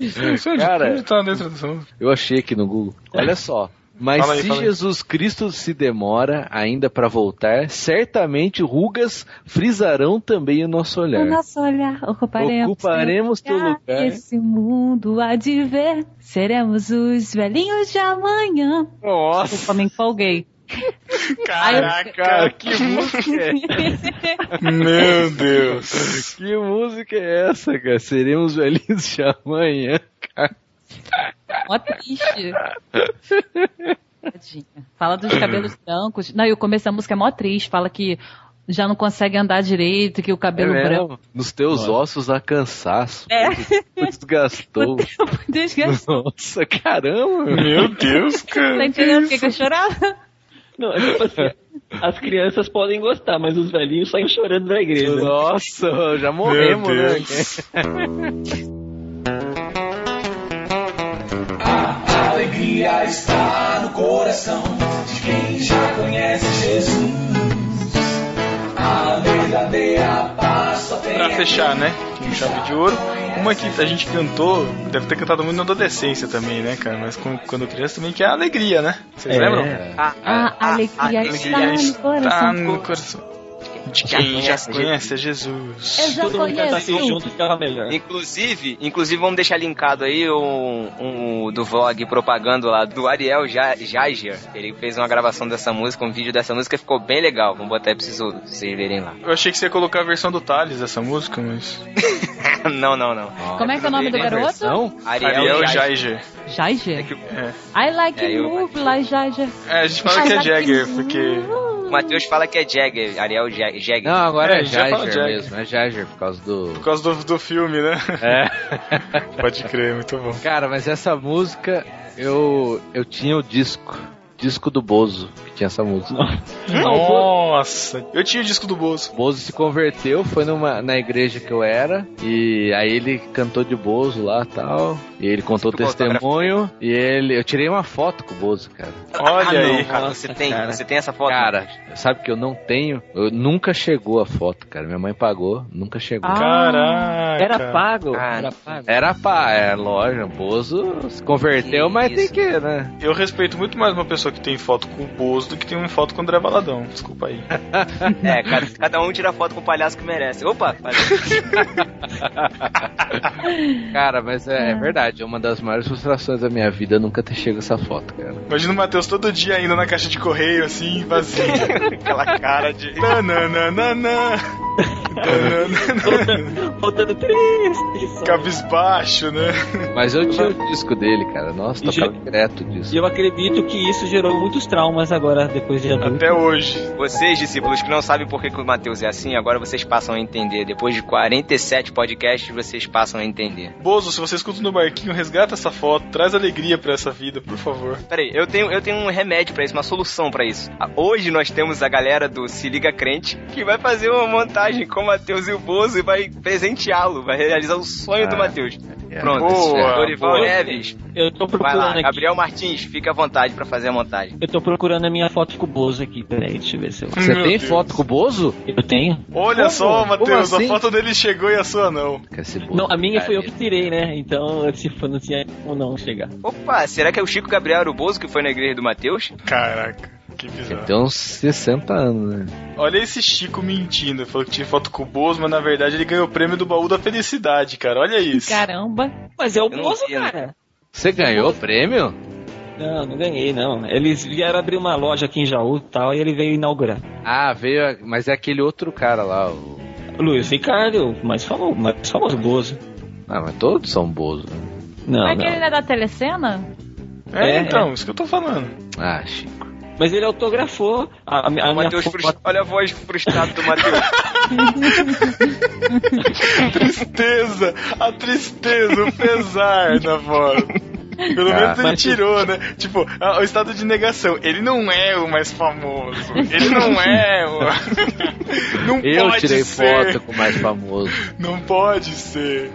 S1: Onde
S2: cara,
S1: tá a letra dessa música?
S2: eu achei aqui no Google. Olha só. Mas
S1: É. Fala aí,
S2: se
S1: fala aí.
S2: Jesus Cristo se demora ainda pra voltar, certamente rugas frisarão também o nosso
S4: O
S2: olhar.
S4: nosso olhar ocuparemos.
S2: Ocuparemos teu lugar.
S4: Esse mundo há de ver. Seremos os velhinhos de amanhã.
S2: Nossa,
S4: Desculpa,
S2: [LAUGHS]
S4: me empolguei.
S1: Caraca, que
S2: música é
S1: Meu Deus.
S2: Que música é essa, cara? Seremos velhinhos de amanhã.
S4: Ó, triste. Tadinha. Fala dos
S2: [CLEARS THROAT]
S4: cabelos brancos. Não, e o começo da música é mó triste. Fala que já não consegue andar direito, que o cabelo
S2: É
S4: branco
S2: mesmo? Nos teus ossos há
S4: [LAUGHS]
S2: cansaço.
S4: É.
S2: Tu desgastou.
S4: desgasta.
S2: Nossa, caramba!
S1: Meu Deus,
S4: Tá
S1: cara.
S4: entendendo por que que eu chorava?
S5: Não, é tipo assim, as crianças podem gostar, mas os velhinhos saem chorando da igreja.
S2: Nossa, já morremos,
S1: Meu
S2: né?
S1: Deus. Pra fechar, né? Com chave de ouro. Uma que a gente cantou, deve ter cantado muito na adolescência também, né, cara? Mas com- quando criança também, que é a alegria, né? Vocês
S5: É.
S1: lembram?
S3: Ah,
S4: A alegria
S1: Alegria
S4: está no
S1: está
S4: coração.
S1: Tá no coração. De quem já conhece é Jesus.
S4: Eu já
S5: Todo mundo cantasse
S4: conheço.
S5: junto ficava melhor.
S3: Inclusive, inclusive vamos deixar linkado aí um, um do vlog propagando lá do Ariel Ja- Jaja. Ele fez uma gravação dessa música, um vídeo dessa música, ficou bem legal. Vamos botar aí pra vocês, ou- vocês verem lá. [LAUGHS]
S1: Eu achei que você ia colocar a versão do Thales dessa música, mas.
S3: não, não, não.
S4: Como é que é o nome do garoto?
S2: Não?
S3: Ariel,
S1: Ariel
S3: Jaja.
S1: Jaiger.
S4: Jaiger.
S1: É.
S4: I like
S3: É, eu-
S4: move like Jaiger.
S1: É, a gente fala que é Jagger, porque.
S3: O Matheus fala que é Jagger, Ariel Ja- Jagger.
S2: Não, agora
S1: É,
S2: é,
S1: já fala
S2: Jager
S1: Jagger.
S2: mesmo. É Jager por causa do.
S1: Por causa do, do filme, né?
S2: É.
S1: [LAUGHS] Pode crer, muito bom.
S2: Cara, mas essa música, eu, eu tinha o disco. Disco do Bozo, que tinha essa música.
S1: Nossa! Eu tinha o disco do Bozo.
S2: O Bozo se converteu, foi numa, na igreja que eu era, e aí ele cantou de Bozo lá tal. E ele contou o
S3: Tu botou
S2: testemunho. E ele. Eu tirei uma foto né? com o Bozo, cara.
S1: Olha
S3: Ah, não,
S1: aí.
S3: cara, você tem,
S2: cara.
S3: você tem essa foto?
S2: Cara, sabe que eu não tenho. Eu, nunca chegou a foto, cara. Minha mãe pagou, nunca chegou.
S4: Ah.
S1: Caraca!
S5: Era pago.
S3: Ah,
S5: era pago.
S2: Era pá, é loja, o Bozo se converteu,
S3: Que
S2: mas tem
S3: isso.
S2: que, né?
S1: Eu respeito muito mais uma pessoa que tem foto com o Bozo do que tem uma foto com o André Baladão. Desculpa aí.
S3: É, cada, cada um tira foto com o palhaço que merece. Opa! [LAUGHS] palhaço.
S2: Cara, mas é, é verdade, é uma das maiores frustrações da minha vida nunca ter chegado essa foto, cara.
S1: Imagina o Matheus todo dia ainda na caixa de correio, assim, vazio. Aquela cara de. Nananana. Nananana.
S5: Voltando triste. só.
S1: Cabisbaixo, né?
S2: Mas eu tinha o disco dele, cara. Nossa,
S5: E já-
S2: tocava direto disso.
S5: E eu acredito que isso gerou muitos traumas agora, depois de adulto.
S1: Até hoje.
S3: Vocês, discípulos que não sabem por que, que o Matheus é assim, agora vocês passam a entender. Depois de 47 podcasts, vocês passam a entender.
S1: Bozo, se você escuta no barquinho, resgata essa foto, traz alegria pra essa vida, por favor.
S3: Peraí, eu tenho, eu tenho um remédio pra isso, uma solução pra isso. Ah, Hoje nós temos a galera do Se Liga Crente que vai fazer uma montagem com o Matheus e o Bozo e vai presenteá-lo, vai realizar o sonho do
S2: Ah,
S3: Matheus.
S2: é.
S3: Pronto.
S1: Boa,
S3: Dorival
S1: boa.
S3: Neves,
S5: Eu tô
S3: vai
S5: procurando
S3: lá.
S5: aqui.
S3: Gabriel Martins, fica à vontade pra fazer a montagem.
S5: Eu tô procurando a minha foto com o Bozo aqui. Peraí, deixa eu ver se eu.
S2: Você
S1: Meu
S2: tem
S1: Deus.
S2: foto com o Bozo?
S5: Eu tenho?
S1: Olha
S2: Como?
S1: só,
S2: Como
S1: Matheus, a
S2: assim?
S1: foto dele chegou e a sua não.
S2: Cara, Esse Bozo tá
S5: Não, a minha
S2: cara,
S5: foi eu que tirei, né? Então, [LAUGHS] se for, não tinha como não chegar.
S3: Opa, será que é o Chico Gabriel era o Bozo que foi na igreja do Matheus?
S1: Caraca, que
S2: Ele
S1: bizarro.
S2: tem uns 60 anos, né?
S1: Olha esse Chico mentindo. Falou que tinha foto com o Bozo, mas na verdade ele ganhou o prêmio do baú da felicidade, cara. Olha isso.
S4: Caramba.
S5: Mas é o
S3: Eu não
S5: Bozo,
S3: vi, né?
S5: cara.
S2: Você ganhou o prêmio?
S5: Não, não ganhei, não. Eles vieram abrir uma loja aqui em Jaú e tal, e ele veio inaugurar.
S2: Ah, veio. a- Mas é aquele outro cara lá. o-
S5: Luiz Ricardo, o mais famoso, mais famoso Bozo.
S2: Ah, mas todos são Bozo. né?
S5: Não,
S4: Mas aquele
S5: não.
S4: não é da é telecena?
S1: É,
S5: É,
S1: então, isso que eu tô falando.
S2: Ah, Chico.
S5: Mas ele autografou a, a, a minha
S3: Mateus
S5: foto.
S3: frus- Olha a voz frustrada do Matheus.
S1: tristeza, a tristeza, o pesar na voz. Pelo
S3: Ah,
S1: menos ele
S3: mas-
S1: tirou, né? Tipo, a- o estado de negação. Ele não é o mais famoso. Ele não é
S2: [LAUGHS]
S1: o. não
S2: Eu
S1: pode
S2: tirei
S1: ser.
S2: foto com o mais famoso.
S1: Não pode ser.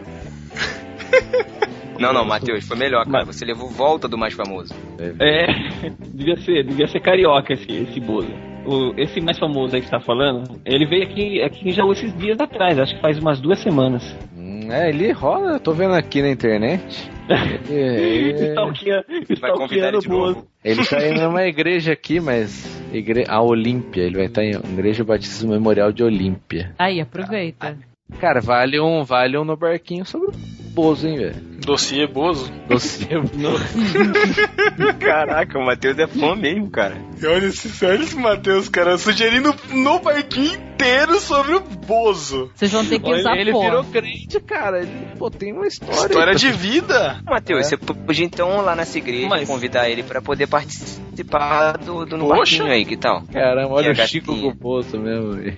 S3: Não, não, Matheus, foi melhor, cara. Você levou volta do mais famoso.
S5: É, [LAUGHS] devia ser, devia ser carioca esse, esse bolo. O- esse mais famoso aí que você tá falando, ele veio aqui, aqui em Jaú esses dias atrás, acho que faz umas duas semanas.
S2: Hum, É, ele rola, eu tô vendo aqui na
S5: [LAUGHS]
S2: internet. Ele, é-
S5: Stalkeando-
S3: Vai convidar ele
S5: stalkeando o
S3: de
S5: Bozo.
S3: novo.
S2: ele tá indo numa igreja aqui, mas. Igre... A Olímpia, ele vai estar em Igreja Batista Memorial de Olímpia.
S4: Aí, aproveita.
S2: Cara, vale um, vale um no barquinho sobre o Bozo, hein, velho?
S1: Dossiê Bozo.
S2: Você [LAUGHS]
S3: Caraca, o Matheus é fã mesmo, cara.
S1: Olha esse, olha esse Matheus, cara, sugerindo no parquinho inteiro sobre o Bozo.
S4: Vocês vão ter que
S2: Olha,
S4: usar
S2: ele
S4: pó.
S2: virou crente, cara. Ele pô, tem uma história.
S1: História de vida.
S3: Matheus,
S2: É.
S3: você podia então lá nessa igreja
S5: Mas-
S3: convidar ele pra poder participar do, do no
S1: Poxa.
S3: barquinho aí, que tal?
S2: Caramba, olha
S3: E a
S2: o Chico
S3: gatinha?
S2: com o poço mesmo. velho.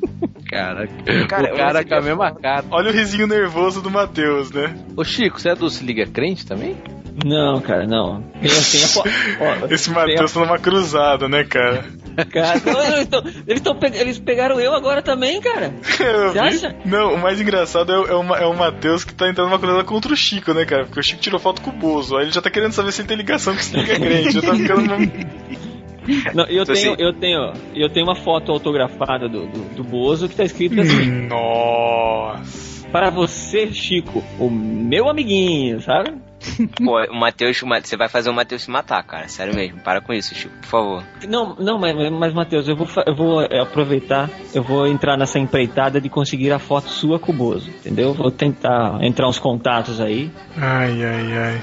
S2: [LAUGHS] Caraca.
S3: Cara,
S2: o cara
S3: eu
S2: com a
S3: recebi a
S2: mesma
S3: foto.
S2: cara.
S1: Olha o risinho nervoso do Matheus, né?
S2: Ô Chico, você é do Se Liga Crente também?
S5: Não, cara, não.
S1: [LAUGHS]
S5: Tem, tem a fo- ó,
S1: Esse Matheus tá numa cruzada, né, cara? [LAUGHS]
S5: Cara, não, eles, tão, eles, tão pe- eles pegaram eu agora também, cara.
S1: Eu vi.
S5: acha?
S1: Não, o mais engraçado é, o- é o Ma- é o Matheus que tá entrando numa cruzada contra o Chico, né, cara? Porque o Chico tirou foto com o Bozo. Aí ele já tá querendo saber se ele tem ligação com esse liga crente. Já tá ficando. uma-
S5: Não,
S1: Tipo
S5: eu,
S3: Tô
S5: tenho,
S3: assim.
S5: eu, tenho, eu tenho uma foto autografada do, do, do Bozo que tá escrito assim:
S1: Nossa.
S5: Para você, Chico, o meu amiguinho, sabe?
S3: Pô, o Matheus, o Ma- você vai fazer o Matheus se matar, cara. Sério mesmo, para com isso, Chico, por favor.
S5: Não, não, mas, mas Matheus, eu vou, fa- eu vou é, aproveitar, eu vou entrar nessa empreitada de conseguir a foto sua com o Bozo, entendeu? Vou tentar entrar uns contatos aí.
S1: Ai, ai, ai.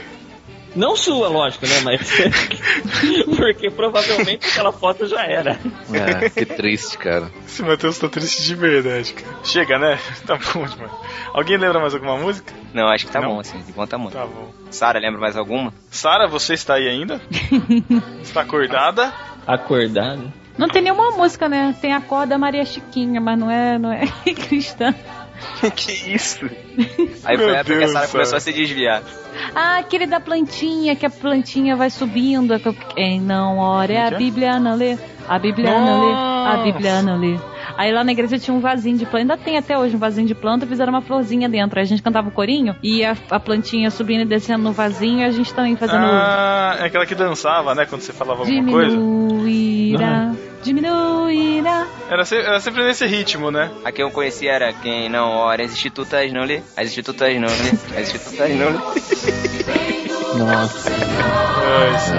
S5: Não sua, lógico, né? Mas. [LAUGHS] porque provavelmente aquela foto já era.
S2: Ah, [LAUGHS] que triste, cara.
S1: Esse Matheus tá triste de verdade, cara. Chega, né? [LAUGHS] Tá bom demais. Alguém lembra mais alguma música?
S3: Não, acho que tá
S1: Não.
S3: bom, assim, de bom tamanho.
S1: Tá bom.
S3: Sara, lembra mais alguma?
S1: Sara, você está aí
S2: [LAUGHS]
S1: ainda? está acordada?
S5: Acordado.
S4: Não tem nenhuma música, né? Tem a corda Maria Chiquinha, mas não é, não é [LAUGHS] cristã.
S3: [LAUGHS] que isso? Aí
S1: Meu
S3: foi a época que a
S1: Deus,
S3: Sara
S1: Sara.
S3: começou a se desviar.
S4: Ah, aquele da plantinha, que a plantinha vai subindo. é que eu- Quem não ora, a
S1: que é?
S4: Bíblia não lê. A Bíblia não lê, a Bíblia não lê. Aí lá na igreja tinha um vasinho de planta, ainda tem até hoje um vasinho de planta, fizeram uma florzinha dentro. Aí a gente cantava o corinho e a, a plantinha subindo e descendo no vasinho e a gente também fazendo.
S1: Ah, é aquela que dançava, né? Quando você falava alguma coisa.
S4: Diminuirá, diminuirá.
S1: Era sempre, era sempre nesse ritmo, né?
S3: A que eu conheci era quem não ora, as institutas não lê, as institutas não lê, as institutas não lê.
S5: Nossa.
S8: É,
S1: Ai, sim.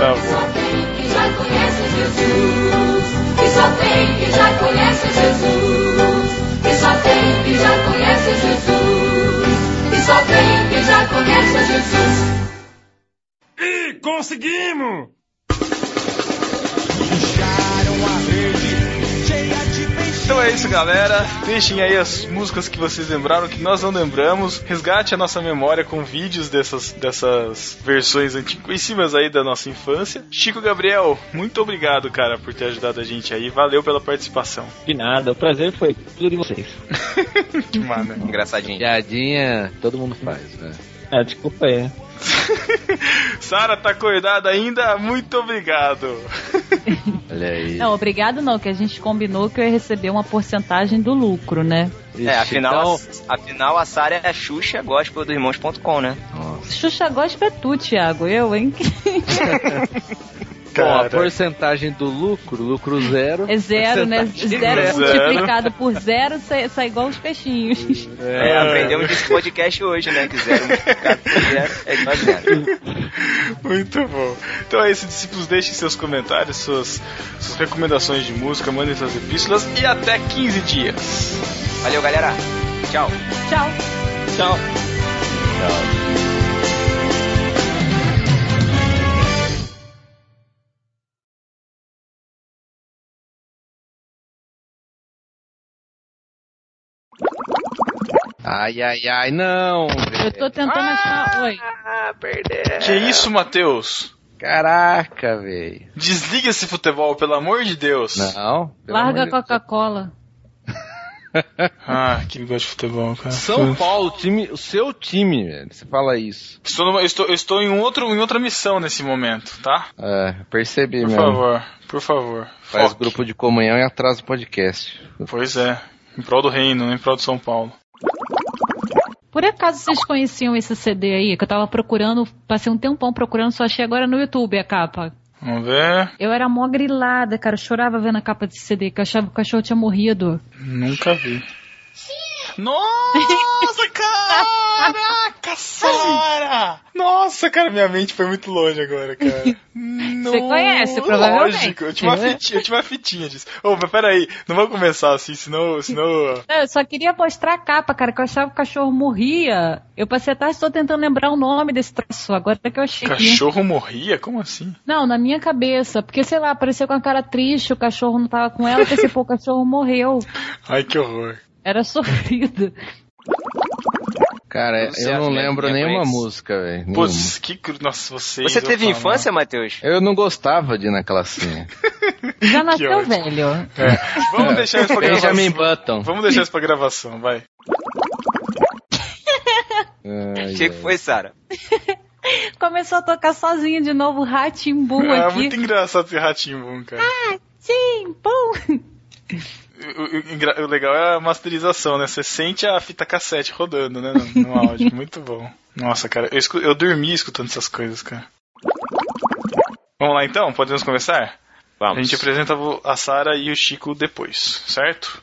S1: tá bom.
S9: Que já conhece Jesus, que só tem que já conhece Jesus, que só tem que já conhece Jesus, que só tem que já conhece Jesus.
S1: Então é isso, galera. Deixem aí as músicas que vocês lembraram, que nós não lembramos. Resgate a nossa memória com vídeos dessas, dessas versões antiquíssimas aí da nossa infância. Chico Gabriel, muito obrigado, cara, por ter ajudado a gente aí. Valeu pela participação.
S5: De nada, o prazer foi tudo de vocês.
S1: Que mano.
S3: Engraçadinho.
S2: Piadinha, todo mundo faz, né?
S5: É, desculpa aí.
S1: Sara tá acordada ainda? Muito obrigado.
S2: Olha aí.
S4: Não, obrigado não, que a gente combinou que eu ia receber uma porcentagem do lucro, né?
S2: Ixi,
S3: É, afinal,
S2: então-
S3: a- afinal a Sara é a Xuxa gospel do irmãos.com, né?
S2: Nossa.
S4: Xuxa gosta é tu, Thiago, eu, hein?
S2: Bom, a
S1: Cara.
S2: porcentagem do lucro, lucro zero.
S4: É zero, né?
S2: Porcentagem
S4: Zero
S1: zero.
S4: multiplicado por zero sai, sai igual os
S2: [LAUGHS]
S4: peixinhos.
S3: É, aprendemos nesse podcast hoje, né? Que zero multiplicado por zero é igual a zero.
S1: Muito bom. Então é isso, discípulos. Deixem seus comentários, suas, suas recomendações de música, mandem suas epístolas e até 15 dias.
S3: Valeu, galera. Tchau.
S4: Tchau.
S5: Tchau.
S2: Ai, ai, ai, não. Ah!
S4: Eu tô tentando achar. Oi.
S2: É.
S1: Que isso, Matheus?
S2: Caraca, velho.
S1: Desliga esse futebol, pelo amor de Deus.
S2: Não. pelo amor
S4: Larga a
S2: de-
S4: Coca-Cola.
S1: Ah, que negócio de futebol, cara.
S2: São Paulo, o time, o seu time, velho. Você fala isso.
S1: Estou, numa- eu estou, eu estou em, um outro, em outra missão nesse momento, tá?
S2: É, percebi,
S1: Por
S2: mesmo.
S1: favor, por favor.
S2: Faz
S1: Foque.
S2: grupo de comunhão e atrasa o podcast.
S1: Pois é. Em prol do reino, não em prol de São Paulo.
S4: Por acaso vocês conheciam esse CD aí? Que eu tava procurando, passei um tempão procurando, só achei agora no YouTube a capa.
S1: Vamos ver.
S4: Eu era mó grilada, cara. Eu chorava vendo a capa desse CD, que eu achava que o cachorro tinha morrido.
S1: Nunca vi. Nossa, caraca, Sara! Nossa, cara, minha mente foi muito longe agora, cara. Você
S4: conhece, provavelmente.
S1: Lógico, eu tive uma
S4: É.
S1: fitinha, eu tive uma fitinha disso. Ô, mas peraí, não vou começar assim, senão... senão...
S4: Não, eu só queria mostrar a capa, cara, que eu achava que o cachorro morria. Eu passei a tarde toda tentando lembrar o nome desse troço, agora que eu achei.
S1: Cachorro morria? Como assim?
S4: Não, na minha cabeça, porque sei lá, apareceu com a cara triste, o cachorro não tava com ela, eu pensei, pô, o cachorro morreu.
S1: Ai, que horror.
S4: Era sofrido.
S2: Cara,
S3: Tudo
S2: eu
S3: certo,
S2: não
S3: né?
S2: lembro
S3: Lembra
S2: nenhuma
S3: isso?
S2: música, velho. nenhuma.
S1: Putz, que... cru- Nossa, vocês...
S3: Você
S1: eu
S3: teve
S1: falo,
S3: infância, Matheus?
S2: Eu não gostava de ir na classinha.
S1: [LAUGHS]
S4: Já
S1: Que
S4: nasceu
S1: ótimo.
S4: velho.
S1: mano. Vamos deixar
S3: [LAUGHS]
S1: isso pra
S2: Benjamin
S1: gravação.
S2: Button.
S1: Vamos deixar isso pra gravação, vai.
S2: Ai,
S3: O que que
S2: ai.
S3: foi, Sara?
S4: Começou a tocar sozinho de novo, Ratimbu
S1: Ah,
S4: Um aqui.
S1: muito engraçado esse ratinho bom, cara.
S4: Sim, pum.
S1: O, o- engra- o legal é a masterização, né? Você sente a fita cassete rodando, né? No, no áudio. [LAUGHS] Muito bom. Nossa, cara, eu, escu- eu dormi escutando essas coisas, cara. Vamos lá então? Podemos começar?
S3: Vamos.
S1: A gente apresenta vo- a Sara e o Chico depois, certo?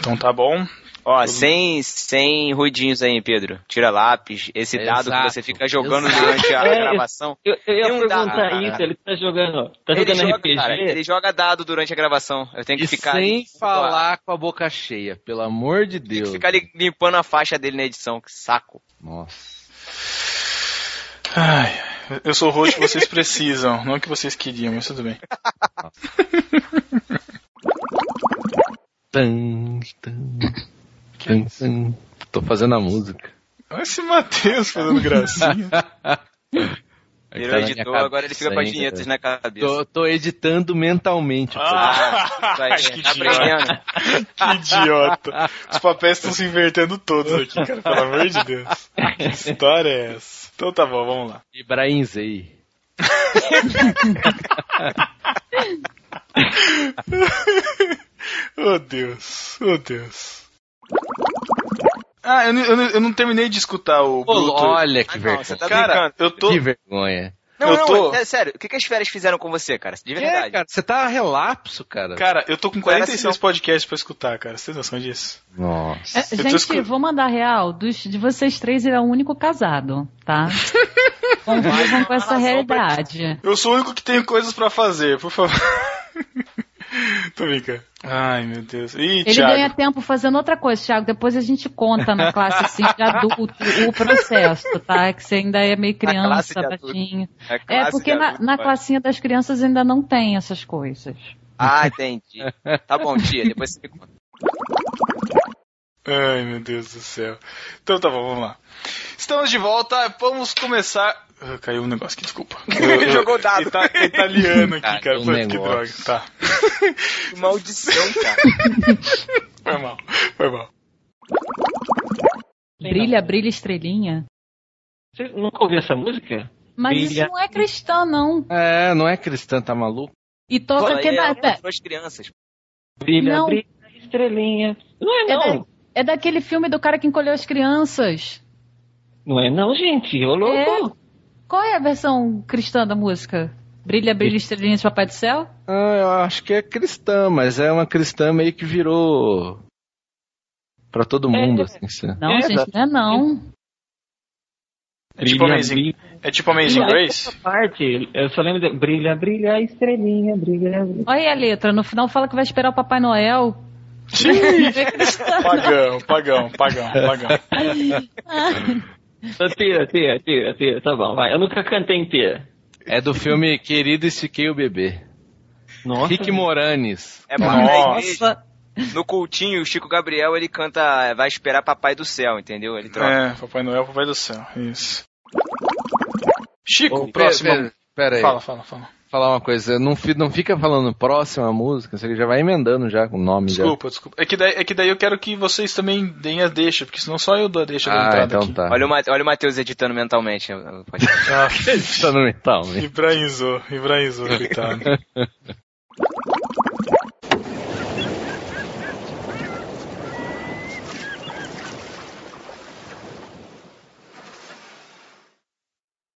S1: Então tá bom.
S3: Ó, sem, sem ruidinhos aí, Pedro. Tira lápis, esse dado que
S2: Exato.
S3: você fica jogando
S2: Exato.
S3: durante a
S5: É,
S3: gravação.
S5: Eu, eu ia
S3: Tem um dado,
S5: perguntar
S3: cara.
S5: isso, ele tá jogando, tá
S3: ele,
S5: jogando
S3: joga,
S5: RPG.
S3: cara, ele joga dado durante a gravação. Eu tenho que
S2: E
S3: ficar
S2: sem
S3: ali-
S2: falar com a boca cheia, pelo amor de
S3: Tem que
S2: Deus.
S3: ficar ali limpando a faixa dele na edição, que saco.
S2: Nossa.
S1: Ai, eu sou o host que vocês precisam. Não que vocês queriam, mas tudo bem.
S2: Tan, tan, tan, tan. Tô fazendo a música.
S1: Olha esse Matheus fazendo gracinha.
S2: É que
S3: Virou
S2: tá na minha
S3: editor,
S2: cabeça
S3: agora ele fica com as
S2: ainda,
S3: vinhetas
S2: velho.
S3: na cabeça.
S2: Tô, tô editando mentalmente. [LAUGHS] pra
S1: Ah,
S3: Vai,
S1: que
S3: tá
S1: idiota.
S3: aprendendo.
S1: Que idiota. Os papéis estão se invertendo todos aqui, cara. Pelo amor de Deus. Que história é essa? Então tá bom, vamos lá.
S2: você. Ibrahim Zei.
S1: Oh Deus, oh Deus. Ah, eu, não- eu, não- eu não terminei de escutar o
S2: Pô,
S1: Bluto.
S2: olha que
S3: Ah, não, você
S2: vergonha.
S3: tá
S1: Cara,
S3: brincando.
S1: eu tô.
S2: Que vergonha.
S3: Não,
S1: eu
S3: não,
S1: tô-
S3: é sério, o que, que as férias fizeram com você, cara? De verdade.
S2: É, cara, você tá relapso, cara.
S1: Cara, eu tô com
S3: Cara,
S1: 46
S3: se
S1: podcasts pra escutar, cara. Você tem noção disso?
S2: Nossa.
S4: É,
S1: Eu tô
S4: gente,
S1: escu-
S4: vou mandar real. Dos, de vocês três, ele é o único casado,
S1: [LAUGHS]
S4: tá? Convivam com essa realidade.
S1: Eu sou o único que tenho coisas pra fazer, por favor. [LAUGHS] tô brincando. Ai, meu Deus. Ih,
S4: Ele
S1: Thiago.
S4: ganha tempo fazendo outra coisa, Thiago. Depois a gente conta na classe assim, de adulto o processo, tá? Que você ainda é meio
S3: classe
S4: criança,
S3: de adulto.
S4: baixinho.
S3: É,
S4: É,
S3: classe
S4: porque
S3: de
S4: na,
S3: adulto,
S4: na
S3: vai.
S4: classinha das crianças ainda não tem essas coisas.
S3: Ah, entendi. Tá bom, tia, depois você me conta.
S1: Ai, meu Deus do céu. Então tá bom, vamos lá. Estamos de volta, vamos começar. Ah, caiu um negócio aqui, [LAUGHS] desculpa.
S3: Ele jogou dado.
S1: Ita italiano aqui,
S2: Caiu
S1: cara.
S2: um
S1: Putz, que droga.
S2: negócio.
S1: Tá.
S3: Que maldição, cara.
S1: Foi mal, foi mal.
S4: Brilha, brilha, estrelinha.
S5: Você nunca ouviu essa música?
S4: Mas
S5: Brilha.
S4: isso não é cristã, não.
S2: É, não é cristã, tá maluco?
S4: E toca
S3: Fala
S4: que
S3: aí,
S4: dá.
S3: é,
S4: dá-
S3: duas crianças.
S5: Brilha,
S4: Não.
S5: brilha, estrelinha. Não é
S4: É
S5: não.
S4: da- É daquele filme do cara que encolheu as crianças.
S5: Não é não, gente. Ô louco.
S4: Qual é a versão cristã da música? Brilha, brilha, estrelinha de Papai do Céu?
S2: Ah, eu acho que é cristã, mas é uma cristã meio que virou pra todo mundo, assim. sabe?
S4: Não,
S5: É,
S4: gente, não é não.
S1: É tipo
S5: Brilha,
S1: Amazing,
S5: brilha.
S1: é tipo Amazing
S5: Brilha.
S1: Grace?
S5: Essa parte, eu só lembro de... Brilha, brilha, estrelinha,
S3: [LAUGHS]
S5: brilha, brilha.
S4: Olha aí a letra, no final fala que vai esperar o Papai Noel.
S1: [LAUGHS]
S4: [LAUGHS]
S1: pagão, pagão, pagão, pagão.
S5: Então, tira, tira, tira, tira. Tá bom, vai. Eu nunca cantei inteira.
S2: É do filme Querido Estiquei o Bebê.
S5: Nossa.
S2: Rick Moranes.
S3: É pra
S1: Nossa.
S4: Nossa,
S3: No cultinho, o Chico Gabriel, ele canta Vai Esperar Papai do Céu, entendeu? Ele troca.
S1: É, Papai Noel, Papai do Céu, isso. Chico,
S2: Ô,
S1: próxima.
S2: Pera, pera aí.
S1: Fala, fala, fala.
S2: Falar uma coisa, não, fi- não fica falando próxima música, você já vai emendando já com o nome já.
S1: Desculpa, desculpa. É que, daí, é que daí eu quero que vocês também deem a deixa, porque senão só eu dou a deixa da
S2: Ah,
S1: entrada
S2: então
S1: aqui.
S2: tá.
S3: Olha o, Mate- olha o Matheus editando mentalmente.
S1: Ah,
S2: [LAUGHS] Tá no mental, né?
S1: Ibrahimzou, Ibrahimzou, coitado.